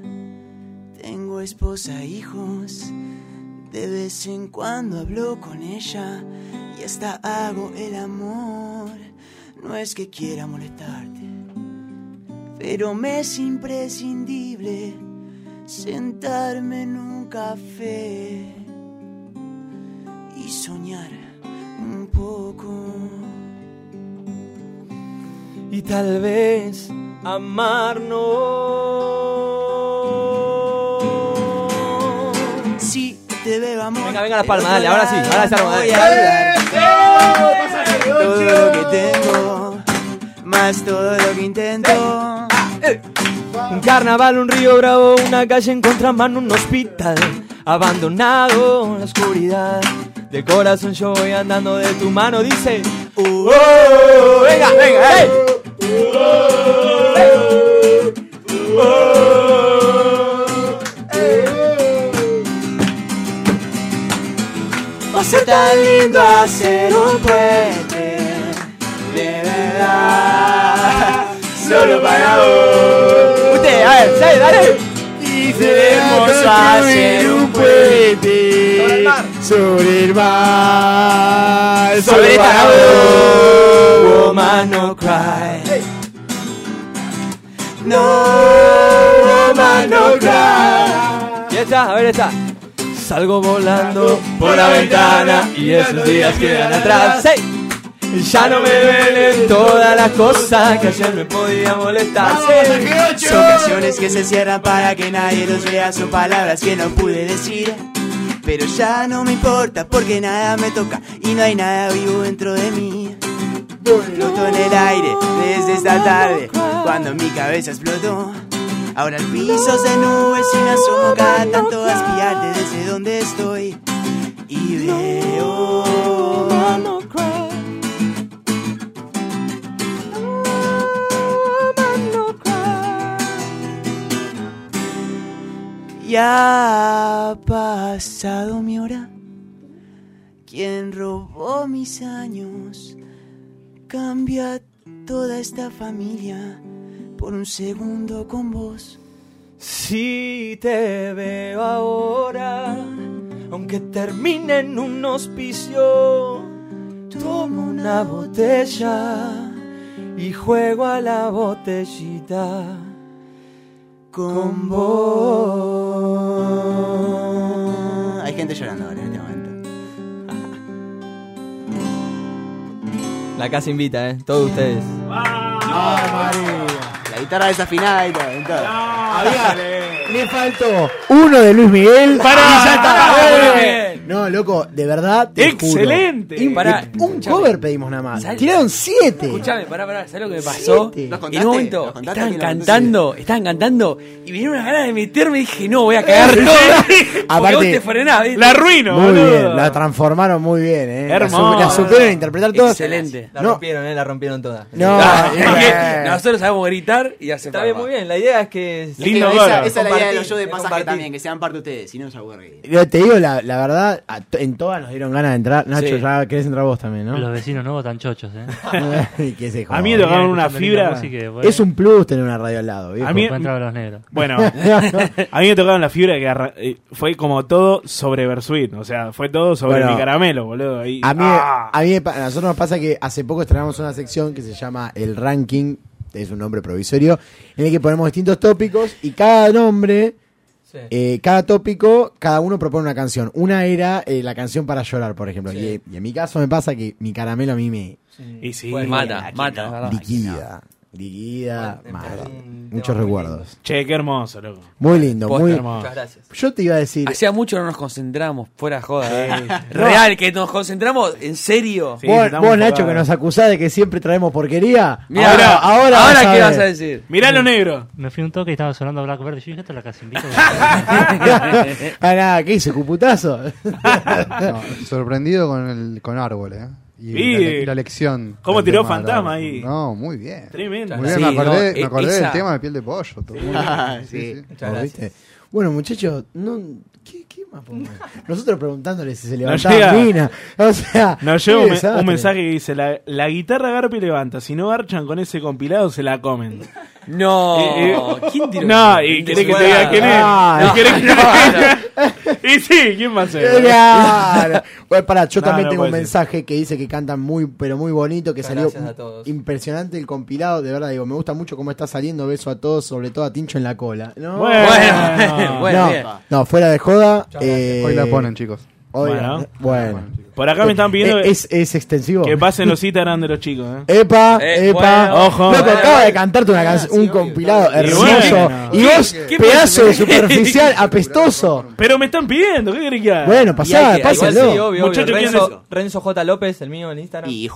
O: Tengo esposa, e hijos. De vez en cuando hablo con ella y hasta hago el amor. No es que quiera molestarte, pero me es imprescindible sentarme en un café y soñar un poco.
H: y tal vez amarnos.
O: Si te veo amor.
H: Venga, venga la palma, dale, ahora sí, ahora sí, ahora sí.
O: Voy a dar Todo lo que tengo, más todo lo que intento.
H: Un carnaval, un río bravo, una calle en contramano, un hospital abandonado, la oscuridad. De corazón yo voy andando de tu mano, dice. "Oh, venga, venga, ey".
O: Va a ser tan lindo hacer un puente de verdad, solo para vos. Usted, a ver, dale, dale. Y queremos hacer un puente sobre el mar, sobre el mar,
H: Sobre
O: solo
H: esta
O: para vos. Woman, no cry. No, woman, no cry.
H: Ya está, a ver, está. Salgo volando
O: por la ventana
H: y esos días quedan atrás.
O: ¡Ey!
H: Ya no me duelen todas las cosas que ayer me podía molestar.
O: Son canciones que se cierran para que nadie los vea, son palabras que no pude decir. Pero ya no me importa porque nada me toca y no hay nada vivo dentro de mí. Floto en el aire desde esta tarde cuando mi cabeza explotó. Ahora el piso se nubes y me asomo cada tanto a espiarte desde donde estoy. Y veo. Ya ha pasado mi hora. Quien robó mis años cambia toda esta familia. por un segundo con vos.
H: Si te veo ahora, aunque termine en un hospicio, tomo una botella y juego a la botellita con vos.
L: Hay gente llorando ahora en este momento.
D: La casa invita, ¿eh? Todos ustedes.
L: La guitarra desafinada y todo. y todo.
C: Le faltó uno de Luis Miguel.
L: Pará,
C: Y ya está.
L: Luis
C: Eh. No, loco, de verdad. te juro.
F: Excelente.
C: Imp-
F: Pará,
C: un cover pedimos nada más.
F: Sal-
C: Tiraron siete.
F: Escuchame, pará, pará, ¿sabes lo que me pasó?
C: Siete. ¿Nos
F: En
C: contaste?
F: un momento,
C: ¿Nos contaste
F: estaban
C: que la contaste?
F: cantando, estaban cantando, y vinieron unas ganas de meterme y dije, no, voy a cagar todo.
C: Aparte-
F: Aparte, vos te frenás, ¿viste?
C: Muy bien, la transformaron muy bien, eh. La
F: Hermoso.
C: sup- La, supieron interpretar todas.
F: Excelente.
D: La
C: No.
D: rompieron, ¿eh? La rompieron toda.
C: No,
F: Ah,
C: eh,
F: es que Nosotros sabemos gritar y hacer
D: Está bien, muy bien. La idea es que...
L: Esa- esa, es la idea de
D: Compartir,
L: los shows de pasaje
D: compartir.
L: también, que sean parte de ustedes, si no se aburre.
C: Yo Te digo la, la verdad, a to- en todas nos dieron ganas de entrar. Nacho,
J: Sí.
C: ya querés entrar vos también, ¿no?
J: Los vecinos nuevos tan chochos, ¿eh?
C: Que se
B: A mí me
C: jodan.
B: tocaron una fibra.
C: Es un plus tener una radio al lado, viejo.
B: A mí, Bueno, a mí me tocaron la fibra que arra- eh, fue como todo sobre Bersuit. O sea, fue todo sobre
C: Bueno,
B: mi caramelo, boludo. ahí.
C: A mí,
B: Ah,
C: a mí me pa- a nosotros nos pasa que hace poco estrenamos una sección que se llama El Ranking, es un nombre provisorio, en el que ponemos distintos tópicos y cada nombre, eh, cada tópico, cada uno propone una canción. Una era eh, la canción para llorar, por ejemplo. Y, y en mi caso me pasa que mi caramelo a mí me
B: y sí.
F: Bueno, mata, mata.
C: liquida, liquida, mal. Muchos recuerdos.
B: Che, qué hermoso, loco.
C: Muy lindo,
F: Posta,
C: muy
F: hermoso. Muchas gracias.
C: Yo te iba a decir,
F: Hacía mucho no nos concentramos, fuera joda. ¿eh?
C: Sí.
F: Real, que nos concentramos en serio.
C: vos, vos, Nacho que nos acusás de que siempre traemos porquería,
F: Mirá,
C: ahora, ahora, vas a ver.
F: decir?
B: Mirá lo negro.
J: Me fui un toque y estaba sonando Black Bird. Yo dije, esto es la casa invita.
C: ah, nada, ¿qué hice? ¿Cuputazo?
E: No, sorprendido con el con árbol, ¿eh. Y,
B: Sí.
E: la, le- y la lección.
B: ¿Cómo
E: del
B: tiró
E: tema del
B: fantasma
E: árbol.
B: ahí?
E: No, muy bien.
B: Tremendo.
E: Muy bien,
B: Sí,
E: me
C: e
E: acordé,
B: no,
E: me acordé
B: esa-
E: del tema de piel de pollo. todo. Muy bien.
C: Ah,
L: sí.
E: Muchas
C: ¿Vos
E: gracias.
C: viste? Bueno, muchachos, no, ¿qué, qué más podemos hacer? Nosotros preguntándole si se
B: Nos
C: levantaba
B: llega-
C: mina. O sea,
B: Nos
C: qué
B: llega un, me-
C: desastre.
B: un mensaje que dice: la, la guitarra garpa y levanta. Si no garchan con ese compilado, se la comen.
F: No, ¿quién tiró
B: No,
F: eso?
B: y querés que te
F: Bueno,
B: diga quién es.
C: no,
B: ¿Y
C: no,
B: querés que-
C: no,
B: y sí, ¿quién más es?
C: Eh, Claro. Bueno, pará, yo
B: No,
C: también
B: no
C: tengo un
B: puede ser.
C: mensaje que dice que cantan muy, pero muy bonito, que
D: Muchas
C: salió
D: gracias a todos.
C: impresionante el compilado. De verdad, digo, me gusta mucho cómo está saliendo. Beso a todos, sobre todo a Tincho en la cola. No,
B: Bueno,
C: No,
B: bueno,
C: no,
B: bien.
C: no, fuera de joda. eh,
E: Hoy la ponen, chicos.
C: hoy-
B: Bueno.
C: bueno.
B: Por acá me están pidiendo
C: Eh, Es, es extensivo.
B: que pasen los Instagram de los chicos. ¿eh?
C: Epa,
B: Eh,
C: epa,
B: bueno, ojo.
C: Loco,
B: Bueno,
C: acaba de cantarte una canción, un compilado
B: Y
C: hermoso.
B: bueno.
C: y vos,
B: ¿Qué- qué
C: pedazo de
B: pensás?
C: superficial, apestoso.
B: Pero me están pidiendo, ¿qué querés que haga?
C: Bueno,
D: Y hay
C: pasá,
D: que- igual
C: pásenlo.
D: sí, obvio, obvio.
B: Muchacho, ¿quién
D: Renzo, Renzo J. López, el mío en Instagram.
L: Y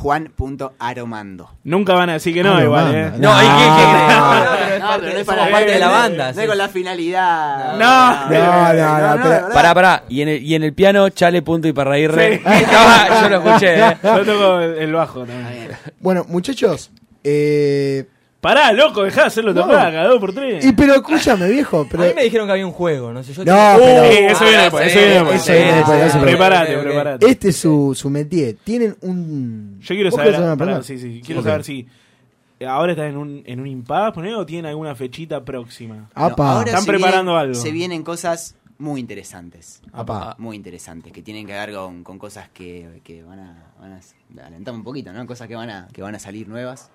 L: Juan.aromando.
B: Nunca van a decir que no,
C: Ay,
B: igual,
C: banda.
B: ¿eh?
C: No, ¿y qué- qué- qué-
L: No, no, pero
D: pero
L: es parte-
D: no es
L: somos
D: para-
L: parte de la
D: no,
L: banda.
D: no
L: No
D: es
L: es
D: con
L: con la finalidad.
C: No, no, no, pero-
F: Pará, pará. Y en el, y en el piano, chale punto y para
C: Ah,
F: Estaba, yo lo escuché, ¿eh?
B: Yo toco el, el bajo también.
C: Bueno, muchachos. Eh,
B: Pará, loco, dejá de hacerlo
C: No.
B: tocar cada dos por tres.
C: y pero escúchame, viejo. Pero,
D: A mí me dijeron que había un juego, no sé. Yo
C: No,
D: tengo-
C: pero-
B: Sí, eso viene después, eso viene después.
C: Eso viene después,
B: Sí,
C: eso viene después.
B: Preparate,
C: Ok, ok.
B: preparate.
C: Este es su, su métier. Tienen un.
B: Yo quiero
C: ¿Vos
B: saber,
C: querés hacer una
B: pará,
C: pregunta?
B: sí, sí, quiero
C: Ok.
B: saber si ahora están en un, en un impas, poné, o tienen alguna fechita próxima.
L: No, ahora
B: Ah, Están
L: se
B: preparando
L: vienen-
B: algo.
L: Se vienen cosas muy interesantes. Ah,
C: Apa.
L: Muy interesantes, que tienen que ver con, con cosas que, que van a. Van a alentar un poquito, ¿no? Cosas que van a, que van a salir nuevas.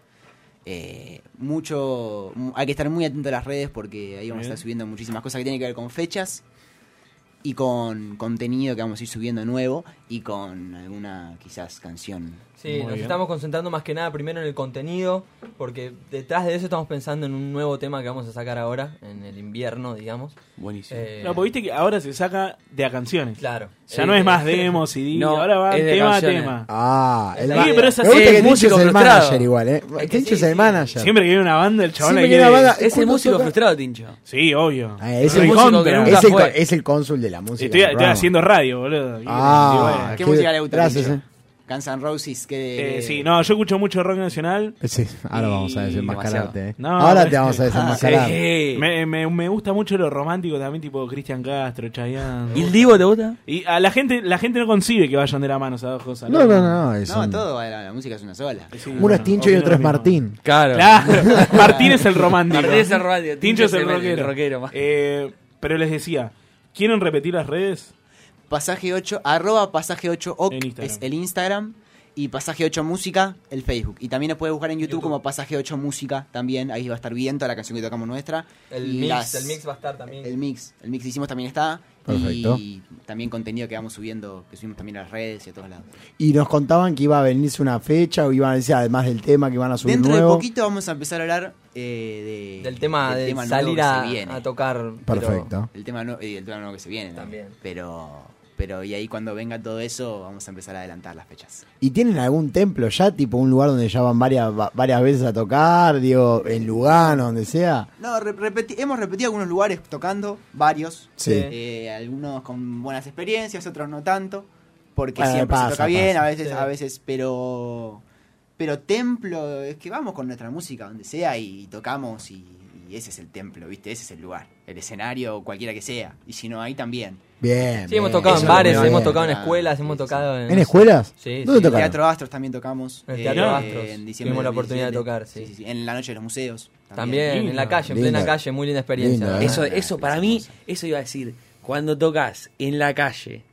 L: Eh, mucho. mu- Hay que estar muy atento a las redes porque ahí
B: Bien.
L: vamos a estar subiendo muchísimas cosas que tienen que ver con fechas y con contenido que vamos a ir subiendo nuevo y con alguna quizás canción.
D: Sí, nos estamos concentrando más que nada primero en el contenido, porque detrás de eso estamos pensando en un nuevo tema que vamos a sacar ahora, en el invierno, digamos.
F: Buenísimo.
D: Eh,
B: No, porque viste que ahora se saca de a canciones.
D: Claro. Eh,
B: Ya no es más demos y
F: No,
B: ahora va
F: es de
B: tema a
F: canciones.
B: tema.
C: Ah, el
B: Sí,
C: ma-
B: pero es
C: Me gusta
B: así,
C: que
B: el
C: Tincho
B: músico
C: es el
B: frustrado.
C: manager igual, ¿eh? Tincho es el manager.
B: Siempre que viene una banda, el chabón
C: Siempre
B: le
C: que viene
B: quiere-
C: una banda,
F: Es el músico frustrado, Tincho.
B: Sí, obvio.
C: Ah, es, el,
B: Recontra.
C: músico que nunca es, el,
F: fue.
C: es el cónsul de la música.
B: Estoy,
C: del
B: estoy
C: programa.
B: haciendo radio, boludo.
C: Ah,
L: ¿Qué música le gusta,
C: Gracias,
L: Tincho?
C: eh.
L: Guns N' Roses, que.
B: Eh, sí, no, yo escucho mucho rock nacional.
C: Sí, ahora vamos a desenmascararte.
B: Demasiado.
C: eh.
B: No,
C: ahora
B: no,
C: te vamos a desenmascarar.
B: sí. Me, me- me gusta mucho lo romántico también, tipo Cristian Castro, Chayanne.
F: ¿Y el Divo te gusta?
B: Y a la gente, la gente no concibe que vayan de la mano esas dos cosas.
C: No, no, no, es
L: No,
C: un-
L: todo, la, la música es una sola.
C: Uno es Tincho y otro es Martín.
F: Claro.
B: Martín es el romántico.
F: Martín es el romántico,
B: Tincho es el
F: el
B: rockero. Eh, pero les decía, ¿quieren repetir las redes?
L: Pasaje 8, arroba pasaje 8 ok es el Instagram. Y pasaje 8 música, el Facebook. Y también nos puedes buscar en YouTube, como pasaje 8 música también. Ahí va a estar bien toda la canción que tocamos nuestra.
D: El
L: Y
D: mix,
L: las-
D: el mix va a estar también.
L: El mix, el mix que hicimos también está.
C: Perfecto.
L: Y también contenido que vamos subiendo, que subimos también a las redes y a todos lados.
C: Y nos contaban que iba a venirse una fecha o iban a decir, además del tema, que iban a subir
L: Dentro
C: nuevo.
L: de poquito vamos a empezar a hablar eh, de-
D: Del tema de
L: nuevo
D: salir
L: que se
D: a-
L: viene.
D: a tocar,
C: pero- Perfecto.
L: El tema, no- eh, el tema nuevo que se viene también. Pero, pero y ahí cuando venga todo eso vamos a empezar a adelantar las fechas.
C: ¿Y tienen algún templo ya, tipo un lugar donde ya van varias, va- varias veces a tocar, digo, en Lugano, donde sea?
L: No, re- repeti- hemos repetido algunos lugares tocando, varios.
C: Sí.
L: Eh, algunos con buenas experiencias, otros no tanto. Porque
C: Bueno,
L: siempre
C: Ah, pasa,
L: se toca bien,
C: pasa.
L: a veces,
C: Sí.
L: a veces, pero. Pero templo, es que vamos con nuestra música donde sea y, tocamos y, y ese es el templo, ¿viste? Ese es el lugar. El escenario, cualquiera que sea. Y si no, ahí también.
C: Bien.
D: Sí, hemos
C: bien.
D: tocado en
C: Eso es lo
D: bares,
C: que va
D: hemos
C: bien.
D: tocado en escuelas, hemos tocado en...
C: ¿En escuelas? ¿Dónde
D: Sí, sí.
L: En el
C: tocaron?
L: Teatro Astros también tocamos. Eh,
D: En el Teatro Astros.
L: En diciembre.
D: Tuvimos la
L: del
D: oportunidad de
L: 17.
D: tocar, sí.
L: Sí, sí, En la noche de los museos.
D: También, en la calle, en plena calle, muy linda experiencia. ¿verdad?
F: Eso, eso para mí, eso iba a decir, cuando tocas en la calle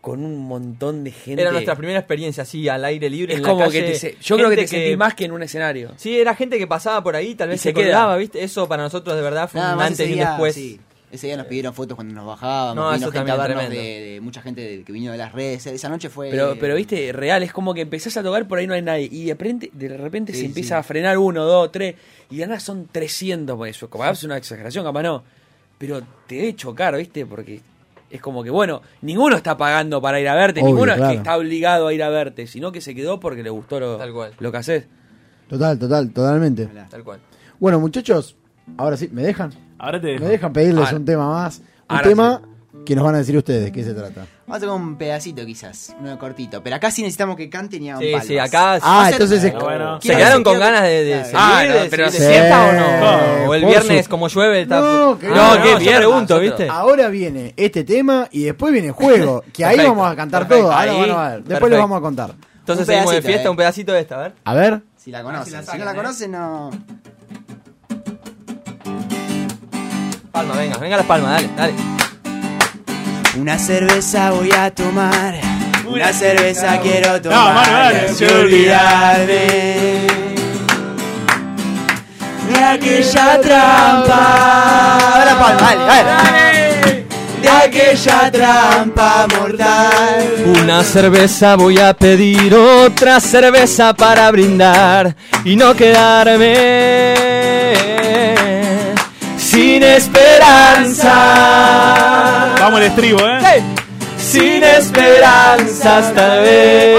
F: con un montón de gente.
D: Era nuestra primera experiencia así, al aire libre.
F: Es
D: en la
F: como que
D: calle.
F: te se- yo creo que te
D: Gente
F: sentís más que en un escenario.
D: Sí, era gente que pasaba por ahí, tal
F: Y
D: vez
F: se
D: se,
F: queda.
D: quedaba, ¿viste? Eso para nosotros de verdad fue
L: Nada
D: un
L: más
D: antes
L: ese
D: y un
L: día,
D: después.
L: sí. Ese día nos pidieron fotos cuando nos bajábamos.
D: No,
L: vino
D: eso
L: gente
D: también,
L: a vernos de,
D: tremendo.
L: de mucha gente de- que vino de las redes. Esa noche fue.
F: Pero, pero viste, real, es como que empezás a tocar, por ahí no hay nadie. Y de repente, de repente
L: Sí,
F: se empieza
L: sí.
F: a frenar uno, dos, tres. Y de nada son 300, por eso. Como es una exageración, capaz no. Pero te debe chocar, viste, porque es como que, bueno, ninguno está pagando para ir a verte,
C: Obvio,
F: ninguno es
C: claro.
F: que está obligado a ir a verte, sino que se quedó porque le gustó lo, lo que haces.
C: Total, total, totalmente.
D: Tal cual.
C: Bueno, muchachos, ahora sí, ¿me dejan?
B: Ahora te
C: ¿Me dejan pedirles un tema más? Un tema que nos van a decir ustedes de qué se trata.
L: Vamos a tocar un pedacito quizás, uno cortito. Pero acá sí necesitamos que canten y hagan
D: Sí,
L: palmas.
D: sí, acá...
C: Ah, entonces es-
D: ¿Se quedaron con ganas de, de seguir,
F: Ah, no,
D: de
F: pero
D: seguir de
F: sí.
D: fiesta o
F: Sí,
D: no? o el
F: por
D: viernes,
F: su-
D: como llueve, está...
C: No, que
F: Ah,
D: no,
C: no,
D: qué
C: no,
D: bien,
C: yo
D: pregunto,
C: nosotros.
D: ¿viste?
C: Ahora viene este tema y después viene juego, que ahí
D: Perfecto,
C: vamos a cantar
D: perfecto,
C: todo. Ahora
D: ahí,
C: van a ver. Después
D: perfecto.
C: les vamos a contar.
D: Entonces
L: Un
D: seguimos de
L: pedacito,
D: fiesta,
L: eh.
D: un pedacito de esta, a ver.
C: A ver.
L: Si la conocen. si no la conocen, no.
D: Palma, venga, venga las palmas, dale, dale.
O: Una cerveza voy a tomar, una cerveza quiero
K: No,
O: tomar,
K: mano, dale.
O: y así olvidarme de aquella trampa. Ahora palma, De aquella trampa mortal.
H: Una cerveza voy a pedir, otra cerveza para brindar y no quedarme sin esperanza.
B: Vamos al estribo, ¿eh?
H: Sin esperanzas tal vez.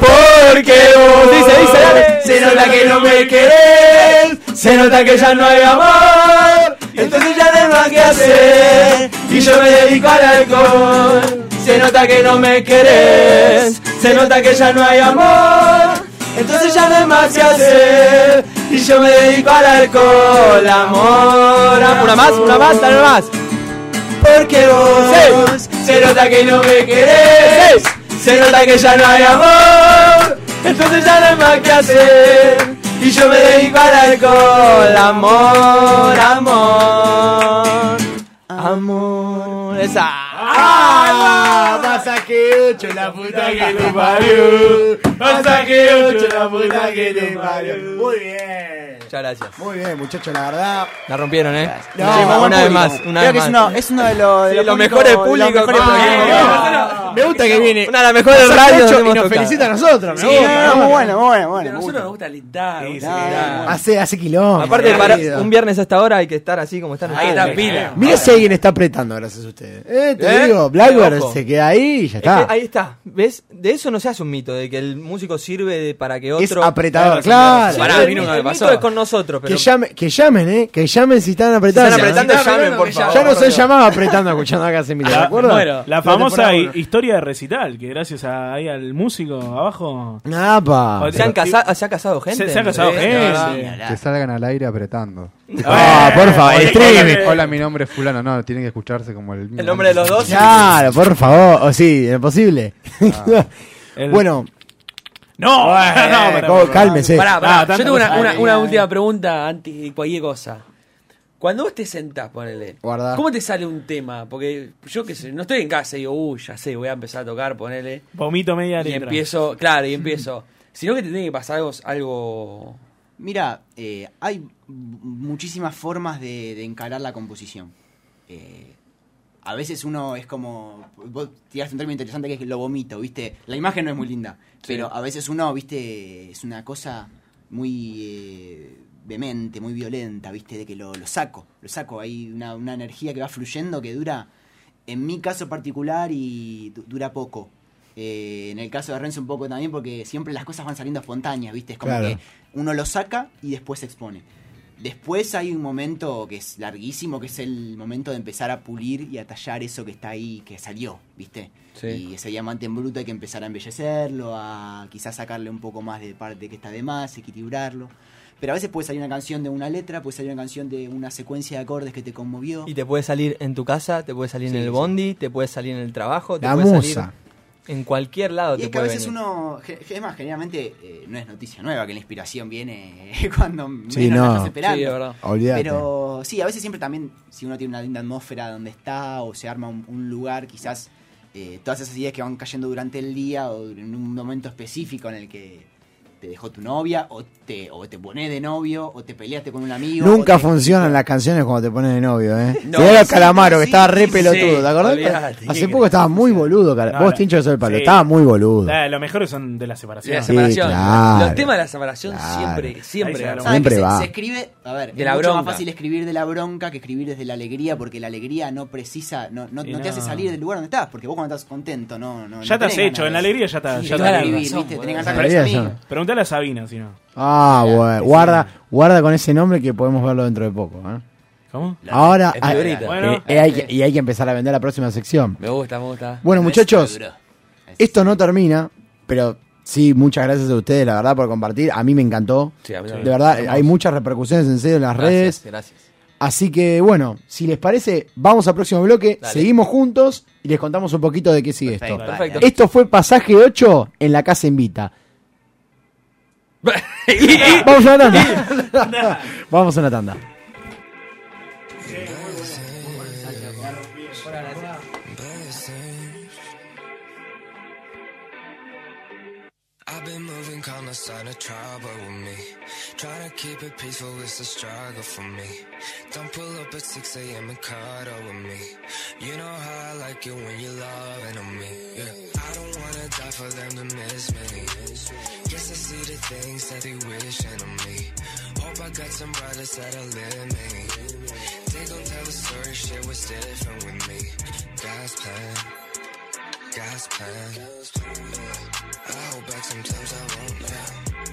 H: Porque vos dice, dice, dale. se nota que no me querés, se nota que ya no hay amor, entonces ya no hay más que hacer y yo me dedico al alcohol. Se nota que no me querés, se nota que ya no hay amor, entonces ya no hay más que hacer y yo me dedico al alcohol, amor. amor. Una más, una más, dale una más. Porque vos se nota que no me querés, se nota que ya no hay amor, entonces ya no hay más que hacer. Y yo me dedico al alcohol, amor, amor, amor. Esa.
C: ¡Ah! Pasa que ocho la puta que te parió. Pasa que ocho la puta que te parió. Muy bien.
D: Muchas gracias.
C: Muy bien, muchachos, la verdad.
D: La rompieron, ¿eh?
C: No,
D: Muchísimas-
C: buen
D: una vez
C: público.
D: más, una vez
L: Creo que
D: más.
L: es uno, es uno de los,
D: Sí,
L: de
D: los
L: públicos-
D: mejores públicos
L: los mejores
D: que-
C: Ah,
L: programas.
C: Me gusta que viene.
D: Una de las mejores
C: Nosotros
D: radios
C: ocho
D: que
C: Y
D: hemos
C: nos
D: tocado.
C: felicita a nosotros.
L: Sí,
C: me gusta,
L: no,
C: me
L: muy
C: gusta.
L: bueno, muy bueno, bueno.
F: A
L: me
F: nosotros nos gusta lindar.
C: Hace, hace kilómetros.
D: Aparte, para
C: querido.
D: un viernes a esta hora hay que estar así como están
F: Ahí
D: ustedes.
F: está, pila.
C: Mira si alguien está apretando gracias a ustedes. Eh, te
D: ¿Eh?
C: digo, Blackbird
D: Ojo.
C: se queda ahí y ya
D: Es que
C: está.
D: ahí está, ¿ves? De eso no se hace un mito, de que el músico sirve de- para que otro...
C: Es apretador, claro.
D: Pará,
C: Sí,
D: a mí nunca
C: el
D: me
C: mito
D: pasó.
C: es
D: con nosotros,
C: Que, llame- que llamen, eh. Que llamen si están apretando.
D: están apretando, llamen, por favor.
C: Ya no se llamaba apretando escuchando acá hace mil. ¿De acuerdo?
B: la famosa hi- historia historia de recital, que gracias a, ahí al músico abajo.
G: Napa.
D: ¿Se, han casa- ¿Se ha casado gente?
B: Se, se ha casado
D: Sí,
B: gente.
E: Que salgan al aire apretando.
B: Ah, por favor,
E: Hola,
B: streaming.
E: Hola, mi nombre es Fulano. No, tienen que escucharse como el.
D: El nombre de los dos.
G: Claro, por favor. O sí, es posible. bueno,
B: No,
G: no, pará, pará. cálmese.
F: Pará, pará.
G: Ah,
F: Yo
G: tanta
F: tengo una,
G: cosa.
F: una-
G: Ay,
F: una
G: ay.
F: última pregunta antes de cualquier cosa. Cuando vos te sentás, ponele.
G: Guardá.
F: ¿Cómo te sale un tema? Porque yo qué sé, no estoy en casa y digo, uy, ya sé, voy a empezar a tocar, ponele.
B: Vomito media
F: Y
B: letra.
F: empiezo, claro, y empiezo. Sino que te tiene que pasar algo. algo...
L: Mira, eh, hay m- muchísimas formas de, de encarar la composición. Eh, a veces uno es como. Vos tiraste un término interesante que es lo vomito, ¿viste? La imagen no es muy linda, pero a veces uno, ¿viste? Es una cosa muy eh, vehemente, muy violenta, ¿viste? De que lo, lo saco, lo saco. Hay una, una energía que va fluyendo que dura, en mi caso particular, y du- dura poco. Eh, en el caso de Renzo un poco también, porque siempre las cosas van saliendo espontáneas, ¿viste? Es como
G: Claro.
L: que uno lo saca y después se expone. Después hay un momento que es larguísimo, que es el momento de empezar a pulir y a tallar eso que está ahí, que salió, ¿viste? Y ese diamante en bruto hay que empezar a embellecerlo, a quizás sacarle un poco más de parte que está de más, equilibrarlo. Pero a veces puede salir una canción de una letra, puede salir una canción de una secuencia de acordes que te conmovió.
D: Y te puede salir en tu casa, te puede salir
L: Sí,
D: en el
L: sí.
D: bondi, te puede salir en el trabajo, te
L: La
D: puede
L: musa.
D: salir en cualquier lado.
L: Y
D: te
L: es que a
D: puede
L: veces
D: venir.
L: uno, ge- es más, generalmente eh, no es noticia nueva que la inspiración viene cuando menos
G: Sí,
L: la
G: no.
L: estás esperando.
G: Sí, es verdad. Olvídate.
L: Pero sí, a veces siempre también, si uno tiene una linda atmósfera donde está o se arma un, un lugar, quizás eh, todas esas ideas que van cayendo durante el día o en un momento específico en el que te dejó tu novia o te, o te pones de novio o te peleaste con un amigo.
G: Nunca
L: o te-
G: funcionan las canciones cuando te pones de novio, ¿eh?
L: eh, No,
G: Mirá lo
L: sí,
G: Calamaro, que
L: sí,
G: estaba re
L: sí,
G: pelotudo,
L: sí,
G: ¿te acordás?
B: olvidate,
G: Hace
B: ¿qué
G: poco estaba muy boludo, Calamaro.
B: No,
G: Vos,
B: la-
G: Tincho, sos el palo.
B: sí.
G: Estaba muy boludo.
B: La- Los mejores son de la separación.
F: De la
G: Sí,
F: separación.
G: claro.
F: Los temas de la separación siempre,
B: Ahí se
F: siempre.
B: ganó.
L: ¿Sabe
G: Siempre
L: que se,
G: va.
L: se escribe, a ver,
F: De
L: es
F: la
L: mucho
F: bronca.
L: más fácil escribir de la bronca que escribir desde la alegría, porque la alegría no precisa, no, no,
B: Y
L: no te hace
B: no.
L: salir del lugar donde estás, porque vos cuando estás contento, no, no
B: Ya
L: no
B: estás
L: tenés
B: hecho,
L: ganas
B: en la
L: de-
B: alegría ya estás.
L: Sí,
B: ya
L: tenés
B: estás
L: ganas de
B: libre.
L: vivir, ¿viste? Tenés ganas de
G: La alegría
L: conocer amigos.
G: ya.
B: Preguntale a Sabina si no.
G: Ah, bueno. Guarda, guarda con ese nombre que podemos verlo dentro de poco, ¿eh?
B: ¿Cómo?
G: Ahora,
F: Es
G: ah,
F: fibrita.
G: eh,
F: Bueno.
G: eh, hay que- y hay que empezar a vender la próxima sección.
F: Me gusta, me gusta.
G: Bueno,
F: Ves,
G: muchachos,
F: duro.
G: esto no termina, pero sí, muchas gracias a ustedes, la verdad, por compartir. A mí me encantó.
F: Sí, a mí
G: de
F: también.
G: verdad,
F: Hermoso.
G: hay muchas repercusiones en serio en las
D: Gracias,
G: redes.
D: gracias.
G: Así que, bueno, si les parece, vamos al próximo bloque,
D: Dale.
G: seguimos juntos y les contamos un poquito de qué sigue esto.
D: dale. Perfecto.
G: Esto fue Pasaje 8 en la Casa Invita. vamos a una tanda. vamos a una tanda.
N: I've been moving calm, the sign of trouble with me. Try to keep it peaceful, it's a struggle for me. Don't pull up at 6 a.m. and cuddle with me. You know how I like it when you're loving on me. Yeah. I don't wanna die for them to miss me. Guess I see the things that they wishing on me. Hope I got some brothers that'll live me. They gon' tell the story, shit was different with me. God's plan, God's plan. I hold back sometimes I won't. Yeah.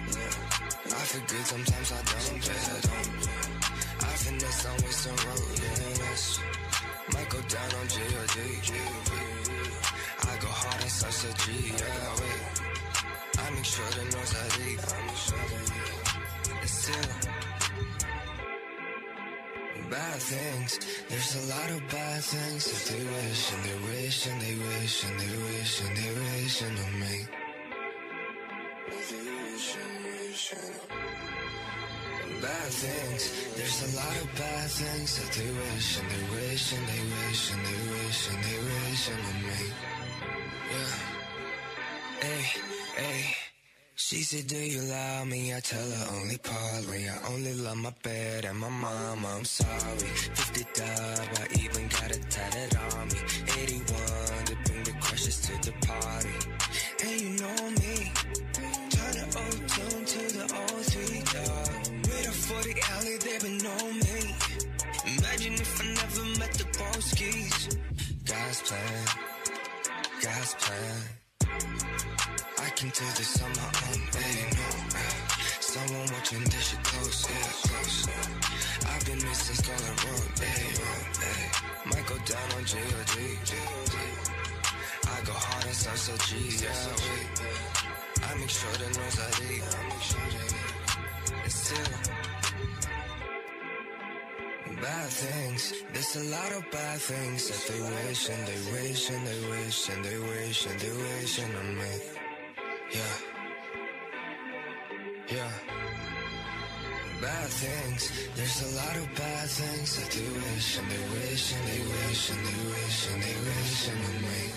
N: Yeah. I forget sometimes I don't. Yeah. I don't. I finesse on with some road. Yeah. Might go down on G or D. I go hard on such a G. Yeah. Wait. I make sure the noise I leave. I make sure the it's still. Bad things, there's a lot of bad things that they wish and they wish and they wish and they wish and they wish and on me. Bad things, there's a lot of bad things that they wish and they wish and they wish and they wish and they wish and on me. Yeah. Hey, hey. She said, Do you love me? I tell her only partly. I only love my bed and my mama. I'm sorry. 50 dub, I even got it tatted on me. 81 to bring the crushes to the party. And you know me. Turn the old tune to the old three dog. With a 40 alley, they would know me. Imagine if I never met the Boskis. God's plan, God's plan. I can do this on my own, they know. Someone watching this shit close, yeah, close. I've been missing Scarlet Road, yeah, road, yeah. Might go down on G.O.D. yeah. I go hard myself so cheap. Yeah, wait. I make sure the knows I eat. I make sure they eat. It's still bad things. There's a lot of bad things that they wish and they wish and they wish and they wish and they wish and on me. Yeah. Yeah. Bad things. There's a lot of bad things that they wish and they wish and they wish and they wish and they wish and on me.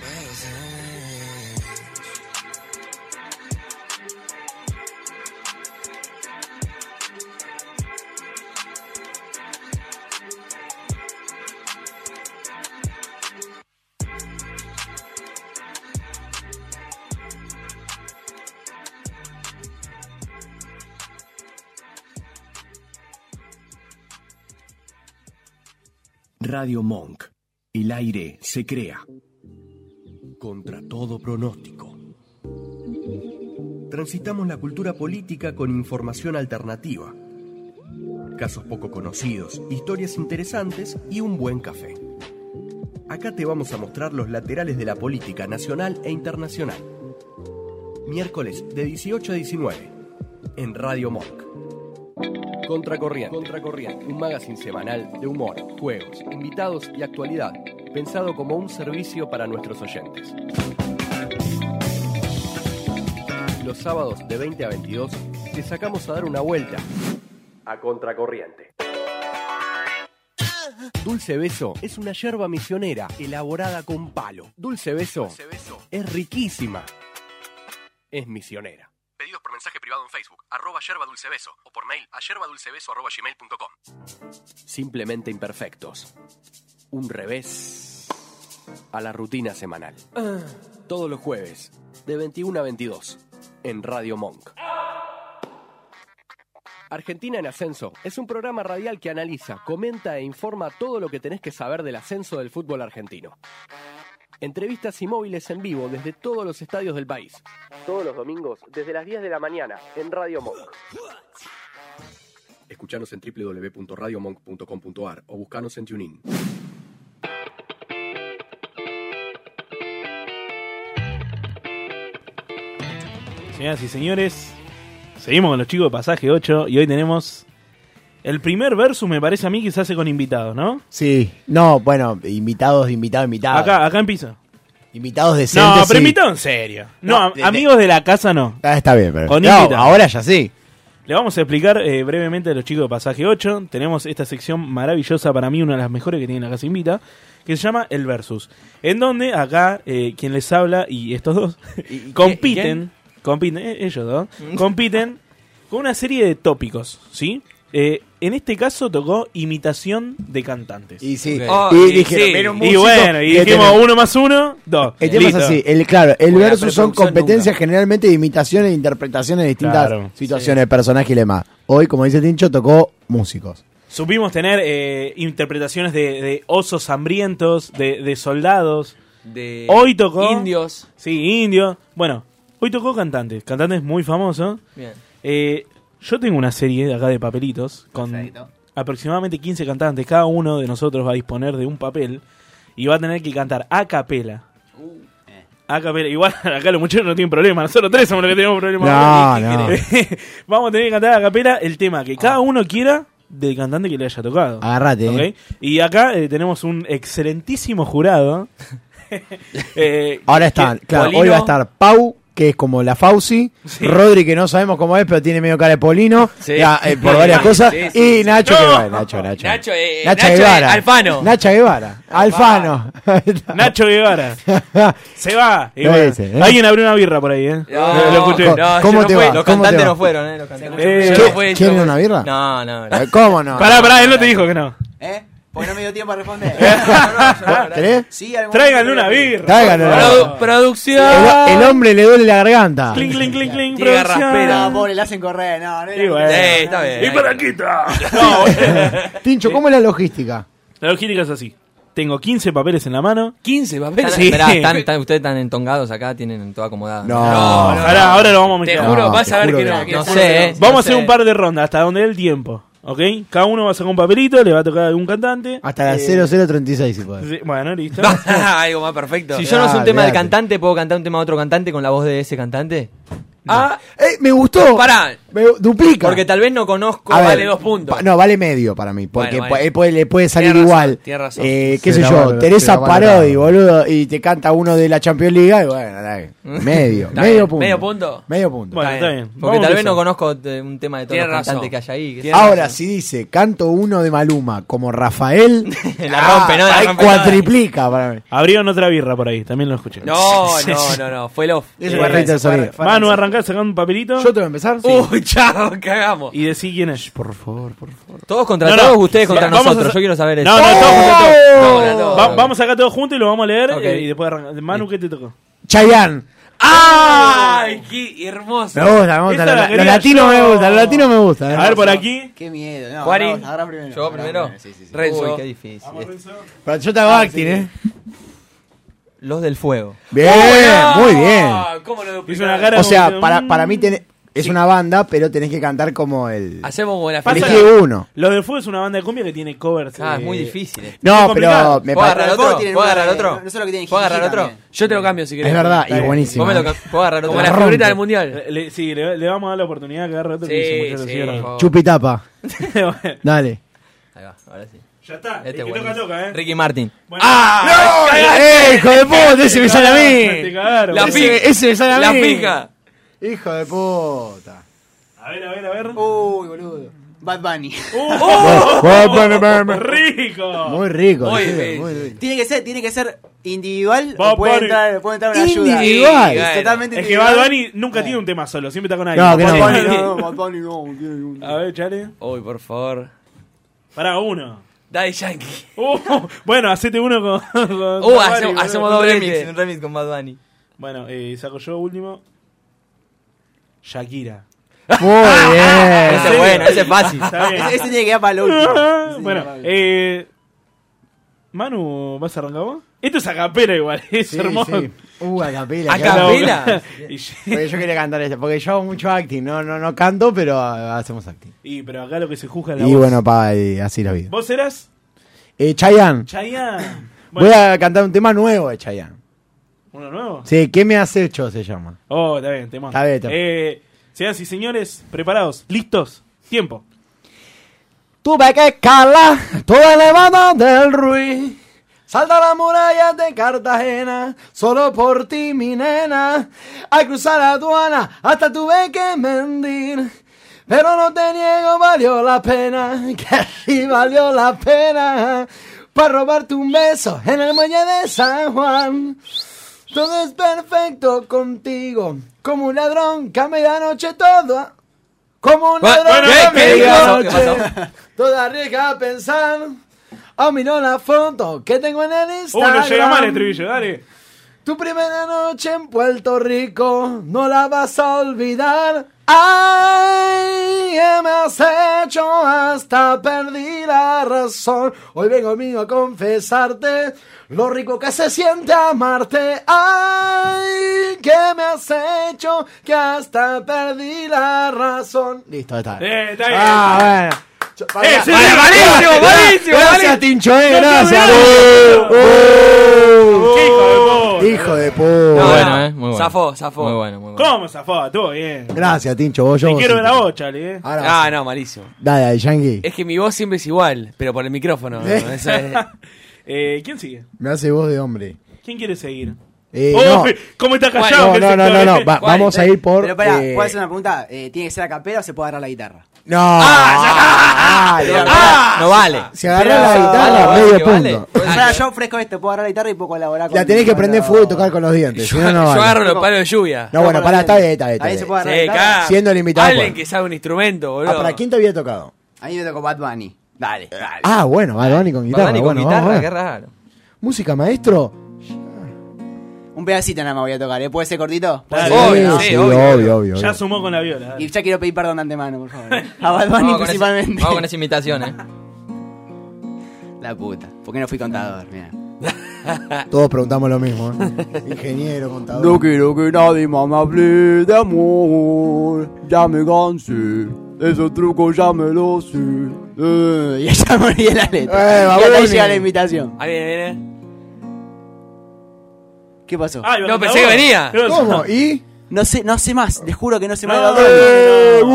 N: Bad things.
A: Radio Monk. El aire se crea. Contra todo pronóstico. Transitamos la cultura política con información alternativa. Casos poco conocidos, historias interesantes y un buen café. Acá te vamos a mostrar los laterales de la política nacional e internacional. Miércoles de 18 a 19 en Radio Monk. Contracorriente. Contracorriente. Un magazine semanal de humor, juegos, invitados y actualidad, pensado como un servicio para nuestros oyentes. Los sábados de 20 a 22 te sacamos a dar una vuelta a Contracorriente. Dulce Beso es una yerba misionera elaborada con palo. Dulce Beso, es riquísima. Es misionera. Pedidos por mensaje privado en Facebook, arroba yerbadulcebeso o por mail a yerbadulcebeso arroba gmail.com. Simplemente imperfectos. Un revés a la rutina semanal. Todos los jueves, de 21 a 22, en Radio Monk. Argentina en Ascenso es un programa radial que analiza, comenta e informa todo lo que tenés que saber del ascenso del fútbol argentino. Entrevistas y móviles en vivo desde todos los estadios del país. Todos los domingos desde las 10 de la mañana en Radio Monk. Escuchanos en www.radiomonk.com.ar o buscanos en TuneIn.
B: Señoras y señores, seguimos con los chicos de pasaje 8 y hoy tenemos el primer versus, me parece a mí, que se hace con invitados, ¿no?
C: Sí, no, bueno, invitados, invitados, invitados.
B: Acá, acá empieza.
C: Invitados decentes.
B: No, pero
C: sí.
B: invitado en serio. No,
C: No,
B: am-
C: de- de-
B: amigos de la casa no.
C: Ah, está bien, pero.
B: Con
C: No,
B: invitados.
C: ahora ya sí.
B: Le vamos a explicar eh, brevemente a los chicos de Pasaje 8. Tenemos esta sección maravillosa, para mí una de las mejores que tiene la Casa Invita, que se llama El Versus. En donde acá eh, quien les habla y estos dos compiten, compiten, eh, ellos dos,
C: Mm.
B: compiten con una serie de tópicos, ¿sí? Eh, en este caso tocó imitación de cantantes. Y
C: sí,
F: Ah,
C: Oh, y dijeron,
B: y,
C: pero un músico
B: bueno, y
C: que
B: dijimos
C: tenemos.
B: uno más uno, dos.
C: El tema
B: Listo.
C: es así, el, claro, el
B: Buena
C: versus son
B: preproducción
C: competencias generalmente de imitaciones e interpretaciones de distintas
B: Claro,
C: situaciones, personajes y demás. Hoy, como dice Tincho, tocó músicos.
B: Supimos tener eh, interpretaciones de, de osos hambrientos, de, de soldados.
F: De
B: hoy tocó.
F: indios.
B: Sí, indios. Bueno, hoy tocó cantantes. Cantantes muy famosos.
F: Bien.
B: Eh, yo tengo una serie de acá de papelitos con aproximadamente 15 cantantes. Cada uno de nosotros va a disponer de un papel y va a tener que cantar a capela. A capela. Igual acá los muchachos no tienen problema. Nosotros tres somos los que tenemos problemas.
C: No, no.
B: Vamos a tener que cantar a capela el tema que cada uno quiera del cantante que le haya tocado.
C: Agarrate,
B: ¿Ok?
C: eh.
B: Y acá eh, tenemos un excelentísimo jurado. Eh,
C: Ahora están,
B: que-
C: claro,
B: Polino,
C: hoy va a estar Pau, que es como la Fauci, Rodri, que no sabemos cómo es, pero tiene medio cara de Polino,
F: Sí.
C: ya, eh, por varias cosas,
F: Sí, sí,
C: y
F: sí.
C: Nacho,
F: No.
C: que va, Nacho, Nacho.
F: Nacho, eh,
C: Nacha
F: Nacho, eh,
C: Guevara.
F: Alfano.
C: Nacha Guevara. Alfano.
B: Nacho Guevara. Se va. Y
C: Lo
B: bueno,
C: dice, ¿eh?
B: Alguien abrió una birra por ahí, ¿eh?
C: No,
B: lo escuché.
C: co- No, ¿cómo yo no te fui. va? Los ¿Cómo cantantes te va? no
D: fueron, ¿eh? Los cantantes.
B: Eh,
D: Yo no fui, yo
C: ¿Quieren
D: no fui.
C: una birra?
D: No, no,
C: Eh, ¿Cómo no?
B: Pará, pará, él no te dijo que no.
H: ¿Eh? Porque no me dio tiempo a responder. No, no, no, no.
C: ¿Querés?
H: Sí, algún-
B: Tráiganle una birra.
C: Tráiganle una
B: Produ-
C: birra.
B: producción.
C: El, el hombre le duele la garganta.
B: Cling, cling, cling, cling.
H: Llega
B: producción.
H: raspera. No, pobre, la hacen correr. No, no era-
B: Y bueno.
H: Sí,
F: está bien.
B: Y para quita.
C: Tincho, ¿cómo es la logística?
B: La logística es así. Tengo 15 papeles en la mano.
F: 15
D: Están-
B: Sí.
D: esperá, están- están- ustedes están entongados acá, tienen todo acomodado.
B: No, ahora, ahora lo vamos a meter.
D: Te juro, No, vas a te ver juro que no, que no. que no sé, eh,
B: Vamos
D: no
B: a hacer
D: sé.
B: un par de rondas hasta donde dé el tiempo. ¿Ok? Cada uno va a sacar un papelito, le va a tocar a algún cantante.
C: Hasta las
B: Eh,
C: 0036, si podés.
B: sí, Bueno, listo.
F: Algo más perfecto.
D: Si yo
C: Ah,
D: no sé un tema del
C: olvidate.
D: cantante, ¿puedo cantar un tema de otro cantante con la voz de ese cantante?
F: Ah,
C: eh, me gustó.
D: Pará.
C: Me duplica.
D: Porque tal vez no conozco.
C: A ver, pa- no, vale medio para mí. Porque
D: Bueno, bueno.
C: pu- él puede- le puede salir
D: Tiene razón,
C: igual.
D: tiene razón.
C: Eh,
D: Se
C: ¿Qué sé
D: la
C: yo?
D: valora- se la
C: Teresa
D: valora.
C: Parodi, boludo. Y te canta uno de la Champions League. Y bueno, dale, medio.
D: Está
C: medio
D: bien,
C: punto.
D: ¿Medio punto?
C: Medio punto.
D: Bueno, está bien. Porque tal vez no conozco eh, un tema de todos
F: Tiene
D: los
F: razón.
D: cantantes que hay ahí. que-
C: Ahora, si dice canto uno de Maluma como Rafael,
D: La rompe, ¿no? La
C: ahí
D: rompe, ¿no?
C: cuatriplica para mí.
B: Abrieron otra birra por ahí, también lo escuché.
F: No, no, no, no. Fue el off.
D: Eh,
B: Eso fue Renzo, fue Renzo. Manu, arrancar sacando un papelito.
C: Yo tengo que empezar.
F: Uy, chao, cagamos.
B: Y decir quién es. Por favor, por favor.
D: Todos contra todos, ustedes contra nosotros. Yo quiero saber eso.
B: No, no, todos contra todos.
D: No, contra todos.
B: Va- vamos acá todos juntos y lo vamos a leer
D: Ok.
B: eh, y después arranca. Manu, ¿qué te tocó?
C: Chayanne.
F: ¡Ay, qué hermoso!
C: Me gusta, me gusta.
B: Esa
C: Lo,
B: la
C: lo
B: quería
C: latino
B: yo.
C: me gusta, lo latino me gusta.
B: A ver, por aquí.
L: Qué miedo. No,
F: Juani.
L: vamos, agarrá primero.
D: Yo
L: Agarrá
D: primero.
L: primero, sí, sí, sí.
F: Renzo.
D: Uy, qué difícil.
C: Pero yo te
B: Ah,
C: hago acting, ¿eh?
D: Los del fuego.
C: Bien,
D: ¡Hola!
C: muy bien.
F: ¿Cómo lo
B: Hizo una cara
C: O sea,
B: como- mm,
C: para, para mí tenés- es una banda, pero tenés que cantar como el.
F: Hacemos buena
B: Pasa
C: Elegí
B: que-
C: uno.
B: Lo de Fuego es una banda de cumbia que tiene covers.
D: Ah, es
B: eh,
D: muy difícil este.
C: No,
B: muy complicado.
C: pero me
D: ¿Puedo
C: parece.
D: agarrar
L: todos
D: otro?
L: tienen
D: ¿Puedo
L: una
D: agarrar
L: de-
D: otro?
L: no sé lo que tiene
D: ¿Puedo
L: Gigi
D: agarrar otro?
L: también.
F: Yo te lo cambio si querés.
C: Es verdad, y buenísimo.
D: Vos me lo ca- ¿Puedo agarrar
F: Como
C: la
D: otro?
F: la
C: rompe.
F: figurita del mundial.
B: Le- sí, le, le vamos a dar la oportunidad que agarre otro
F: Sí,
B: que hizo mucho
F: sí,
B: recién.
F: por favor.
C: Chupitapa.
B: Bueno,
C: Dale.
D: Ahí va, ahora sí.
B: Ya está.
D: Este
B: el
D: es
B: que toca,
D: buenísimo.
B: toca, ¿eh?
D: Ricky Martin.
B: Bueno,
F: ¡Ah!
C: ¡Eh, hijo de puta! Ese me sale
B: Te
C: a mí.
B: cagaron.
F: La
C: Ese-
F: fija.
C: ese me sale a
F: La
C: mí.
F: fija.
C: Hijo de puta.
B: A ver, a ver, a ver. Uh, oh,
L: Uy, boludo. Bad Bunny.
B: ¡Rico!
C: Muy rico.
F: Muy
C: sí,
F: bien.
C: muy rico.
L: tiene que ser, tiene que ser individual
B: Bad
L: o puede
B: Bunny.
L: entrar, puede entrar una
C: Individual.
L: ayuda. Es Totalmente
B: Es que Bad Bunny nunca tiene un tema solo, siempre está con alguien.
C: No, que no.
B: Bad
L: Bad
B: Bunny.
L: Bunny no, Bad Bunny no, tiene un-
B: A ver, chale.
F: Uy, por favor.
B: Para uno.
F: Daddy Yankee.
B: Uh, bueno, hacete uno con. con Bad
F: Uh,
B: Bunny,
F: hacemos,
B: boludo.
F: hacemos
D: Un
F: doble
D: remix, un remix con Bad Bunny.
B: Bueno, eh, saco yo último. Shakira.
C: Muy bien.
D: Ese es bueno, ese es fácil.
B: Está bien.
L: Ese, ese tiene que quedar para el último.
B: bueno, eh. Manu, ¿vas a arrancar vos? Esto es a capela igual, es
C: Sí,
B: hermoso.
C: sí. Uh, a capela.
F: ¿A
C: claro.
F: capela?
B: Y,
C: Porque yo quería cantar este, porque yo hago mucho acting, no, no, no canto, pero ah, hacemos acting.
B: y- pero acá lo que se juzga es la
C: Y
B: voz.
C: bueno, pa, y así la vida.
B: ¿Vos eras?
C: Eh, Chayanne.
B: Chayanne.
C: Voy a cantar un tema nuevo de Chayanne.
B: ¿Uno nuevo?
C: Sí, ¿qué me has hecho? se llama.
B: Oh, está bien, te mando.
C: Está bien, está bien.
B: Eh, señoras y señores, preparados, listos, tiempo.
C: Tuve que escalar toda la banda del Ruiz. Salta la muralla de Cartagena, solo por ti, mi nena. Al cruzar la aduana, hasta tuve que mentir. Pero no te niego, valió la pena, que sí valió la pena. Para robarte un beso en el muelle de San Juan. Todo es perfecto contigo, como un ladrón que a medianoche todo... a- Como un
F: Bueno,
C: ladrón
F: ¿qué?
C: que a
F: ¿Qué? ¿Qué pasó? ¿Qué
C: medianoche...
F: pasó?
C: Toda arriesga a pensar. A mí no la foto que tengo en el
B: Oh,
C: Instagram.
B: no llega mal el
F: ¿eh?
B: estribillo, dale.
C: Tu primera noche en Puerto Rico no la vas a olvidar. Ay, que me has hecho hasta perdí la razón. Hoy vengo mío a confesarte lo rico que se siente amarte. Ay, que me has hecho que hasta perdí la razón. Listo, ahí está.
B: Eh, está bien.
C: Ah, bueno. Yo-
B: Eh, sí,
C: Vale,
B: malísimo,
F: malísimo,
C: Gracias,
F: malísimo.
C: Tincho, eh, gracias.
B: no, no.
C: Uh, uh,
B: ¡Qué hijo de puta!
C: Hijo de
D: Muy
C: puta.
D: bueno, eh. Muy bueno.
F: Zafó, zafó.
D: Muy bueno, muy bueno.
B: ¿Cómo zafó? Estuvo bien.
C: Gracias, Tincho. Vos, yo,
B: Te
C: vos,
B: quiero ver
C: Tincho.
B: a vos, Chale, eh.
C: Ahora vas.
F: Ah, no, malísimo.
C: Dale, dale, Yankee.
F: Es que mi voz siempre es igual, pero por el micrófono. ¿no? Eso es-
B: Eh, ¿Quién sigue?
C: Me hace voz de hombre.
B: ¿Quién quiere seguir?
C: Eh,
B: oh,
C: no.
B: ¿Cómo está callado?
C: No,
B: que
C: no,
B: se-
C: no, no, no. Va-
B: eh.
C: vamos a ir por.
L: Pero pará,
C: eh,
L: ¿puedo hacer una pregunta? Eh, ¿Tiene que ser a capela o se puede agarrar la guitarra? Ah,
C: No.
D: Pero,
C: Dale.
D: pará, No vale.
C: Si agarrás la guitarra,
D: vale,
C: medio
D: que vale.
C: punto.
L: Pues, pará, yo ofrezco esto, puedo agarrar la guitarra y puedo colaborar con
C: La tenés que
L: con
C: prender
L: los-
C: fuego y tocar con los dientes. si
F: Yo,
C: no, no
F: yo
C: vale.
F: agarro los palos de lluvia.
C: No, bueno, pará, está bien, está bien. está
L: Ahí se
C: bien.
L: puede
F: Sí,
L: agarrar la guitarra.
F: cada-
C: Siendo el invitado,
F: Alguien
C: bueno.
F: que sabe un instrumento, boludo.
C: Ah, ¿Para quién te había tocado?
L: A mí me tocó Bad Bunny. Dale, dale.
C: Ah, bueno, Bad Bunny con guitarra.
D: Bad Bunny con
C: bueno, vamos,
D: guitarra,
C: vamos.
D: qué raro.
C: Música, maestro.
L: Un pedacito nada más voy a tocar, ¿eh? ¿Puede ser cortito?
B: Dale.
F: Obvio, sí,
C: sí,
F: obvio,
C: obvio, obvio.
B: Ya
C: obvio.
B: sumó con la viola. dale.
L: Y ya quiero pedir perdón de antemano, por favor. A Bad
D: Vamos
L: Bunny
D: con ese-
L: principalmente.
D: Vamos con esa imitación, eh.
L: La puta. ¿Por qué no fui contador? Mira.
C: Todos preguntamos lo mismo. ¿eh? Ingeniero, contador.
L: quiero que nadie más me hable de amor. Ya me cansé. Esos trucos ya me los sé. Eh, y ella moría la letra.
Q: Eh,
L: y hasta ahí
Q: Baboni.
L: llega la invitación.
F: Ahí viene, viene.
L: ¿Qué pasó?
F: Ah, iba a No, cantar pensé que vos. venía.
L: ¿Cómo? ¿Y? No sé, no sé más, les juro que no sé más.
C: Eh, uh.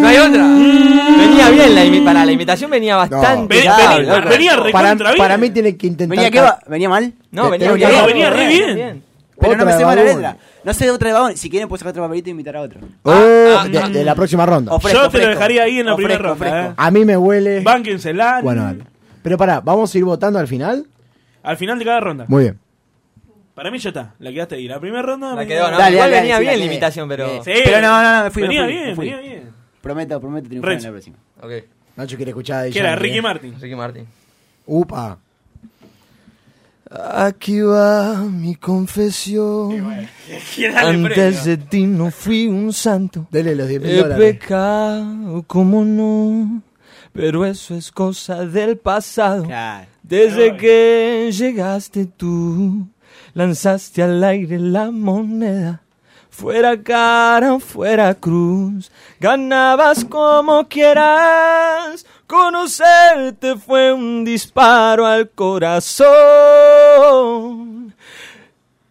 D: No hay otra. Venía bien la imi- para la imitación venía bastante.
L: Venía-
D: estable,
L: venía-
D: loco.
L: venía
C: para, para mí tiene que intentar.
L: ¿Venía qué va? ¿Venía mal?
D: No,
L: Te-
D: venía
C: Este,
L: tengo
D: bien.
L: que-
D: No, venía re bien.
L: Pero no
C: Otra
L: me
C: de
L: sé más la
C: Baboni.
L: letra. No sé de otra de Baboni. Si quieren, puedo sacar otro papelito e invitar a otro. Ah,
C: Oh, de, de la próxima ronda.
L: Ofrezco,
B: Yo te lo
L: ofrezco.
B: dejaría ahí en la primera
L: Ofrezco,
B: ronda. ¿eh?
C: A mí me huele.
B: Bánquensela.
C: Bueno, dale. Pero pará, ¿vamos a ir votando al final?
B: eh. Al final de cada ronda.
C: Muy bien.
B: Para mí ya está. La quedaste ahí. La primera ronda.
D: La
B: me-
D: quedó, ¿no?
L: Dale,
D: Igual
L: dale,
D: venía
L: dale,
D: bien
L: sí,
D: la
L: la
D: imitación,
L: quedé.
D: pero.
L: Sí. Pero no, no, no, me fui, me
B: Venía
L: fui, me
B: bien,
L: fui.
B: venía bien.
L: Prometo, prometo triunfar en
B: Renzo.
L: la próxima.
D: Ok.
C: Nacho quiere escuchar a ¿eh?
B: ¿Qué era? Ricky Martin.
D: Ricky Martin.
C: Upa.
R: Aquí va mi confesión.
K: ¿Quién da el
R: Antes
K: premio?
R: de ti no fui un santo.
C: Dele los 10
R: He
H: pecado, como no, pero eso es cosa del pasado. Desde que llegaste tú, lanzaste al aire la moneda. Fuera cara o fuera cruz, ganabas como quieras. Conocerte fue un disparo al corazón.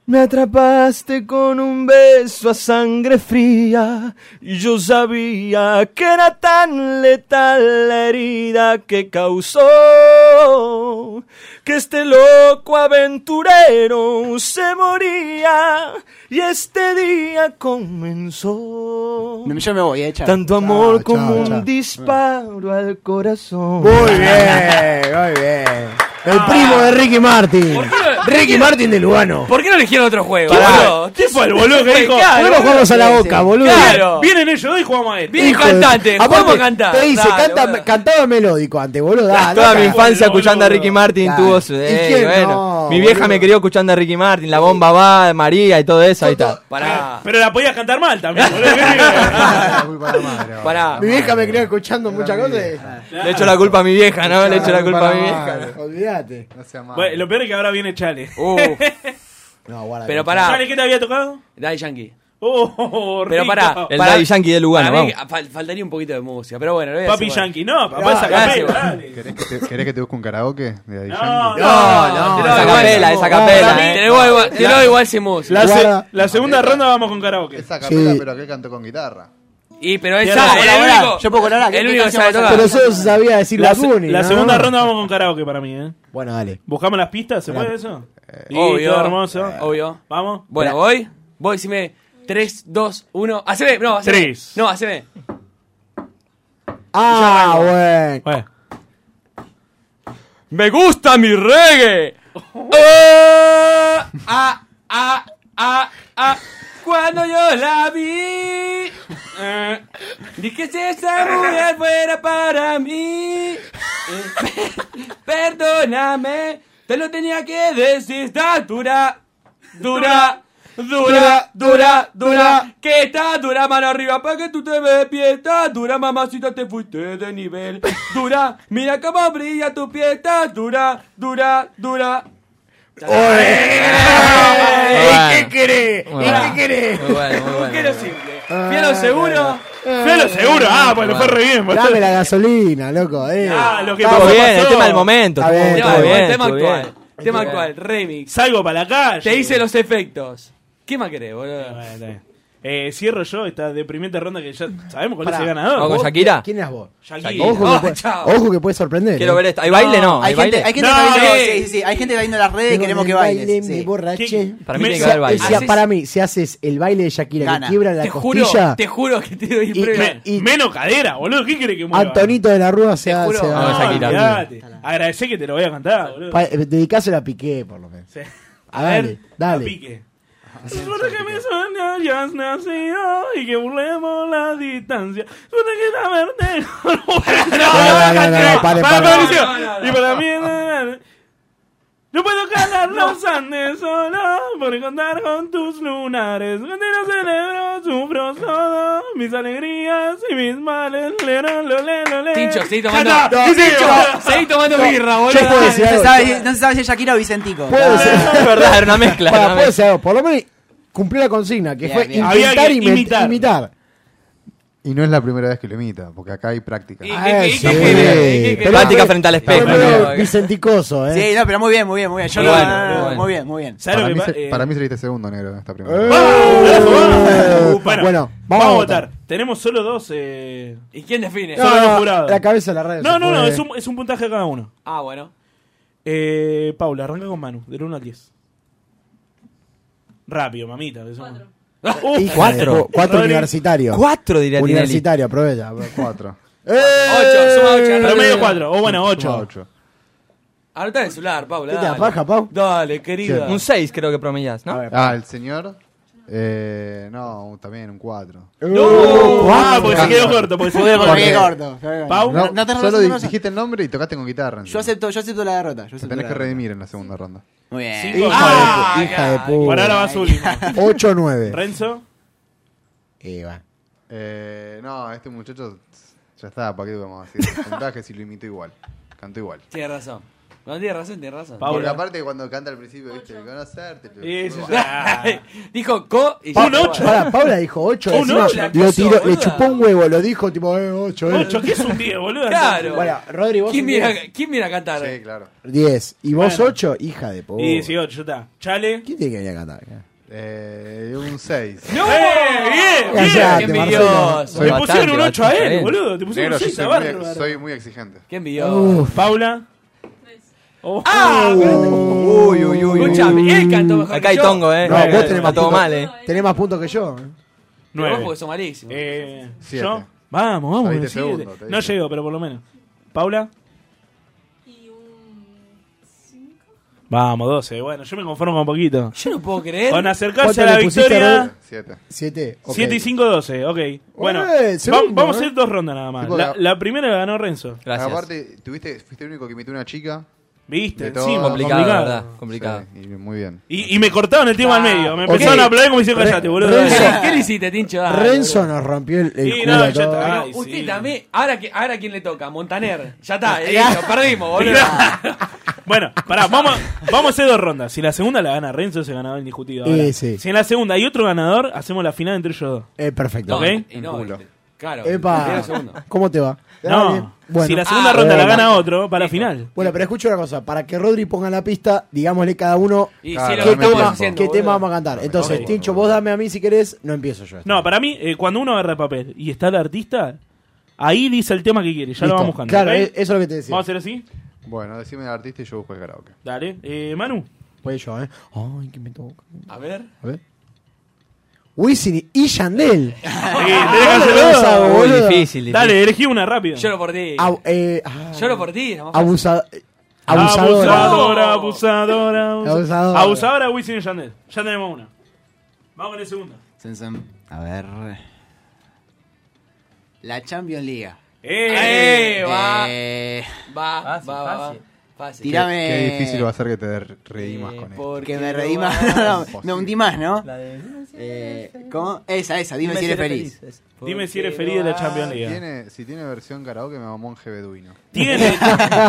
H: Me atrapaste con un beso a sangre fría y yo sabía que era tan letal la herida que causó que este loco aventurero se moría y este día comenzó.
L: No, Yo me voy, eh, chao.
H: Tanto amor
L: Chao,
H: como
L: chao,
H: un
L: chao.
H: disparo al corazón.
C: Muy bien, muy bien. El primo de Ricky Martin. Ricky Martin de Lugano.
F: ¿Por qué no eligieron otro juego?
C: Pará.
F: boludo?
B: ¿Qué fue el boludo que dijo?
F: Claro.
C: Luego jugamos a la boca, boludo.
F: Claro.
B: Vienen ellos dos y jugamos a él.
F: Viene el
C: Hijo de-
F: cantante,
C: Aparte,
F: ¿cómo cantar?
C: Te dice,
F: Dale,
C: canta- cantaba melódico antes, boludo. dale,
D: Toda mi
C: dale.
D: infancia escuchando a Ricky Martin
C: Claro.
D: tuvo su.
C: ¿Y
D: eh,
C: quién
D: bueno.
C: no,
D: Mi vieja
C: boludo?
D: me crió escuchando a Ricky Martin, la bomba va, María y todo eso, ahí está.
F: Pará.
B: Pero la podías cantar mal también, boludo.
D: Pará.
C: Mi vieja me crió escuchando muchas cosas.
D: Le echo la culpa a mi vieja, ¿no? Le echo la culpa a mi vieja.
C: Olvídate. No
B: Bueno, lo peor es que ahora viene Chale.
C: No, guarda.
F: Pero pará.
B: ¿Chale qué te había tocado?
F: Daddy Yankee.
B: Oh, oh,
F: Pero
B: rico.
F: pará.
D: El
F: pará.
D: Daddy Yankee de Lugano,
F: Para mí ah,
D: vamos.
F: fal- faltaría un poquito de música, pero bueno. lo voy a
B: Papi
F: hacer, bueno.
B: Yankee, no, papá, esa capela, dale.
E: ¿Querés que, te, querés que te busque un karaoke de Daddy
B: No,
E: Yankee?
B: no, no,
D: esa capela, esa capela,
F: Para mí,
D: eh.
F: Te lo doy igual- te lo doy igual sin música.
B: La, se- la segunda ronda vamos con karaoke.
E: Esa capela, pero aquel cantó con guitarra.
F: Y pero
B: Yo
F: esa
B: puedo
F: es el
B: colaborar,
F: único.
B: yo puedo colaborar, ¿qué-
F: El
B: qué
F: único que
B: canción
F: sabe
B: vas a
F: tocar.
C: Pero solo se sabía decir
B: La,
C: Bad Bunny,
B: se- la
C: ¿no?
B: segunda ronda vamos con karaoke para mí, ¿eh?
C: Bueno, dale.
B: ¿Buscamos las pistas? ¿Se
C: Pará.
B: puede eso? Listo,
F: Eh, Obvio. Eh,
B: hermoso.
F: Obvio.
B: Vamos.
F: Bueno,
B: Pará.
F: voy. Voy, decime 3, 2, 1. Haceme. No, haceme.
B: Tres.
F: No, haceme.
C: Ah, bueno.
H: Me gusta mi reggae.
F: Ah, ah, ah, ah, ah. Cuando yo la vi, eh, dije si esa mujer fuera para mí, eh, perdóname, te lo tenía que decir, está dura, dura, dura, dura, dura, que está dura, mano arriba, para que tú te veas pie, está dura, mamacita, te fuiste de nivel, dura, mira cómo brilla tu pie, está dura, dura, dura.
K: ¿Y
F: qué querés?
K: ¿Y qué querés?
D: Muy bueno, muy bueno.
F: Busqué lo simple. Fui a lo seguro.
B: Fui a lo seguro. Ah, pues le fue re bien, boludo.
C: Dame la gasolina, loco. Eh.
B: Ah, lo que
D: Estuvo
B: pasó,
D: bien,
B: pasó.
D: el tema del momento.
C: Está bien,
D: estuvo
C: está
D: bien,
C: bien.
F: Tema
D: estuvo bien.
F: actual. Tema actual. Remix.
B: Salgo para la calle.
F: Te hice los efectos. ¿Qué más querés, boludo?
B: Eh, cierro yo esta deprimente ronda que ya sabemos cuál es
F: Pará.
B: el ganador.
D: Vamos con Shakira.
C: ¿Quién eras vos?
B: Shakira.
C: Ojo,
B: Oh,
C: que puede,
B: chao.
C: ojo que puede sorprender.
D: Quiero
C: eh.
D: ver esto. ¿Hay baile? No, hay,
L: Hay gente,
D: baile.
L: hay
D: No,
L: gente que está viendo,
D: sí.
L: sí, sí, sí, hay gente que está viendo las redes y
C: Digo,
L: queremos que
C: me
L: bailes.
C: baile,
L: sí.
C: me borrache.
D: Para mí
C: Me-
D: tiene que haber baile.
C: Eh, si-
D: Haces-
C: para mí, si haces el baile de Shakira que
D: Gana.
C: quiebra la
F: Te juro,
C: costilla,
F: te juro que te doy
B: Y-
F: premio.
B: y- menos cadera, boludo. ¿Qué quiere que mueva?
C: Antonito de la Rúa se va.
B: Juro.
C: se va-
B: No,
C: Olvídate.
B: olvidate. Agradecé que te lo voy a cantar, boludo.
C: Pa- eh, Dedicáselo a Piqué, por lo menos.
B: Sí.
C: A dale,
B: A
C: dale.
B: pique. Suerte que mis sueños ya has nacido y que burlemos la distancia. Suerte que la verte.
C: no, no, no, no, pare,
B: Para,
C: pare.
B: Mauricio.
K: No, no, no.
B: Y para mí. No puedo calar los Andes solo por contar con tus lunares. Cuando no celebro, sufro todo. Mis alegrías y mis males. Lero, lo, le, lo, le.
F: Tincho, seguí
B: Ya
F: tomando.
B: está.
F: No,
B: Sí, sí,
F: Tincho,
B: ya.
F: seguí tomando birra,
L: No,
F: boludo.
L: no
F: Dale.
L: se sabe si- no se sabe si es Shakira o Vicentico.
F: Eh,
C: Puedo
L: Ah,
C: ser.
L: es verdad, era una mezcla,
C: Para,
L: era una
C: puede ser, por lo menos cumplió la consigna, que
L: Bien,
C: fue
L: bien.
C: intentar
B: Había que
C: invent-
B: imitar.
C: imitar.
E: Y no es la primera vez que lo imita, porque acá hay práctica.
C: Ah, sí. Pero- pero- pero Vicenticoso, ¿eh?
S: Sí, no, pero muy bien, muy bien, muy bien. Yo
E: Muy
S: lo-
E: bueno,
S: no, no,
E: muy
S: no,
E: bueno.
S: Muy bien, muy bien.
E: Para mí, se- para mí saliste segundo, negro, en esta primera.
B: ¡Oh!
C: Eh,
B: Bueno,
C: bueno,
B: Uh, Vamos, a votar. Tenemos solo dos. eh,
F: ¿Y quién define?
B: Solo
C: No,
B: dos jurados.
C: la cabeza de la red
B: No,
C: se
B: no, no,
C: puede.
B: es un, es un puntaje a cada uno.
F: Ah, bueno.
B: Eh, Paula, arranca con Manu, del 1 al 10. Rápido, mamita. que somos-
C: Híjole,
B: Uf.
C: cu- Cuatro
B: Rodri-
C: universitarios.
B: Cuatro, diría Tinelli.
C: Universitario, aprovecha. Cuatro.
F: Ocho, suma ocho. anotale.
B: Promedio 4, o bueno, 8.
F: Anotá en el celular, Paula.
E: ¿Qué te da
F: dale.
E: paja, Pau?
F: Dale, querida.
E: Sí. Un
F: 6 creo que promedias, ¿no?
E: Ah, el señor. Eh, no, un- también un 4.
B: No, ah, porque se quedó corto, porque se quedó corto.
E: Porque-
S: corto, se quedó corto.
E: Pau,
S: No,
E: no,
S: no te
E: solo
S: relacionas-
E: di- dijiste el nombre y tocaste con guitarra.
S: Yo acepto, yo acepto la derrota. Yo
E: Te
S: acepto
E: tenés
S: la
E: que
S: derrota.
E: redimir en la segunda ronda.
S: Muy bien.
B: Cinco.
E: Hija
B: Ah,
E: de pu- hija de
B: ya.
E: pu-
B: Por ahora vas último.
C: 8-9.
B: Renzo.
E: Eh, no, este muchacho ya está, ¿para qué lo vamos a decir? El puntaje si lo imito igual. Cantó igual.
F: Tienes razón. No, tienes razón, tienes razón.
E: Porque aparte cuando canta al principio, viste, el conocerte.
F: Sí, sí,
E: Bueno.
F: sí. Dijo co y
C: Pa-
F: ya-
C: Pará, Paula dijo 8.
F: Un ocho, la
C: lo
F: puso,
C: tiró, le
F: boluda.
C: chupó un huevo, lo dijo tipo, eh, 8. Eh.
B: Ocho, ¿qué es un 10, boludo?
F: Claro.
C: Bueno, Rodri, vos
F: ¿Quién
C: un
F: viene,
C: diez.
F: a, ¿Quién viene a cantar? Sí,
E: claro.
C: 10. ¿Y vos 8? Hija de
B: Y
C: pobre.
B: 18, ya está. Chale.
C: ¿Quién tiene que venir a cantar? acá?
E: Eh, un 6.
B: ¡No! ¡Bien! ¡Bien!
C: Callate,
B: Qué
C: Marcelo.
B: envidioso. Te pusieron un 8 a
E: bastante
B: él,
E: bien.
B: boludo. Te pusieron
E: Negro,
B: un
E: yo
B: 6 a
E: soy
B: Bárbaro.
E: muy- soy muy exigente.
F: ¿Quién
B: Uf. Paula. Oh. ¡Ah!
E: Uy, uy, uy.
F: Escuchame, él cantó mejor
D: Acá
F: que
D: hay
F: yo.
D: tongo, ¿eh?
C: No,
D: Eh,
C: vos tenés
D: está
C: más,
D: todo
C: puntos,
D: mal, ¿eh?
C: tenés más puntos que yo. eh.
F: Pero vos
B: Nueve.
F: porque son malísimos.
B: Eh,
F: Siete.
B: yo. Vamos, vamos.
F: Saliste
B: un siete.
F: segundo, te
B: no
F: dije.
B: llego, pero por lo menos. Paula. Vamos, 12. Bueno, yo me conformo con poquito.
F: Yo no puedo creer.
B: Con acercarse
C: ¿Cuánto
B: a la
C: le pusiste a
B: victoria.
C: Rodri? Siete, ok.
B: 7 y 5, 12. Ok. Bueno,
C: Eh,
B: va-
C: segundo,
B: vamos a
C: eh.
B: ir dos rondas nada más.
E: Tipo,
B: La,
E: la-
B: la primera la ganó Renzo.
E: Aparte, tuviste, fuiste el único que imitó una chica.
B: Viste,
E: De
B: sí,
E: todo.
B: complicado, Complicado. la verdad,
D: complicado.
E: Sí, y muy bien.
B: Y, y me cortaron el tema al medio. Me
E: ok.
B: empezaron a aplaudir como diciendo callate, boludo.
F: Renzo. ¿Qué le hiciste, Tincho?
C: Ah,
F: Dale,
C: Renzo nos rompió el, el
B: Y
C: culo
B: no,
C: a
B: ya
C: todos.
B: está.
F: Pero
B: Ay,
F: usted
B: sí.
F: también. Ahora, que- ahora quién le toca, Montaner. Ya está, eh, lo perdimos, boludo.
B: Bueno, pará, vamos, a- vamos a hacer dos rondas. Si la segunda la gana Renzo, ese ganador indiscutido. ahora.
C: Eh, sí.
B: Si en la segunda hay otro ganador, hacemos la final entre ellos dos.
C: Eh, perfecto.
B: ¿Ok?
F: Y no, este, Claro.
C: Epa,
F: primero, segundo.
C: ¿cómo te va?
B: No,
C: Dale. Bueno.
B: si la segunda
C: Ah,
B: ronda la
C: bueno.
B: gana otro, para la final.
C: Bueno, pero escucho una cosa. Para que Rodri ponga la pista, digámosle cada uno
B: Y
C: qué,
B: si lo que
C: tema,
B: estamos haciendo,
C: qué
B: boludo.
C: tema vamos a cantar. Entonces,
B: Ok.
C: Tincho, vos dame a mí si querés, no empiezo yo.
B: No, para mí, eh, cuando uno agarra el papel y está el artista, ahí dice el tema que quiere, ya lo
C: Listo.
B: vamos buscando.
C: Claro,
B: ¿ok?
C: e- eso es lo que te decía.
B: ¿Vamos a hacer así?
E: Bueno, decime el artista y yo busco el karaoke.
B: Dale. Eh, Manu.
C: Pues yo, ¿eh? Ay, que me toca.
F: A ver.
C: A ver. Wisin y Yandel.
B: Dale, elegí una rápida.
F: Lloro por ti.
C: Au- eh, ah,
F: Lloro por ti. es la más fácil.
C: abusa- eh,
B: Ah,
C: abusadora.
B: Abusadora, abusadora, abus-
C: Abusadora.
B: Abusadora, Wisin y Yandel. Ya tenemos una. Vamos con el segundo.
L: A ver. La Champions League.
F: Eh, va.
L: Eh,
F: Va, va,
L: Fácil,
F: va, va.
L: fácil.
F: Fácil.
L: Tirame.
E: Qué difícil va a ser que te
L: Eh,
E: reímas con él.
L: Que me reí
E: no
L: más.
E: vas.
L: No,
E: Imposible.
L: me hundí más, ¿no?
E: La de-
L: Eh, ¿Cómo? Esa, esa. Dime, si eres feliz.
B: Dime si eres feliz de la Champions League.
E: Tiene- si tiene versión karaoke, me mamó un beduino.
B: Tiene.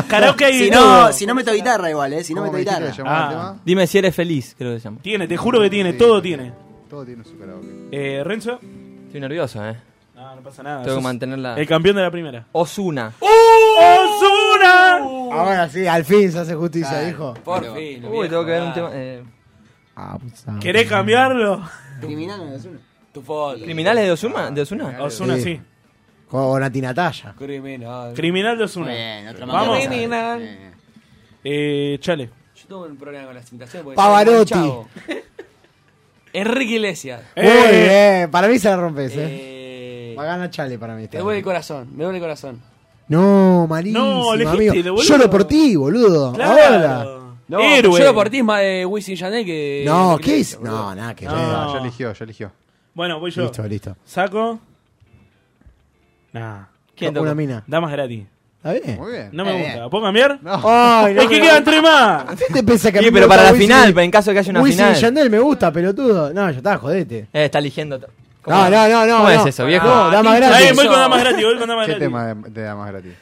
B: karaoke hay
L: si
B: de
L: no,
B: todo.
L: si no meto guitarra igual, ¿eh? Si no
E: ¿Cómo
L: meto
E: me dijiste
L: guitarra.
E: que llamaba el tema?
D: Dime si eres feliz, creo que se llama.
B: Ah. Tiene, te juro que tiene, todo tiene.
E: Todo tiene su karaoke.
B: Eh, Renzo.
D: Estoy nervioso, ¿eh?
B: No, no pasa nada.
D: Tengo que
B: Sos
D: mantenerla.
B: El campeón de la primera.
D: Osuna.
B: ¡Osuna!
C: Ahora Ah, sí, al fin se hace justicia,
D: Claro.
C: dijo.
F: Por fin.
D: Uy, tengo que ver un tema. eh,
B: ¿Querés cambiarlo?
L: Criminal de Osuna.
F: Tu foto.
D: ¿Criminales de Osuna? ¿De
C: Ah,
D: Osuna?
B: Osuna, sí.
C: Con Nati Natalia.
F: Criminal.
B: Criminal de Osuna. Vamos.
F: Criminal.
B: Eh, chale.
F: Yo tengo un problema con las imitaciones. porque
C: Pavarotti.
F: soy muy chavo. Enrique Iglesias.
C: Eh. Muy
B: Eh.
C: bien, para mí se la rompes, eh.
F: Eh,
C: Va a ganar Chale para mí.
F: me
C: esta
F: duele
C: vez.
F: el corazón, me duele el corazón.
C: No, malísimo,
F: No, elegiste,
C: amigo.
F: boludo.
C: Lloro por ti, boludo.
F: Claro.
C: Ahora.
F: No,
C: Héroe.
F: Yo lo partí más de Wisin Yandel
L: Eh,
F: que.
C: No,
F: que
C: ¿qué
F: Iglesias,
C: es?
F: boludo.
C: No, nada que
B: No.
C: ver.
E: Ah, ya eligió, ya eligió.
B: Bueno, voy yo.
C: Listo, listo.
B: Saco. Nah.
C: ¿Quién Una tocó? mina.
B: Damas gratis.
C: ¿Está bien?
E: Muy bien. Eh,
B: No me
C: Está
B: gusta. ¿Puedo cambiar?
E: No.
C: Ay, no
B: es que
C: me
B: quedan
C: gusta.
B: tres más.
C: ¿A ti te pensás que a
D: Sí,
C: mí me
D: pero para
C: gusta
D: la
C: Wisin?
D: final, pero en caso de que haya una
C: Wisin y
D: final.
C: Yandel me gusta, pelotudo. No, ya está, jodete.
D: Eh, está eligiendo. otro. ¿Cómo
C: No,
D: es?
C: no, no, no.
D: ¿Cómo
C: no.
D: es eso, viejo?
C: No, dama
D: Tincho.
C: gratis.
D: Está bien, voy con damas gratis.
B: Ah, voy con damas
E: ¿Qué
B: gratis.
E: tema de, de damas gratis?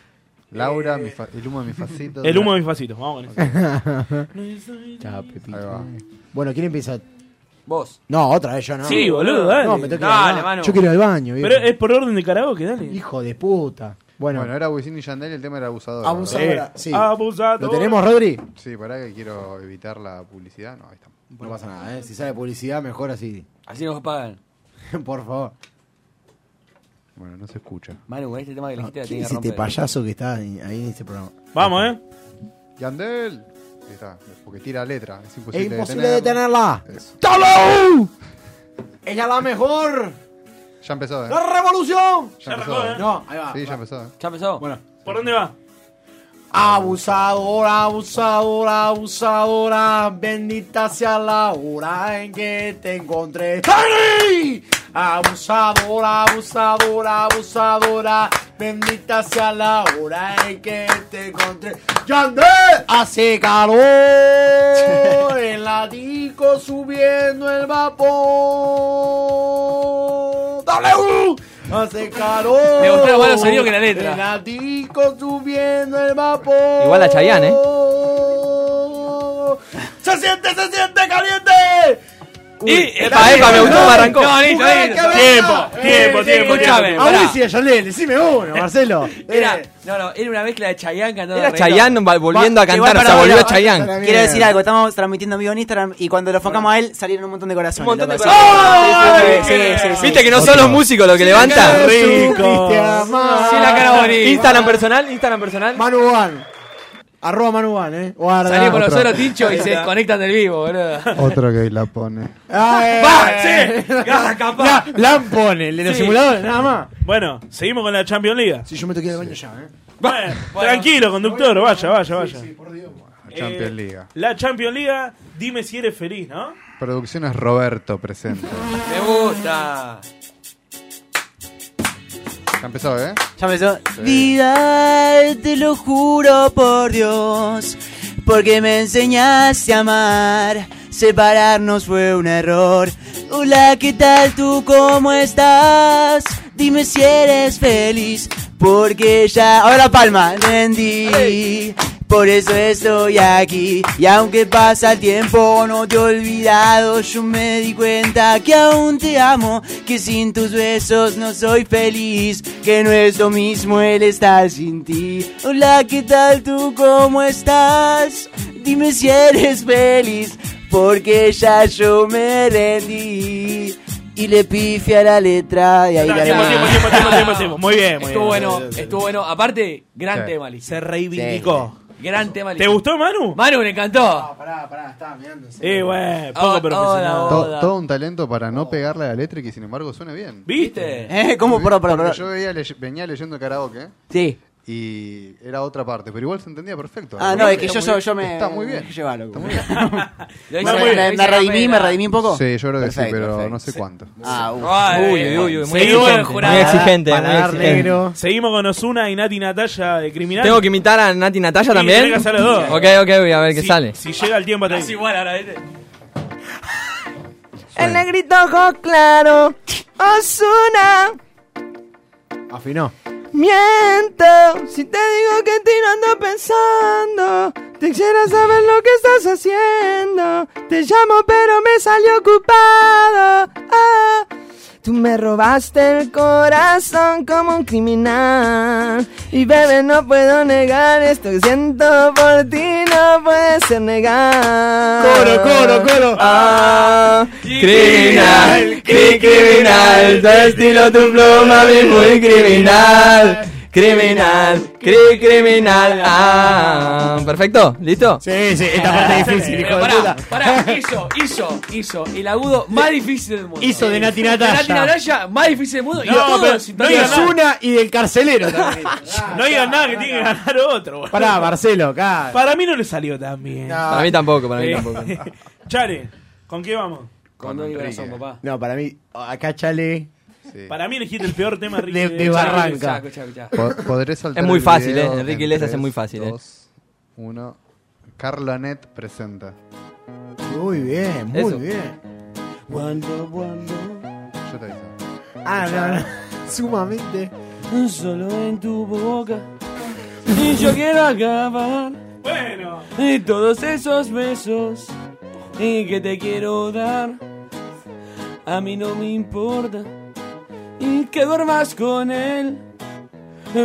E: Laura, mi fa- el humo de mis facitos.
B: El humo de mis facitos, vamos con eso.
C: Chao, Pepito. Bueno, ¿quién empieza?
F: Vos.
C: No, otra vez yo no.
B: Sí, boludo, dale.
C: No, me tengo que ir al
B: Dale,
C: baño.
B: mano.
C: Yo quiero ir al baño, viejo.
B: Pero es por orden de karaoke, dale.
C: Hijo de puta. Bueno.
E: Bueno, era Wisin y Yandel, el tema era abusador.
C: Abusadora, Sí. sí. Abusadora. ¿Lo tenemos, Rodri?
E: Sí, pará que quiero evitar la publicidad. No, ahí está.
T: No pasa nada, ¿eh? Si sale publicidad, mejor así.
F: Así nos pagan.
T: Por favor.
E: Bueno, no se escucha.
F: Manu, este tema que la gente la
T: ¿Quién
F: tiene que
T: es este
F: romper.
T: payaso que está ahí ahí en este programa?
B: Vamos, ¿eh?
E: Yandel. Ahí está, porque tira letra. Es imposible,
T: Es imposible detenerla.
E: Eso.
C: ¡Talou!
T: ¡Ella la mejor!
E: Ya empezó, ¿eh?
T: ¡La revolución!
E: Ya empezó, ¿eh?
T: No, ahí va.
E: Sí, ya
T: va.
E: empezó, ¿eh?
F: Ya empezó.
T: Bueno.
B: ¿Por dónde va?
C: Abusadora, abusadora, abusadora, bendita sea la hora en que te encontré. ¡Tani! Abusadora, abusadora, abusadora, bendita sea la hora en que te encontré. ¡Yandé! Hace calor, en la disco subiendo el vapor. ¡Dale! uh! Hace calor.
F: Me gustaron más los sonidos que la letra.
C: En la disco subiendo el vapor.
D: Igual a Chayanne, ¿eh?
C: ¡Se siente, se siente caliente!
U: Y,
C: epa, epa, me gustó, me arrancó.
U: No, listo,
C: Mujer
U: listo.
C: que Eh, venga.
U: Tiempo, tiempo, tiempo,
F: Escuchame,
U: tiempo.
F: pará.
C: Ahora sí, Yandel, decime uno, Marcelo.
F: Era, no, no, era una mezcla de Chayanne cantando.
D: Era
F: reggaetón.
D: Chayanne vol- volviendo a
O: Igual,
D: cantar,
O: pará,
D: se volvió
O: pará,
D: Chayanne.
O: pará, Quiero decir algo, estamos transmitiendo en vivo en Instagram y cuando lo enfocamos a él salieron un montón de corazones.
D: Un montón de
O: loco, así.
D: corazones.
O: Sí, sí, sí, sí.
D: Viste que no son los músicos los que levantan.
C: Rico.
D: Sí, la cara bonita. Instagram personal, Instagram personal.
C: Manuán. Arroba Manuán, eh. Guarda.
F: Salí por los
E: Otro.
F: suelos, Tincho, y se desconectan del vivo, boludo.
E: Otro que la pone.
C: Ah,
D: Eh,
C: ¡Va!
B: ¡Sí! Ah,
C: La, lampone, el de los
B: Sí.
C: simuladores, nada más.
B: Bueno, seguimos con la Champions League.
C: Si yo me toqué de baño ya, eh.
B: Bueno, Tranquilo, conductor, vaya, vaya, vaya.
E: Champions
B: Eh,
E: League.
B: La Champions League, dime si eres feliz, ¿no?
E: Producciones Roberto presente.
F: Me gusta.
E: Ya empezó, ¿eh?
O: Ya empezó. Vidal, te lo juro por Dios, porque me enseñaste a amar. Separarnos fue un error. Hola, ¿qué tal tú? ¿Cómo estás? Dime si eres feliz, porque ya. Ahora palma, entendí. Por eso estoy aquí. Y aunque pasa el tiempo, no te he olvidado. Yo me di cuenta que aún te amo. Que sin tus besos no soy feliz. Que no es lo mismo el estar sin ti. Hola, ¿qué tal tú? ¿Cómo estás? Dime si eres feliz. Porque ya yo me rendí. Y le pifia la letra. Y ahí la
B: Tiempo,
O: la-
B: tiempo, tiempo, tiempo, tiempo, tiempo. Muy bien, muy
F: Estuvo
B: bien.
F: bueno, estuvo bueno. Aparte, gran
B: Sí.
F: tema, Liz.
B: Se reivindicó.
F: Gran tema, Liz.
B: ¿Te gustó, Manu?
F: Manu, me encantó.
C: Ah, Pará, pará, estaba mirando.
B: Eh, güey, poco
F: Oh,
B: profesional.
F: hola,
E: To-
F: hola.
E: todo un talento para no pegarle a la letra y que sin embargo suene bien.
O: ¿Eh? ¿Cómo? Pará, pará,
E: Porque
O: pará.
E: yo veía le- venía leyendo karaoke
O: Sí.
E: y era otra parte, pero igual se entendía perfecto.
O: Ah, no, es que yo, yo, yo me.
E: Está muy bien.
O: me dejé llevar, loco.
F: Lo
O: Me-
F: hice bien, lo
O: me, me
F: hice
O: redimí,
F: bien,
O: me
F: ¿no?
O: redimí un poco.
E: Sí, yo creo que sí,
O: Perfecto,
E: pero
O: perfecto.
E: no sé cuánto.
O: Ah, uf.
F: Ay,
D: Uy, uy, uy,
F: Seguimos
D: muy exigente.
F: el jurado.
D: Muy exigente, muy
C: Paladar
D: exigente.
C: negro.
B: Seguimos con Osuna y Nati Natalia de Criminal.
D: Tengo que imitar a Nati Natalia
B: Sí,
D: también.
B: tenés que hacer los dos.
D: Ok, ok, voy a ver qué
B: Si-
D: sale.
B: Si llega el tiempo, te
F: Es igual ahora, ¿viste?
H: El negrito ojo claro, Osuna,
C: Afinó.
H: miento. Si te digo que en ti no ando pensando, te quisiera saber lo que estás haciendo. Te llamo pero me salió ocupado. Ah, tú me robaste el corazón como un criminal. Y bebé, no puedo negar esto que siento por ti, no puede ser negar.
C: Coro, coro, coro.
H: Ah, criminal, cri- criminal, tu estilo, tu pluma, mi muy criminal, criminal,
D: cri- criminal. Ah, perfecto, ¿listo?
C: Sí, sí, esta parte es difícil, hijo
F: Pero
C: de
F: Eh, pará,
C: puta.
F: pará, hizo, hizo, hizo el agudo más difícil del mundo.
C: Hizo de Nati
F: De Nati
C: Natalia.
F: Natalia, más difícil del mundo. y
B: No,
F: a todos
B: pero
F: sin
B: no
F: tocar
B: digas
F: nada.
B: nada.
C: Una y del carcelero también.
B: No digas nada que tiene que ganar otro. güey.
C: Pará, Marcelo, acá.
B: Para mí no le salió tan bien.
D: Para mí tampoco, para mí
B: Eh,
D: tampoco.
B: Chale, ¿con qué vamos?
F: Con Con Enrique. corazón, papá.
C: No, para mí, acá chale.
B: Para mí elegiste el peor tema Ricky,
C: De- de
B: Chale.
C: Barranca.
F: Escuchá, escuchá, escuchá.
E: Po- podré saltar
D: Es muy
E: el
D: fácil,
E: video
D: eh, Enrique
E: en
D: Iglesias es
E: tres,
D: muy fácil, eh.
E: dos, Uno. Carla Net presenta.
C: Muy bien, muy
D: Eso.
C: bien.
E: Yo te aviso.
C: Ah, no, no. Sumamente.
F: Solo en tu boca. Y yo quiero acabar.
B: Bueno.
F: Y todos esos besos. Y que te quiero dar. a mí no me importa y que duermas con él,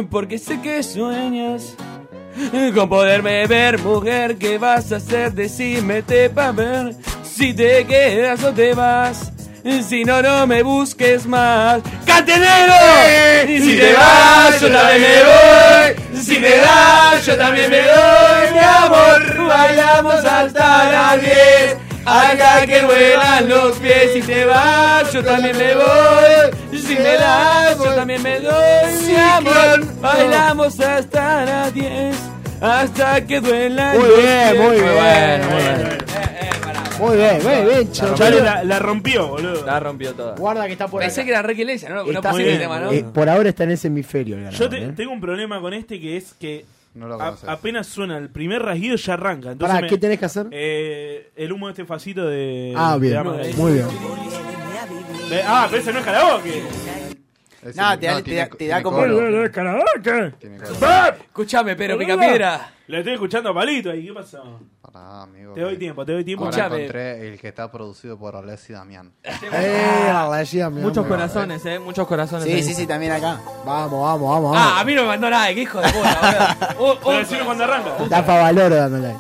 F: porque sé que sueñas con poderme ver, mujer. ¿Qué vas a hacer? Decímete pa' ver si te quedas o te vas. Si no, no me busques más. ¡Catenero! Y Eh, si te vas, eh. yo también me voy. Si me das, yo también me doy. Mi amor, bailamos hasta las 10. Haga que vuelan los pies. Si te vas, yo también me voy. Si me das, yo también me doy. Mi amor, bailamos hasta las 10. Hasta que duelan
C: Muy
F: los
C: bien, Eh,
F: pies.
C: muy
B: Eh,
C: bien. Muy bien, bien, bien,
B: Chale, la, la rompió, boludo.
H: La rompió toda.
C: Guarda que está por
G: Pensé
C: acá.
G: que era re quilencia, no, no
C: Está-
G: puse el tema, ¿no?
C: eh, por ahora está en ese hemisferio. el
B: Yo
C: ganador,
B: te-
C: ¿eh?
B: tengo un problema con este que es que
E: lo
B: a-
E: conoces.
B: apenas suena el primer rasguido ya arranca. Entonces
C: Pará,
B: me-
C: ¿qué tenés que hacer?
B: Eh, el humo de este facito de.
C: Ah, bien,
B: de Amas de-
C: muy bien.
B: De- ah, pero ese no es karaoke.
L: No, te da- no, te da- tiene- te da tiene como- coro.
B: No, no, es karaoke. ¡Pap!
G: Escuchame, pero
B: Boludo,
G: pica piedra.
B: Lo estoy escuchando a palito ahí, ¿qué pasó?
E: Pará, Ah, amigo.
B: Te doy tiempo, te doy tiempo.
E: Ahora
B: Escuchame.
E: encontré el que está producido por Alessi Damián.
C: Eh, agradecida, mi
H: Muchos
C: amor.
H: corazones, eh, muchos corazones.
C: Sí,
H: ahí.
C: sí, sí, también acá. Vamos, vamos, vamos.
G: Ah, a mí no me mandó nada, qué hijo de puta, boludo. Oh,
B: Decime cuando arranca.
C: vamos. Dafa Valoro dándole.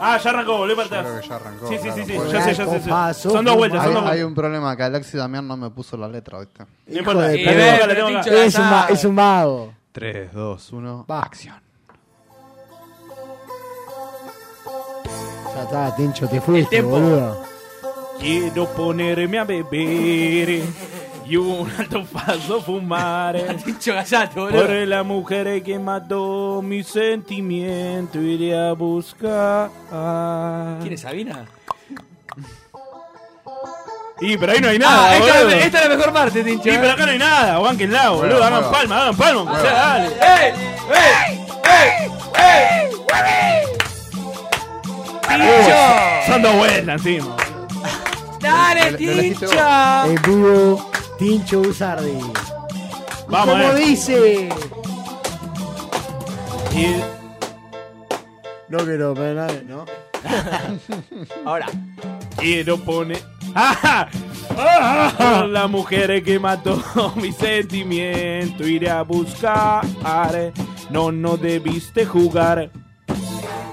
B: Ah, ya arrancó, volvé para atrás.
E: ya arrancó.
B: Sí, sí, sí, sí,
E: claro, puede-
B: ya sé, ya sé, ya sé. Son dos vueltas,
E: hay,
B: son dos
E: hay
B: vueltas.
E: un problema acá. Alexi Damián no me puso la letra, ¿viste?
B: No importa,
C: Hijo de
B: la tengo acá, la
C: perro.
B: tengo acá.
C: es, un ma- es un mago.
E: 3, 2, 1. Acción.
C: Ya está, Tincho, te fuiste,
B: tiempo.
C: boludo.
B: Quiero ponerme a beber y un alto paso fumar.
G: boludo.
B: Por la mujer que mató mi sentimiento iré a buscar.
G: ¿Quién es Sabina?
B: Y pero ahí no hay nada.
G: Ah, esta,
B: boludo.
G: es- esta es la mejor parte, Tincho. eh.
B: Y pero acá no hay nada, banquenla, boludo.
G: Bueno,
B: hagan
G: bueno.
B: palma, hagan palma. aunque sea, dale.
G: ¡Ey! ¡Ey! ¡Ey! ¡Ey!
B: ¡Tincho! Son dos vueltas encima.
G: ¡Dale, Tincho!
C: En vivo, Tincho Usardi.
B: Vamos,
C: ¿Cómo
B: eh.
C: dice?
B: Y-
C: No quiero penales, ¿no?
B: Ahora. Quiero poner. ¡Ajá! ¡Ajá! Por La mujer que mató mi sentimiento iré a buscar. No, no debiste jugar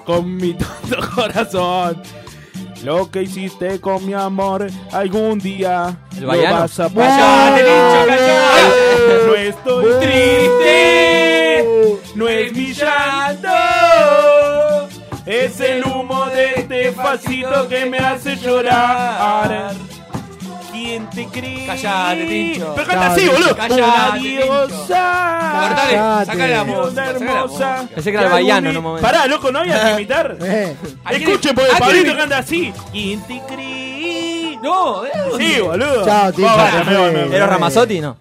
B: con mi tonto corazón. Lo que hiciste con mi amor algún día
H: El
B: lo
H: baiano.
B: vas a
H: Callate, Licho, callate.
B: No estoy triste, no es mi llanto. Es el humo de este facito que me hace llorar. ¿Quién te cree?
G: Callate, Tincho.
B: Pero canta así, boludo.
G: Callate,
B: Una
G: Tincho.
B: diosa.
G: Cortale, sacale la música,
B: Una
G: sacale la
B: hermosa.
G: música.
H: Pensé que era el baiano en un momento.
B: Pará, loco, no había que imitar. Escuchen, porque
G: ¿A quién
B: Pablito
G: imita?
B: canta así. ¿Quién te cree?
G: No, eh,
B: Sí, boludo.
C: Chao, Tincho,
B: Vamos,
C: te
B: me voy,
C: fue.
B: me voy.
H: ¿Era Ramazotti? No.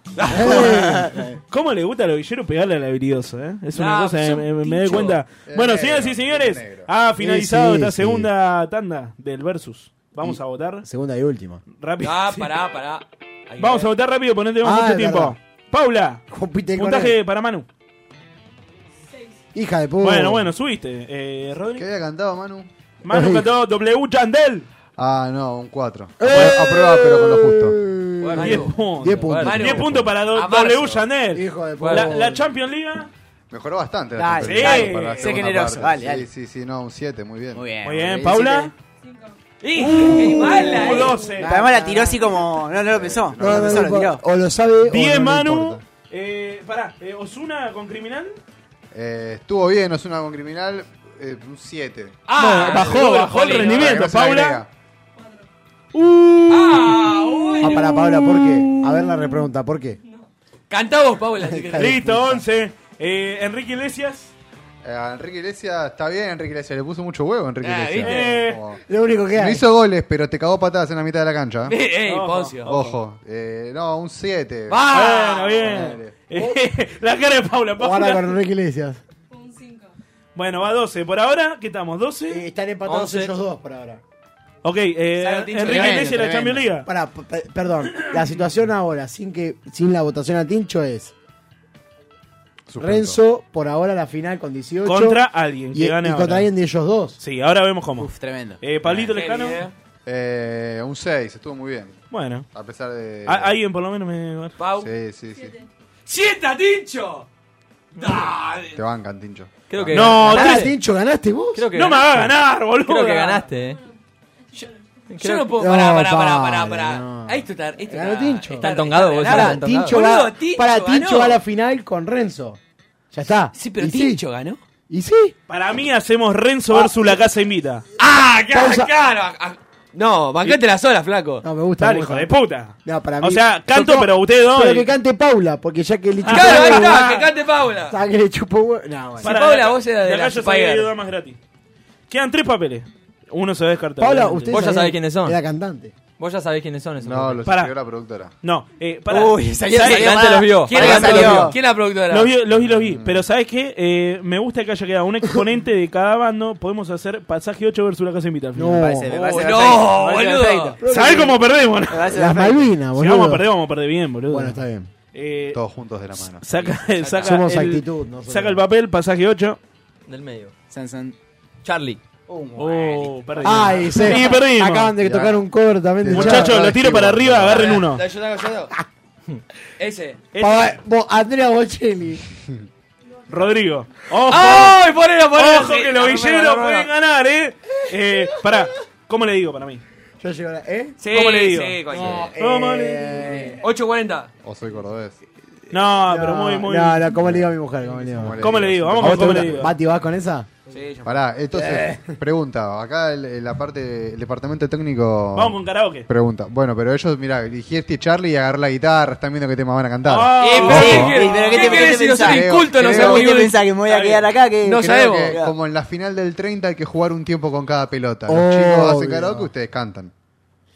B: ¿Cómo le gusta al ovillero pegarle al habilidoso? Eh? Es una
H: Nah,
B: cosa,
H: son
B: me, me- me doy
H: pinchos.
B: cuenta.
H: Es
B: Bueno,
H: negro,
B: señoras y señores,
H: es negro.
B: ha finalizado
C: Sí, sí,
B: esta
C: sí.
B: segunda tanda del Versus. Vamos a votar
C: Segunda y última.
B: rápido.
G: Ah,
B: Sí.
G: pará, pará. Ahí
B: Vamos
G: va.
B: a votar rápido, porque no tenemos
C: Ah,
B: mucho
C: es
B: tiempo.
C: verdad.
B: Paula,
C: Compite con él.
B: puntaje para Manu.
C: Hija de puta.
B: Bueno, bueno, subiste. Eh, Rodri.
E: ¿Qué había cantado, Manu?
B: Manu cantó W Chandel.
E: Ah, no, un 4. A prueba, pero con lo justo.
B: 10 puntos.
C: 10 puntos.
G: Manu.
B: 10 puntos para do-
G: A marzo.
B: W Chandel.
C: Hijo de puta.
B: La, la Champions League.
E: Mejoró bastante.
C: Dale,
E: bastante
B: dale.
E: para la
B: Sé
E: segunda
L: generoso,
E: parte.
L: dale,
E: sí, Sí,
L: dale.
E: sí, no, un 7, muy bien.
L: Muy bien.
B: Muy bien, Paula.
G: ¡Hija,
B: Uh.
G: qué mala! eh.
B: 12.
L: Pero además la tiró así como. No, no lo pensó. No,
C: No,
L: lo
C: no,
L: pensó,
C: no,
L: lo tiró.
C: o lo sabe.
B: 10
C: o no le
B: Manu.
C: importa.
B: Eh, pará, eh, Osuna con criminal.
E: Eh, estuvo bien, no es una con criminal. eh, un 7.
G: Ah,
B: Bueno, bajó,
G: doble
B: bajó el
G: jolín.
B: rendimiento, Paula.
G: Ah, bueno.
C: Ah, para Paula, ¿por qué? A ver la repregunta, ¿por qué?
G: Cantá vos, Paula. así que-
B: Listo, 11. Eh, Enrique Iglesias.
E: Eh, A Enrique Iglesias está bien, Enrique Iglesias. Le puso mucho huevo a Enrique
G: Ah,
E: Iglesias.
B: ¿viste?
E: Como-
C: Lo único que
E: No
C: hay.
E: hizo goles, pero te cagó patadas en la mitad de la cancha. ¿eh?
G: Ey, Poncio.
E: Ojo. Eh, no, un 7.
G: ¡Va!
B: Bueno, bien. Eh, la cara de Paula.
C: Ahora con
B: Paula.
C: Enrique Iglesias.
B: Bueno, va 12. Por ahora, ¿qué estamos? 12.
C: Eh, están empatados
G: Once.
C: ellos dos por ahora.
B: Ok, eh,
G: Salo Tincho,
B: Enrique
G: tremendo,
B: Iglesias y la
G: tremendo.
B: Champions League.
C: Pará, p- p- perdón. La situación ahora, sin que sin la votación a Tincho, es
E: Suspenso.
C: Renzo por ahora la final con 18.
B: Contra alguien
C: y,
B: que gane
C: y
B: ahora.
C: contra alguien de ellos dos.
B: Sí, ahora vemos cómo.
L: Uf, tremendo.
B: Eh, Pablito
G: Heavy,
B: Lescano.
G: eh.
E: Eh, un 6, estuvo muy bien.
B: Bueno.
E: A pesar
C: Eh.
E: de.
B: A- Ah, alguien por lo menos me.
F: Pau.
E: Sí, sí, sí.
F: ¡Sienta, Tincho! Dale.
E: Te bancan, Tincho. Ah.
D: Creo
F: que-
B: No,
C: Pará,
B: tres-
C: Tincho, ¿ganaste vos?
D: Creo que
B: No me hagas ganar, boludo.
D: Creo que ganaste, eh.
F: Yo no puedo.
D: No,
F: Pará, pará, pará, pará,
D: padre,
F: pará. Ahí esto está. Esto
C: Ganó
F: está,
C: Tincho.
F: Está
D: entongado, vos,
F: regalado.
D: Pará, Tincho
C: Tincho va-
F: Boludo, Tincho
C: para Tincho
F: ganó.
C: va a la final con Renzo. Ya está.
F: Sí, pero
C: Y
F: Tincho ganó.
C: ¿Y sí?
B: Para mí hacemos Renzo versus la casa invita.
F: ¡Ah! ¡Claro! No, bancate la sola, flaco.
C: No, me gusta.
B: Dale,
C: me
B: hijo
C: gusta.
B: de puta.
C: No, para
B: O
C: mí-
B: sea, canto,
C: Yo-
B: pero ustedes dos-
C: Pero que cante Paula, porque ya que le chupó
F: Claro, ahí
C: huevo-
F: está, que cante Paula.
C: Ah, que le chupó huevo. No, bueno.
F: Sí, Paula, vos
B: era
F: eras de la
B: yo
F: Spy
B: sabía que
F: Girl.
B: iba más gratis. Quedan tres papeles. Uno se va a descartar.
C: Paula,
B: obviamente.
C: usted
D: Vos ya sabés quiénes son.
C: Era cantante.
D: Vos ya sabés quiénes son esos.
E: No, los
B: Pará.
E: escribió la productora.
B: No, eh, pará.
D: Uy, salió-
B: ¿Sabés-
D: salió Adelante más. los vio.
B: ¿Quién
D: Adelante
B: salió?
D: los vio.
F: ¿Quién la productora?
B: Los vi, los vi, los vi.
E: Mm.
B: Pero ¿sabes qué? Eh, me gusta que haya quedado un exponente de cada bando. Podemos hacer pasaje 8 versus la casa invita al final. Oh,
C: No. Me parece- me
F: parece no, perfecto. boludo.
B: ¿Sabés cómo perdemos? no?
C: Las Malvinas,
B: Si
C: boludo.
B: vamos a perder, vamos a perder bien, boludo.
C: Bueno, está bien.
B: Eh,
E: Todos juntos de la mano.
B: saca, saca
C: Somos
B: el,
C: actitud, no somos-
B: saca el papel, pasaje 8.
D: Del medio.
L: Sansan.
D: Charlie.
B: Oh, perdimos.
C: Ay, se
B: Y perdimos.
C: acaban de tocar un cover también. de
B: Muchachos,
C: Chava.
B: lo tiro para arriba, agarren uno.
F: Yo tengo, yo tengo. Ese.
C: Pa- vos, Andrea Bocelli.
B: Rodrigo. ¡Ojo!
F: ¡Ay, ponelo, ponelo!
B: Ojo
F: Sí,
B: que
F: no,
B: los
F: no,
B: villeros
F: no, no, no.
B: pueden ganar, ¿eh? eh pará, ¿cómo le digo para mí?
C: Yo llego a la- ¿Eh?
F: Sí,
B: ¿Cómo le digo?
F: sí, cualquiera.
B: ¿Cómo
C: Eh,
B: le digo?
F: 8.40.
E: O soy cordobés.
B: No, pero muy, muy.
C: No, no, ¿cómo le digo a mi mujer? ¿Cómo le digo?
B: ¿Cómo le digo?
C: ¿A
B: Vamos
C: vos
B: con
C: te
B: cómo le
C: gusta?
B: digo. Eh.
C: Mati, ¿vas con esa?
E: Pará, entonces, pregunta. Acá el- el aparte- el departamento técnico.
B: Vamos con karaoke.
E: Pregunta. Bueno, pero ellos, mira, dijiste Charlie y agarré la guitarra, están viendo qué tema van a cantar.
B: Ah,
F: Eh,
E: Ojo.
F: pero ¿qué-
L: Ey, pero ¿qué
F: ¿Qué
L: te- qué
F: querés
L: te
F: si no
L: pensás?
F: soy inculto? No
E: Creo-
L: ¿Vos
F: sé
L: qué pensás que me voy a quedar acá? Que
F: No
E: Creo
F: sabemos.
E: que como en la final del 30 hay que jugar un tiempo con cada pelota. Los chicos hacen
C: Obvio.
E: karaoke, ustedes cantan.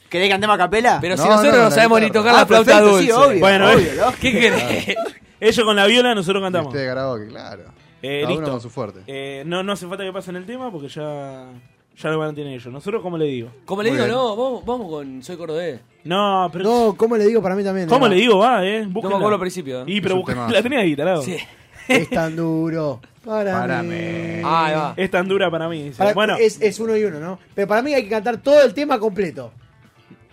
L: ¿Querés que cantemos a capela?
F: Pero si
E: No,
F: nosotros
E: no,
F: no,
E: la
F: sabemos ni
E: guitarra.
F: tocar la
L: Ah,
F: flauta
L: perfecto,
F: dulce.
L: sí, obvio.
B: Bueno, eh,
L: Obvio, lógico.
F: ¿Qué querés?
B: ellos con la viola, nosotros cantamos.
E: Ustedes karaoke, claro.
B: Eh,
E: Cada uno
B: listo.
E: con su fuerte.
B: Eh, no, no hace falta que pasen el tema porque ya, ya lo van a tener ellos. ¿Nosotros cómo le digo?
F: Como le
E: Muy
F: digo,
E: bien.
F: no, vamos, vamos con Soy Cordobés.
B: No, pero.
C: No, ¿cómo le digo para mí también?
B: ¿Cómo
C: Era,
B: le digo? Va, eh.
F: No
B: búsquenla.
F: me acuerdo al principio. ¿eh?
B: Y
E: Es
B: pero
E: un
B: busca-
E: temazo.
B: la tenía ahí, tarado.
F: Sí.
C: Es tan duro. Para
E: Párame.
C: mí.
F: Ahí va.
B: Es tan dura para mí. dice.
C: Para-
B: bueno,
F: eh,
C: es, es uno y uno, ¿no? Pero para mí hay que cantar todo el tema completo.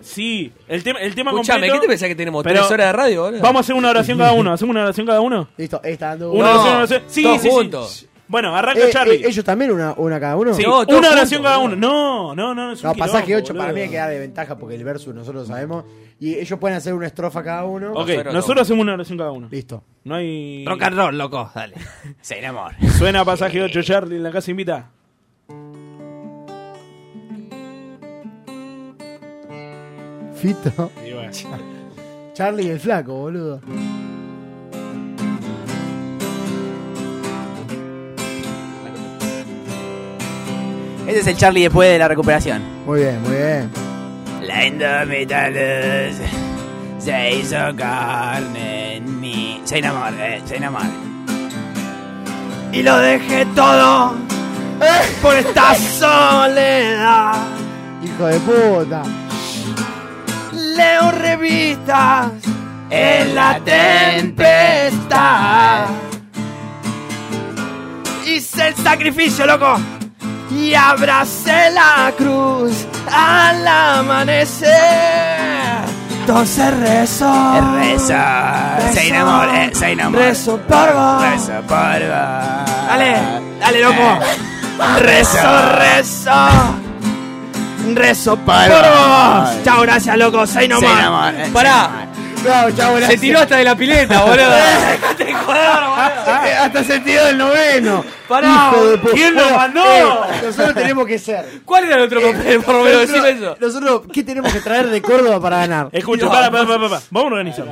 B: sí. El tema, el tema
F: Escuchame, ¿qué
B: completo-
F: te pensás que tenemos?
B: Pero-
F: ¿Tres horas de radio, boludo?
B: Vamos a hacer una oración cada uno. ¿Hacemos una oración cada uno?
C: Listo, es tan duro.
B: Una
F: No,
B: oración, una oración. Sí,
F: todos
B: sí, sí.
F: juntos.
B: Bueno, arranca
C: Eh,
B: Charlie.
C: eh, ¿Ellos también una, una cada uno?
B: Sí,
F: No, todos
B: una oración
F: juntos,
B: cada
F: boludo.
B: uno. No, no, no. Es un
C: No, pasaje
B: quilombo,
C: 8 para mí
B: boludo.
C: hay que dar de ventaja porque el versus nosotros lo sabemos. Y ellos pueden hacer una estrofa cada uno.
B: Ok,
F: Nosotros
B: nosotros,
F: no.
B: hacemos una oración cada uno.
C: Listo.
B: No hay.
F: Rock and roll, loco, dale. Sin amor.
B: Suena pasaje 8, Charlie, en la casa invita.
C: Fito. Charlie y el flaco, boludo.
L: Ese es el Charlie después de la recuperación.
C: Muy bien, muy bien.
L: La indomitable se hizo carne en mí. Se enamoró, eh, se enamoró.
R: y lo dejé todo
B: Eh.
R: por esta soledad.
C: Hijo de puta.
R: Leo revistas en la tempestad. Hice el sacrificio, loco, y abracé la cruz al amanecer. Entonces rezo,
L: Rezo, se enamoró, eh, se enamoró.
R: rezo por vos.
L: Rezo por vos.
R: Dale, dale, loco. Rezo, rezo. Rezo por vos. Chao, gracias, loco. Soy
L: Se
R: nomás.
L: enamoró, eh,
F: Pará,
C: Chao, chao,
F: se
C: gracias.
F: tiró hasta de la pileta, boludo. Dejate de joder, boludo.
C: Eh, Hasta se tiró del noveno.
F: Pará,
C: Hijo de puta.
B: ¿quién lo
C: Bueno,
B: mandó?
C: eh, nosotros tenemos que ser.
F: ¿Cuál era el otro papel? Por lo menos decime eso.
C: Nosotros, nosotros, ¿qué tenemos que traer de Córdoba para ganar?
B: Escucha, para, para, para, para. Vamos a organizar.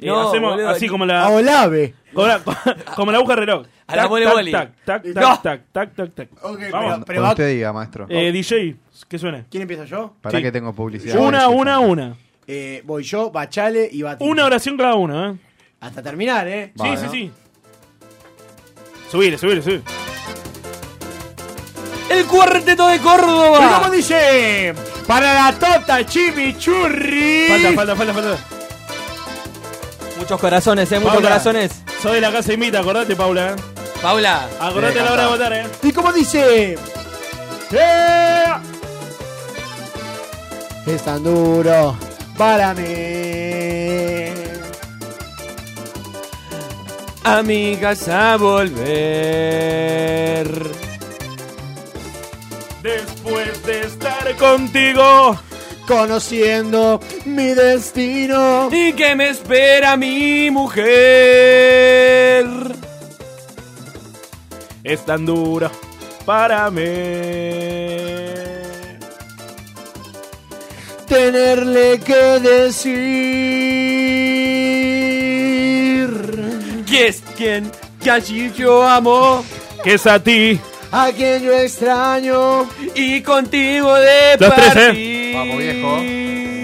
B: Eh,
F: No,
B: hacemos
F: boludo,
B: así
F: ni-
B: como
C: A
B: la,
C: Olave.
B: como la, como la aguja de reloj.
F: A la mole
B: tac,
F: boli.
B: tac, tac, tac,
F: No.
B: tac, tac, tac, tac. Vamos.
E: Cuando- cuando usted diga, maestro.
B: Eh, DJ, ¿qué suena?
C: ¿Quién empieza yo?
E: Para
B: sí.
E: que tengo publicidad.
B: Una, una, una.
C: Eh, voy yo, Bachale y Batín.
B: Una oración cada uno, ¿eh?
C: Hasta terminar, ¿eh?
E: Vale.
B: Sí, sí, sí. Subile, subile, subile.
F: El cuarteto de Córdoba.
C: Y como dice, para la tota chimichurri.
B: Falta, falta, falta, falta.
D: Muchos corazones, eh, muchos
B: Paula.
D: corazones.
B: Soy de la casa invita, acordate, Paula. ¿eh?
F: Paula.
B: Acordate a la hora de votar, ¿eh?
C: Y como dice, es tan duro para mí.
H: Amigas a volver.
B: Después de estar contigo,
C: conociendo mi destino.
H: ¿Y que me espera mi mujer?
B: es tan duro para mí.
C: Tenerle que decir
H: que es quien que allí yo amo,
B: que es a ti,
C: a quien yo extraño
H: y contigo de
B: Los tres, ¿eh?
H: partir. Vamos viejo.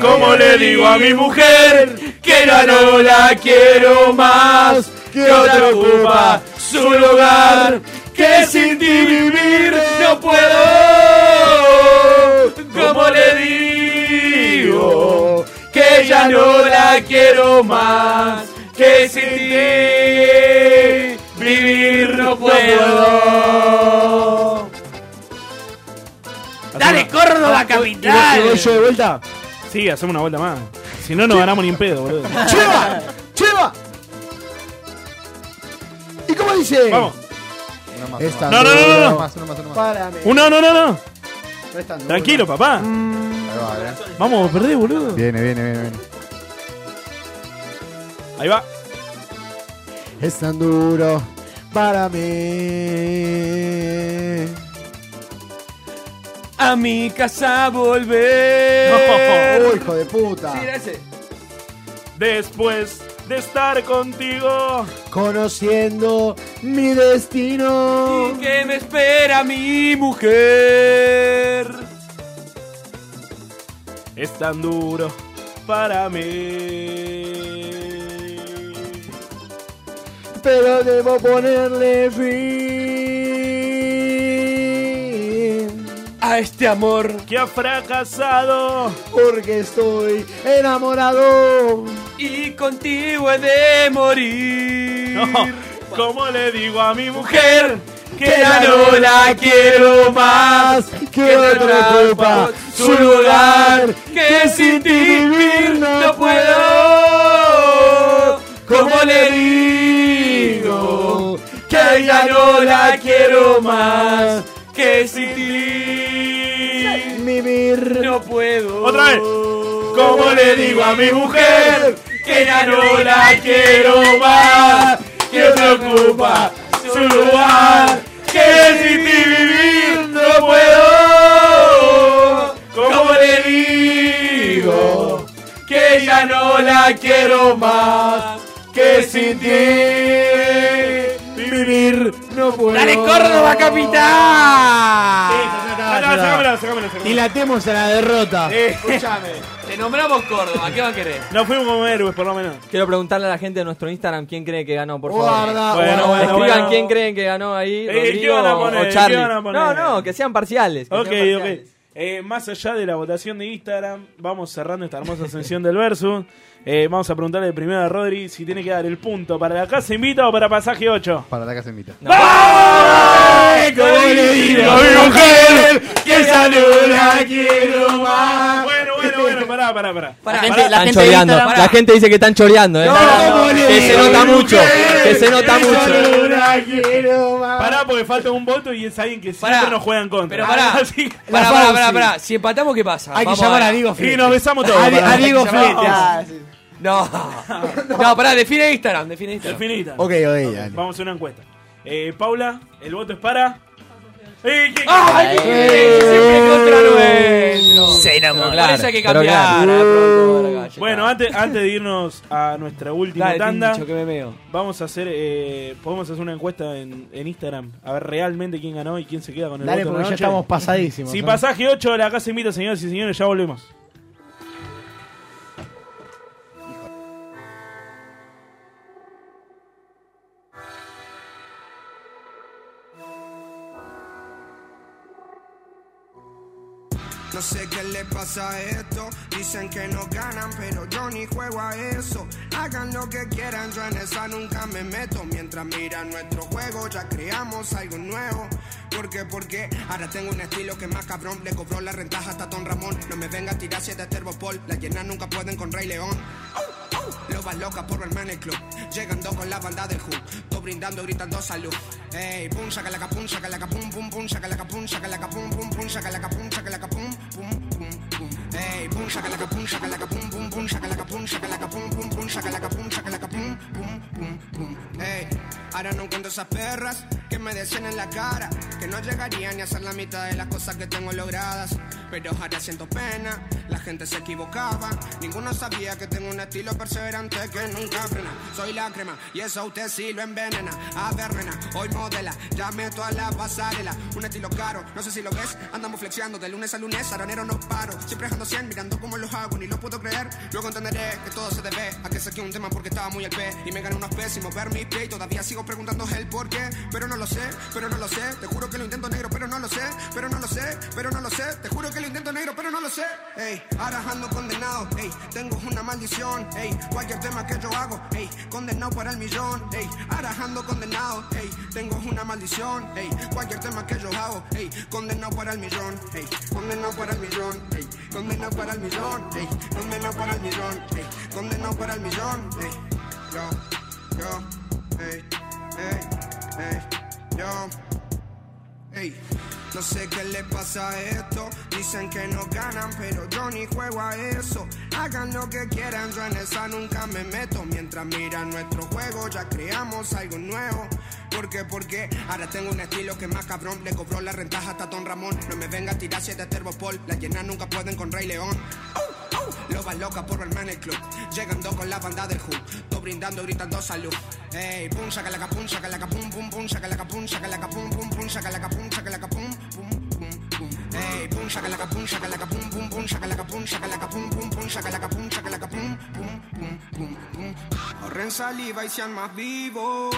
B: ¿Cómo le digo a mi mujer
H: que ya no la quiero más? Que otra ocupa su lugar, que sin ti vivir no puedo. ¿Cómo le digo que ya no la quiero más? Que sin ti vivir no puedo. Ah, Dale, Córdoba,
B: Ah, ¿Y
H: capital.
B: voy yo de vuelta? Sí, hacemos una vuelta más. Si no, no ganamos ni en pedo, boludo.
C: ¡Cheva! ¡Cheva! ¿Y cómo dice?
B: Vamos.
C: Es tan
B: No, no, no,
C: duro
B: no, no.
C: para mí.
B: ¡Uno, no, no, no!
C: No es tan duro.
B: Tranquilo, papá.
H: Mm.
B: eh. Vamos, perdés, boludo.
E: Viene, viene, viene, viene.
B: Ahí va.
C: Es tan duro para mí.
H: A mi casa volver.
C: Uy, hijo de puta.
H: Sí, era ese.
B: Después de estar contigo,
C: Conociendo mi destino.
H: ¿Y qué me espera mi mujer?
B: es tan duro para mí.
C: Pero debo ponerle fin.
H: A este amor
B: que ha fracasado.
C: Porque estoy enamorado.
H: Y contigo he de morir.
B: ¿Cómo le digo a mi mujer
H: Mujer, que ya no la quiero más.
C: Que otra culpa
H: su lugar. Que sin ti vivir no puedo. ¿Cómo le digo? Que ya no la quiero más. Que sin ti
C: vivir
H: no puedo.
B: Otra vez.
H: ¿Cómo le digo a mi mujer que ya no la quiero más? Que otra ocupa su lugar. Que sin ti vivir no puedo. ¿Cómo le digo que ya no la quiero más? Que sin ti vivir no puedo. ¡Dale Córdoba,
B: Sacá,
H: capital!
B: sacámela, sacámela,
C: Y
B: sacámela.
C: latemos a la derrota.
B: Eh.
D: Escúchame.
H: Te nombramos Córdoba, ¿qué va a querer?
B: No fuimos como héroes, por lo menos.
D: Quiero preguntarle a la gente de nuestro Instagram quién cree que ganó, por favor.
C: Guarda,
B: Bueno,
C: guarda.
B: bueno,
D: Escriban
B: bueno.
D: quién creen que ganó ahí,
B: Eh,
D: Rodrigo
B: ¿qué van a poner?
D: o
B: ¿Qué
D: Charlie.
B: van a poner?
D: No, no, que sean parciales. que
B: Ok,
D: sean
B: ok.
D: parciales.
B: Eh, más allá de la votación de Instagram, vamos cerrando esta hermosa sesión del versus. Eh, vamos a preguntarle primero a Rodri si tiene que dar el punto para la casa invita o para pasaje 8.
E: Para la casa invita.
B: ¿Cómo le digo a mi mujer que esa no la quiero más? Bueno, bueno, bueno, pará, pará, pará.
D: La
B: Pará,
D: gente,
B: pará.
D: están choreando. La gente dice que están choreando, ¿eh? que se nota mucho. Que se nota mucho.
B: Pará, porque falta un voto y es alguien que siempre
F: Pará.
B: nos juega en contra.
F: Pero pará.
B: Así que-
F: Pará,
C: La
F: pará,
C: Fauci.
F: pará, pará. Si empatamos, ¿qué pasa?
C: Hay que
F: Vamos
C: llamar
F: a-
C: a Diego Flete.
B: Y nos besamos todos.
C: A,
B: pará.
C: a Diego
F: Llamamos.
C: Flete.
F: Ah, No. No, pará, define Instagram, define Instagram.
B: Definita.
C: Ok, ok, dale.
B: Vamos a hacer una encuesta. Eh, Paula, el voto es para. ¡Eh, qué-
H: ¡Ay, qué siempre contra nuestro!
D: Se enamora.
H: Pero Parece que
D: Pero
H: cambiar.
D: claro.
B: Bueno, antes, antes de irnos a nuestra última
F: Dale,
B: tanda,
F: Tincho, que me meo.
B: vamos a hacer. eh, podemos hacer una encuesta en, en Instagram. A ver realmente quién ganó y quién se queda con el
C: Dale,
B: voto. de
C: porque
B: la
C: ya
B: noche.
C: estamos pasadísimos.
B: Si
C: ¿eh?
B: pasaje 8 de la casa invita, señoras y señores, ya volvemos.
N: No sé qué le pasa a esto. Dicen que no ganan, pero yo ni juego a eso. Hagan lo que quieran, yo en esa nunca me meto. Mientras miran nuestro juego, ya creamos algo nuevo.
V: ¿Por qué? ¿Por qué? Ahora tengo un estilo que más cabrón le cobró la rentaja hasta Don Ramón. No me venga a tirar si es de Terbopol. Las llenas nunca pueden con Rey León. Oh, oh. Lo va loca por verme en el club. Llegando con la banda del Who. Todo brindando, gritando salud. Ey, pum, saca la capun, saca la capun, pum, pum, saca la capun, saca la capun, pum, pum, saca la capun, saca la capun, pum, pum, pum. Ey, pum, saca la capun, saca la capun, pum, pum, saca la capun, saca la capun, pum, pum, saca la capun, saca la capun, pum, pum, pum. Mm, Ey, ahora no encuentro esas perras que me decían en la cara que no llegarían ni a hacer la mitad de las cosas que tengo logradas. Pero ahora siento pena, la gente se equivocaba. Ninguno sabía que tengo un estilo perseverante que nunca frena. Soy la crema y eso a usted sí lo envenena. A ver, nena, hoy modela, ya meto a la pasarela. Un estilo caro, no sé si lo ves. Andamos flexiando de lunes a lunes, aranero no paro. Siempre ando 100, mirando cómo los hago, ni lo puedo creer. Luego entenderé que todo se debe a que saqué un tema porque estaba muy al pez. Y me gané unos pésimos ver mi pie y todavía sigo preguntando el por qué. Pero no lo sé, pero no lo sé. Te juro que lo intento negro, pero no lo sé. Pero no lo sé, pero no lo sé. Te juro que lo intento negro, pero no lo sé. Ey, ahora ando condenado. Ey, tengo una maldición. Ey, cualquier tema que yo hago. Ey, condenado para el millón. Ey, ahora ando condenado. Ey, tengo una maldición. Ey, cualquier tema que yo hago. Ey, condenado para el millón. Ey, condenado para el millón. Ey, condenado para el millón. Ey, condenado para el millón. Ey, condenado para el millón. Ey, yo, yo, ey, ey, ey, yo. Ey, no sé qué le pasa a esto. Dicen que no ganan, pero yo ni juego a eso. Hagan lo que quieran, yo en esa nunca me meto. Mientras miran nuestro juego, ya creamos algo nuevo. ¿Por qué? Porque ahora tengo un estilo que más cabrón le cobró la rentaja hasta Don Ramón. No me venga a tirar si es de Terbopol. Las llenas nunca pueden con Rey León. Oh, oh, Lo va loca por verme en el club. Llegando con la banda del Who. Todo brindando, gritando salud. Ey, pum, saca la capun, saca la capun, pum, pum, saca la capun, saca la capun, pum, pum, saca la capun, saca la capun, pum, pum, pum. Ey, pum, saca la capun, saca la capun, pum, pum, saca la capun, saca la capun, pum, pum, saca la capun, saca la capun, pum, pum, pum, pum. Ahorren saliva y sean más vivos.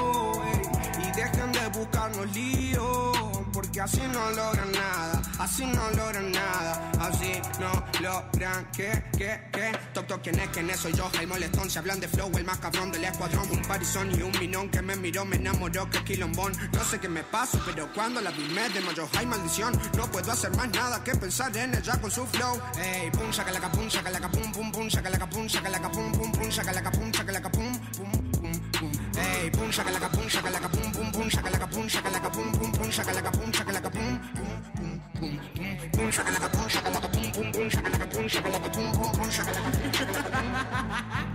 V: ey, y dejen de buscarnos líos. Porque así no logran nada, así no logran nada, así no logran que, que, que. Toc, toc, ¿quién es? ¿Quién es? Soy yo, el molestón. Se hablan de flow, el más cabrón del escuadrón. Un parizón y un minón que me miró, me enamoró, que quilombón. No sé qué me pasa, pero cuando la vi me desmayó. Hay maldición, no puedo hacer más nada que pensar en ella con su flow. Ey, pum, saca la capun, saca la capun, pum, pum, saca la capun, saca la capun, pum, pum, saca la capun, saca la capun, pum, pum, pum. Ey, pum, saca la capun, saca la capun, pum, pum, saca la capun, saca la capun, pum, pum, saca la capun, saca la capun, pum, pum, pum, pum, pum, saca la capun, saca la capun, pum, pum, saca la capun, saca la capun, pum, pum, saca la capun, saca la capun.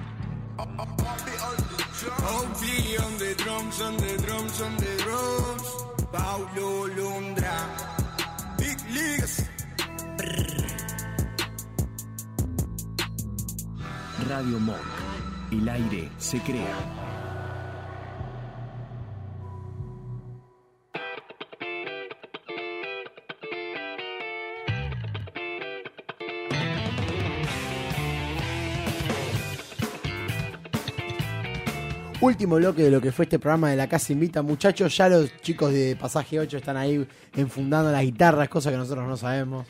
W: Oakley on the drums, on the drums, on the drums. Paulo Londra. Big Leagues.
A: Radio Monk. El aire se crea.
C: Último bloque de lo que fue este programa de La Casa Invita, muchachos. Ya los chicos de Pasaje 8 están ahí enfundando las guitarras, cosa que nosotros no sabemos.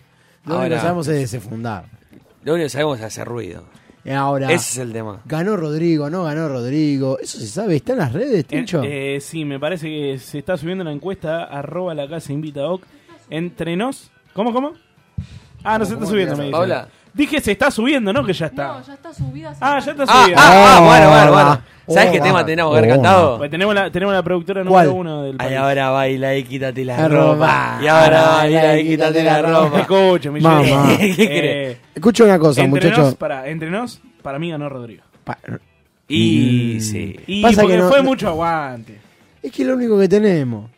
C: Lo único
F: Ahora-
C: que sabemos es desenfundar.
F: Lo único que sabemos es hacer ruido.
C: Y ahora,
F: Ese es el tema.
C: ganó Rodrigo, no ganó Rodrigo. Eso se sabe, está en las redes, Tincho.
B: Eh, eh, sí, me parece que se está subiendo la encuesta arroba la casa invita oc. Entre nos. ¿Cómo, cómo? Ah, no se está
F: cómo
B: subiendo,
F: que
B: me dice.
F: Paula.
B: Dije se está subiendo, no que ya está.
X: No, ya está subida. hace
B: Ah, ya está
X: rato.
B: subida.
F: ah, ah, bueno, bueno, bueno. ¿Sabes qué tema tenemos que haber cantado?
B: Pues tenemos la, tenemos la productora
F: ¿Cuál?
B: número uno del
F: Ay,
B: país.
F: ahora baila y quítate la
B: La
F: ropa.
B: ropa.
F: Y ahora
B: Ay,
F: baila
B: ay,
F: y quítate la ropa.
B: Escucha, mi
C: Mamá.
B: ¿Qué
C: Eh,
B: crees?
C: escucha una cosa,
B: entre
C: muchacho.
B: Nos, para, entre nos, para mí ganó Rodrigo.
F: Y sí.
B: Y
C: Pasa que
B: porque
C: no-
B: fue
C: no-
B: mucho aguante.
C: Es que es lo único que tenemos.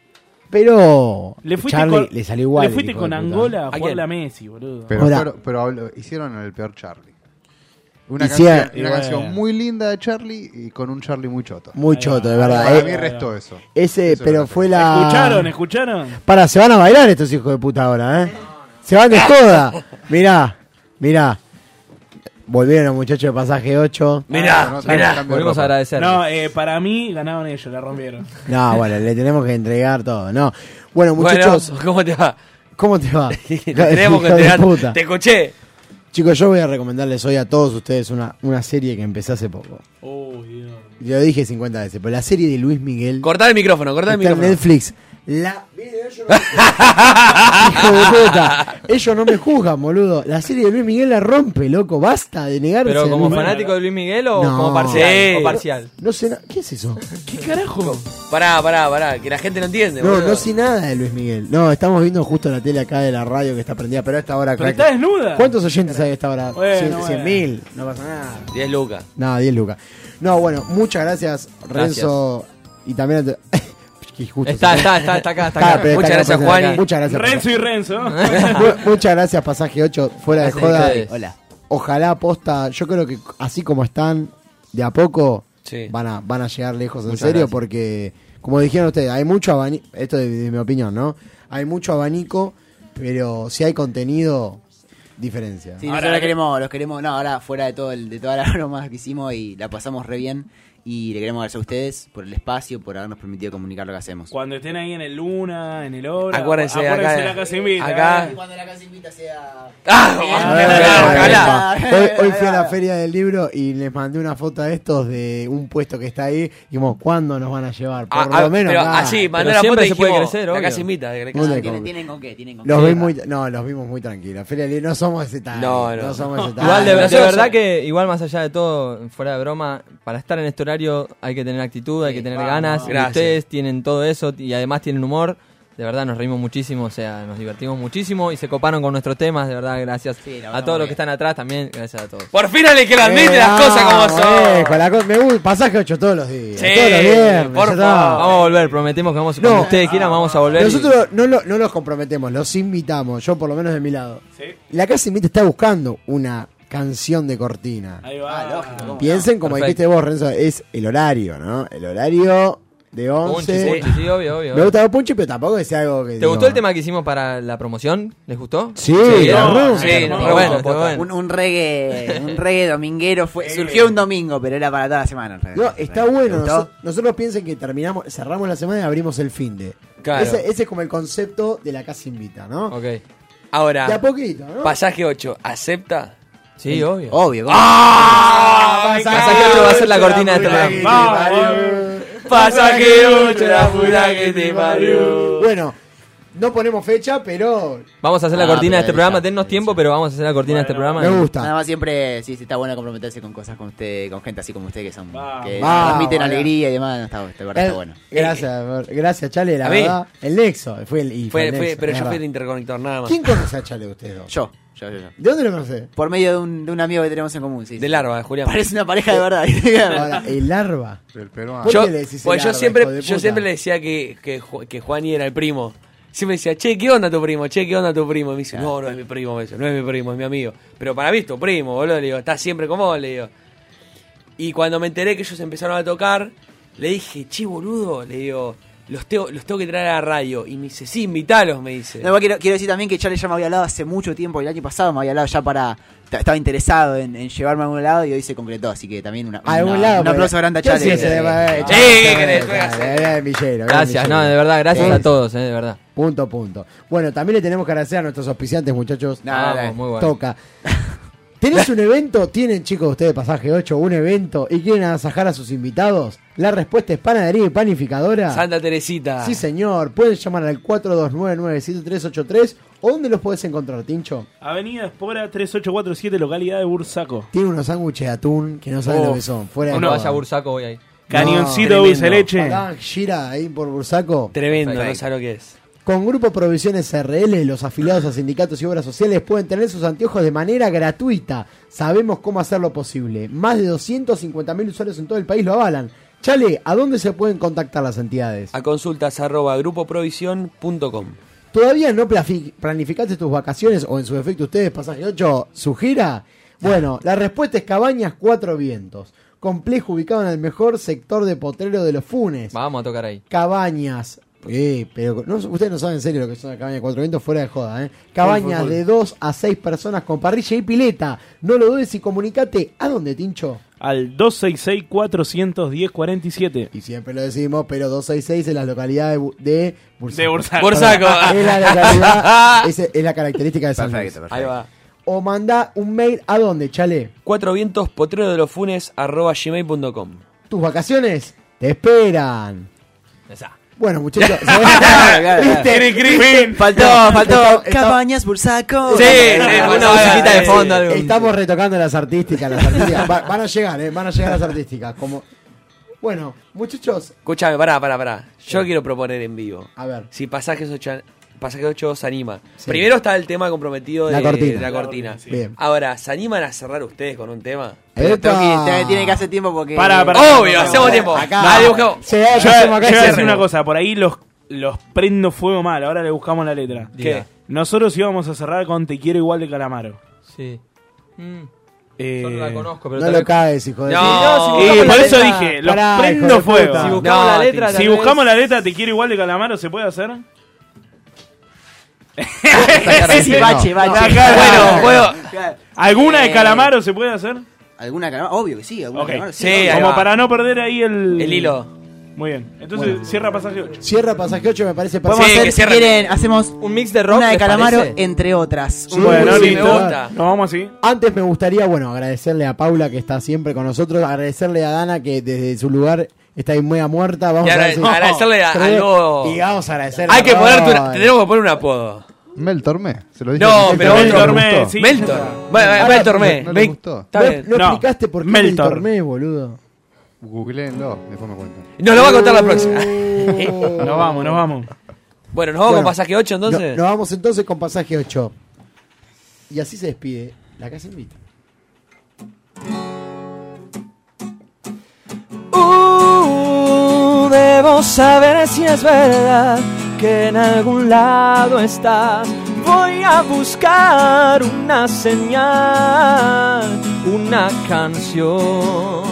C: Pero
B: Le fuiste
C: Charlie
B: con,
C: le salió igual.
B: le fuiste
C: el hijo
B: con
C: de puta.
B: Angola a
F: quién?
B: jugarle a Messi, boludo.
E: Pero,
C: Ahora-
E: fueron- pero hablo- hicieron el peor Charlie. Una,
C: Hicieron-
E: canción, una
C: y
E: canción
C: bueno.
E: muy linda de Charlie y con un Charlie muy choto.
C: Muy choto, de verdad.
E: Para
C: eh.
E: mí restó eso.
C: Ese,
E: Eso
C: pero
E: era
C: fue la.
B: ¿Escucharon? ¿Escucharon?
C: Para, se van a bailar estos hijos de puta ahora, ¿eh? Se van de joda. Mirá, mirá. Volvieron los muchachos de pasaje 8.
B: Mirá,
D: mirá. Volvemos a agradecer.
B: No, eh, para mí ganaron ellos, la rompieron.
C: No, bueno, le tenemos que entregar todo, ¿no? Bueno, muchachos.
F: Bueno, ¿cómo te va?
C: ¿Cómo te va?
F: tenemos que
C: Hijo de
F: entregar-
C: puta.
F: Te escuché.
C: Chicos, yo voy a recomendarles hoy a todos ustedes una, una serie que empecé hace poco.
B: Oh,
C: Lo dije 50 veces, pero la serie de Luis Miguel.
F: Cortá el micrófono, cortá el
C: Está en
F: micrófono.
C: Netflix. La. Hijo de puta. Ellos no me juzgan, boludo. La serie de Luis Miguel la rompe, loco. Basta de negarse.
D: ¿Pero
C: a
D: como
C: Luis Miguel.
D: fanático de Luis Miguel o
C: No.
D: como parcial?
F: Sí.
D: O parcial.
C: No sé. na- ¿Qué es eso? ¿Qué carajo?
F: Pará, pará, pará, que la gente no entiende,
C: No,
F: boludo.
C: no sé nada de Luis Miguel. No, estamos viendo justo la tele acá de la radio que está prendida, pero a esta hora.
B: Pero
C: crack-
B: está desnuda.
C: ¿Cuántos oyentes hay a esta hora?
B: Bueno,
C: Cien-
B: bueno.
C: cien mil. No pasa nada.
F: 10 lucas.
C: No, 10 lucas. No, bueno, muchas gracias,
F: Gracias.
C: Renzo. Y también. a tu- Que justo
D: Está,
C: se-
D: está, está, está acá, está acá.
C: pero
D: Muchas gracias,
C: presente
D: Juan.
C: acá. pues, Muchas gracias.
B: Renzo y Renzo.
C: Mu- Muchas gracias, pasaje 8. Fuera
D: Gracias
C: de
D: a
C: joda.
D: ustedes. Hola.
C: Ojalá aposta. Yo creo que así como están, de a poco
F: Sí.
C: van, a, van a llegar lejos, en
F: Muchas
C: serio,
F: gracias.
C: porque, como dijeron ustedes, hay mucho abanico. Esto de, de mi opinión, ¿no? Hay mucho abanico, pero si hay contenido, diferencia.
L: Sí, nosotros los queremos, los queremos, no, ahora fuera de todo el- de todas las bromas que hicimos y la pasamos re bien y le queremos agradecer a ustedes por el espacio, por habernos permitido comunicar lo que hacemos.
B: Cuando estén ahí en el Luna, en el Oro.
L: Acuérdense, acá-
B: la casa invita.
L: acá-
B: eh.
L: Cuando la casa invita sea.
F: Ah,
C: Ahí va. Hoy, Ah, hoy fui a la feria del libro y les mandé una foto a estos de un puesto que está ahí. Y dijimos, ¿cuándo nos van a llevar? Por
F: Ah, ah,
C: lo menos.
F: pero
C: nada.
F: así, mandó la foto y dijimos, la
C: obvio.
F: casa invita, la casa
C: No
F: invita.
C: sé
F: Tienen-
C: cómo.
F: tienen con qué, tienen con
C: los
F: qué.
C: Vi muy, no, los vimos muy tranquilos. Feria del libro, no somos ese tal.
D: No, no.
C: somos ese tal.
D: Igual de, de verdad que, igual más allá de todo, fuera de broma, para estar en este horario hay que tener actitud, hay que tener
F: vamos.
D: ganas. Y
F: Gracias.
D: ustedes tienen todo eso y además tienen humor. De verdad nos reímos muchísimo, o sea, nos divertimos muchísimo y se coparon con nuestros temas, de verdad, gracias a todos los que están atrás también, gracias a todos.
F: Por fin alguien que lo admite las cosas como son.
C: Eh, Viejo, la cosa- me gusta, pasaje 8 todos los días.
D: Sí,
C: todos los viernes,
D: por
C: ya
D: favor.
C: está.
D: Vamos a volver, prometemos que vamos, cuando ustedes quieran vamos a volver. y-
C: Nosotros no, lo- no los comprometemos, los invitamos, yo por lo menos de mi lado. La Casa Invita está buscando una canción de cortina.
B: Ahí va. lógico.
C: Piensen como
D: Perfecto.
C: dijiste vos, Renzo, es el horario, ¿no? El horario de 11.
D: Punchi, punchi, sí, obvio, obvio.
C: Me gusta el punchi, pero tampoco que sea algo que.
D: ¿Te
C: digo,
D: gustó el tema que hicimos para la promoción? ¿Les gustó?
C: Sí,
D: ¿no?
C: la rompe.
D: sí, no, re bueno, re bueno.
L: Un, un reggae, Eh, un reggae dominguero fue, surgió un domingo, pero era para toda la semana. el reggae.
C: eh, No, está
L: ¿Te
C: bueno.
L: gustó?
C: Noso- Nosotros piensen que terminamos, cerramos la semana y abrimos el fin de.
F: Claro.
C: Ese, eh, ese es como el concepto de la Casa Invita, ¿no?
D: Ok.
F: Ahora,
C: De a poquito, ¿no?
F: pasaje 8, ¿acepta?
D: Sí, obvio.
L: Obvio,
F: ¡Ah!
D: Pasaje 8 va a ser la cortina de este programa. Pasaje 8, la este puta que te parió.
C: Bueno, no ponemos fecha, pero
D: Vamos a hacer la
L: Ah,
D: cortina
L: pero
D: de este
L: ahí
D: programa, dennos tiempo, pero vamos a hacer la cortina de este programa.
C: me
D: y-
C: gusta.
L: Nada más siempre, sí, sí, está bueno comprometerse con cosas con usted, con gente así como usted que son, que
C: Vamos,
L: transmiten
C: vamos.
L: alegría y demás, no, está, de verdad
C: Eh,
L: está bueno.
C: Gracias, Ber- gracias, Chale, la
L: A mí.
C: verdad. El Nexo, fue el, y
L: Fue-
C: el
L: fue-
C: Nexo,
L: pero
C: la
L: yo fui
C: verdad.
L: el
F: interconector, nada
C: ¿Quién conoce a Chale ustedes dos?
L: Yo, yo, yo, yo.
C: ¿De dónde lo conocés?
L: Por medio de un, de un amigo que tenemos en común, sí.
F: De larva, de Julián. Eh,
L: Parece una pareja de verdad.
C: Ahora, el larva.
E: El peruano.
C: ¿Por
F: Yo,
C: qué le decís el
F: pues
C: larva, hijo
F: yo
C: de
F: siempre, yo
C: puta?
F: siempre le decía que, que, Ju- que Juani era el primo. Siempre decía, che, ¿qué onda tu primo? Che, ¿qué onda tu primo? Y me dice, no, no es mi primo, me dice, no es mi primo, es mi amigo. Pero para mí es tu primo, boludo. Le digo, estás siempre como vos", le digo. Y cuando me enteré que ellos empezaron a tocar, le dije, che, boludo, le digo, los tengo, los tengo que traer a la radio. Y me dice, sí, invitalos, me dice.
L: No, igual quiero, quiero decir también que Charlie ya me había hablado hace mucho tiempo, el año pasado me había hablado ya para. t- Estaba interesado en, en llevarme a algún lado y hoy se concretó, así que también una,
C: A algún
L: una-
C: Ah, lado.
L: un
C: pero-
L: aplauso grande a
C: ¿Qué
L: Charlie.
C: haces, eh, eh,
L: Ah.
C: Chale?
L: querés?
C: Chale, eh, Millero, eh,
D: Gracias,
C: Millero.
D: no, de verdad, gracias
C: Sí,
D: a todos, eh, de verdad.
C: Punto, punto. Bueno, también le tenemos que agradecer a nuestros auspiciantes, muchachos.
D: No, Vamos, dale. muy bueno.
C: Toca. ¿Tenés un evento? ¿Tienen, chicos, ustedes pasaje 8, un evento y quieren agasajar a sus invitados? La respuesta es panadería y panificadora.
F: Santa Teresita.
C: Sí, señor. Pueden llamar al 4299-7383. ¿O dónde los podés encontrar, Tincho?
B: Avenida Espora 3847, localidad de Bursaco.
C: Tiene unos sándwiches de atún que no saben
B: Oh,
C: lo que son. Fuera de
D: Uno
C: joda.
D: vaya a Bursaco hoy ahí.
B: Cañoncito dulce de leche.
C: Pagán, gira ahí por Bursaco.
F: Tremendo,
C: Perfecto.
F: no sabe lo que es.
C: Con Grupo Provisiones RL, los afiliados a sindicatos y obras sociales pueden tener sus anteojos de manera gratuita. Sabemos cómo hacerlo posible. Más de 250.000 usuarios en todo el país lo avalan. Chale, ¿a dónde se pueden contactar las entidades?
F: A consultas arroba grupoprovision.com.
C: ¿Todavía no plafi- planificaste tus vacaciones o en su defecto ustedes pasaje 8 su gira? Bueno, la respuesta es Cabañas Cuatro Vientos, complejo ubicado en el mejor sector de potrero de los Funes.
D: Vamos a tocar ahí.
C: Cabañas. Eh, pero no- ustedes no saben en serio lo que son las cabañas de cuatro vientos fuera de joda, ¿eh? Cabañas
B: Full, full, full.
C: de 2 a 6 personas con parrilla y pileta. No lo dudes y comunicate. ¿A dónde, Tincho?
B: Al 266-410-47.
C: Y siempre lo decimos, pero 266 en las localidades de, Bu- de Bursaco.
B: De Bursaco. Bursaco.
C: Perdón, Es la localidad, es, es la característica de San
F: Perfecto,
C: Luis.
F: perfecto. Ahí va.
C: O manda un mail a dónde, chale.
F: Cuatro vientos potrero de los funes arroba gmail.com.
C: Tus vacaciones te esperan. Bueno, muchachos.
O: Tiene
C: ¿Viste?
O: crimen. Faltó,
C: No,
O: faltó.
C: está- está-
O: Cabañas por saco.
C: Sí, sí,
O: Ah,
C: una
O: ah,
C: musiquita
O: ah,
C: de
O: sí.
C: fondo, algo. Estamos retocando las artísticas, las artísticas. Va- van a llegar, eh, van a llegar las artísticas. Como... Bueno, muchachos,
F: Escúchame, pará, pará, pará. Yo quiero proponer en vivo.
C: A ver.
F: Si pasajes 8, pasajes 8 se anima. Primero está el tema comprometido de
C: La cortina.
F: la cortina.
C: sí. Bien.
F: Ahora, ¿se animan a cerrar ustedes con un tema?
L: Pero tengo que- te- tiene que hacer tiempo porque.
B: Para, para.
F: Obvio, hacemos tiempo.
L: Acá.
F: Dale, buscamos.
B: Yo, yo voy a decir una cosa, por ahí los, los prendo fuego mal, ahora le buscamos la letra.
F: ¿Qué?
B: Nosotros íbamos a cerrar con Te quiero igual de Calamaro.
D: Sí.
B: Eh,
D: Yo no la conozco, pero
C: no lo caes, hijo de
B: No,
C: puta.
B: y por eso dije, los
C: Pará, hijo
B: prendo
C: de
B: fuego.
C: puta.
D: buscamos la letra,
B: si
D: tal vez-
B: buscamos la letra, te quiero igual de calamaro, ¿se puede hacer?
L: Sí, sí, bache,
B: No,
L: bache.
B: acá,
L: Claro.
B: bueno, puedo-
L: Claro.
B: ¿Alguna de
L: Eh,
B: calamaro se puede hacer?
L: ¿Alguna calamar? Obvio que sí, alguna
B: Ok.
L: calamar,
B: Sí,
L: obvio.
B: como para no perder ahí el...
L: El hilo.
B: Muy bien. Entonces
L: Bueno.
B: cierra pasaje 8.
C: Cierra pasaje 8, me parece
L: Podemos hacer, si quieren, hacemos
D: un mix de
L: Una de
C: ¿les
L: calamaro,
C: parece?
L: entre otras.
C: Sí, bueno,
L: sí,
C: listo.
L: me gusta.
B: Nos vamos así.
C: Antes me gustaría, bueno, agradecerle a Paula que está siempre con nosotros, agradecerle a Dana que desde su lugar está ahí muy a muerta. Vamos
F: Y
C: a
F: agrade-
C: ver si-
F: agradecerle a, a
C: Tres-
F: Go.
C: Y vamos a agradecerle
F: Hay
C: a
F: que
C: Go.
F: ponerte una- tenemos que poner un apodo.
E: Mel Tormé, se lo dije.
F: No,
E: al principio,
F: pero
E: no le
F: Meltor,
E: gustó.
F: Mel- sí. Meltor. Bueno, eh,
E: Ahora,
F: Meltor, Mel.
E: No, no le
F: Mel-
E: gustó.
F: Está
C: No-
F: bien.
C: No,
F: No.
C: explicaste por qué
F: Meltor.
C: Meltor. Tormé, boludo.
E: Googleenlo, después me cuentan.
F: Nos lo va a contar la próxima.
B: nos vamos, nos vamos.
F: Bueno, ¿nos vamos
C: Bueno,
F: con pasaje 8 entonces?
C: no- nos vamos entonces con pasaje 8. Y así se despide la casa invita.
H: Uh, debo saber si es verdad que en algún lado estás. Voy a buscar una señal, una canción.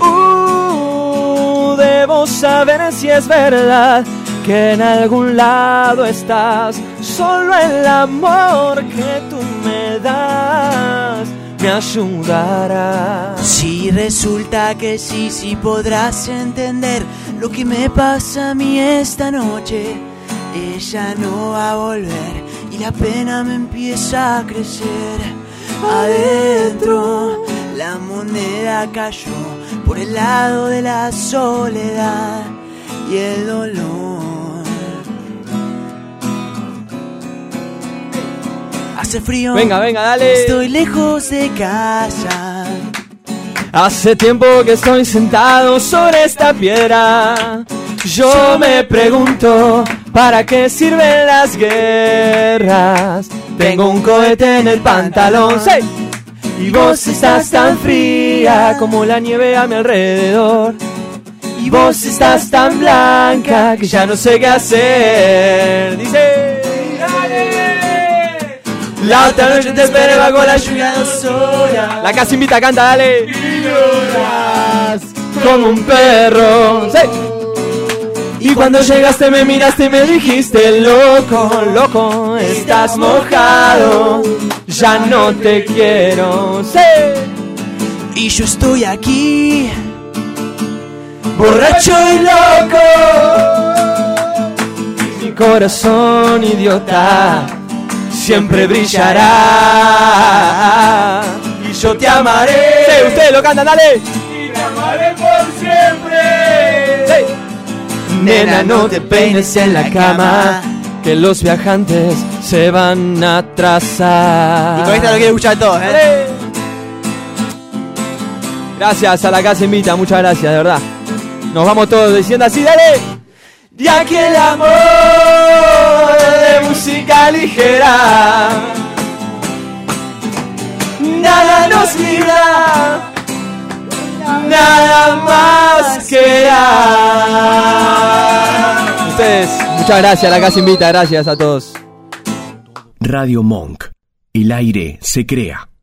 H: Uh, debo saber si es verdad que en algún lado estás. Solo el amor que tú me das me ayudará.
O: Si resulta que sí, sí podrás entender lo que me pasa a mí esta noche. Ella no va a volver y la pena me empieza a crecer. Adentro la moneda cayó por el lado de la soledad y el dolor. Hace frío.
H: Venga, venga, dale.
O: Estoy lejos de casa.
H: Hace tiempo que estoy sentado sobre esta piedra. Yo me pregunto, ¿para qué sirven las guerras? Tengo un cohete en el pantalón. ¡sí! Y vos estás tan fría como la nieve a mi alrededor. Y vos estás tan blanca que ya no sé qué hacer. Dice. La otra noche te esperé bajo la lluvia dos horas. La casa invita, canta, dale. como un perro. Sí. Y cuando llegaste me miraste y me dijiste loco, loco, estás mojado, ya no te quiero. Sí.
O: Y yo estoy aquí,
H: borracho y loco. Mi corazón idiota siempre brillará. Y yo te amaré. Sí, ustedes lo cantan, dale.
G: Y te amaré por siempre.
H: Nena, no te peines en la cama. Que los viajantes se van a atrasar.
L: Y con esta lo quiero escuchar todos, ¿eh?
H: Gracias a la casa invita, muchas gracias, de verdad. Nos vamos todos diciendo así, dale. Ya que el amor de música ligera nada nos libra, nada más que dar. Ustedes, muchas gracias, la casa invita, gracias a todos.
A: Radio Monk. El aire se crea.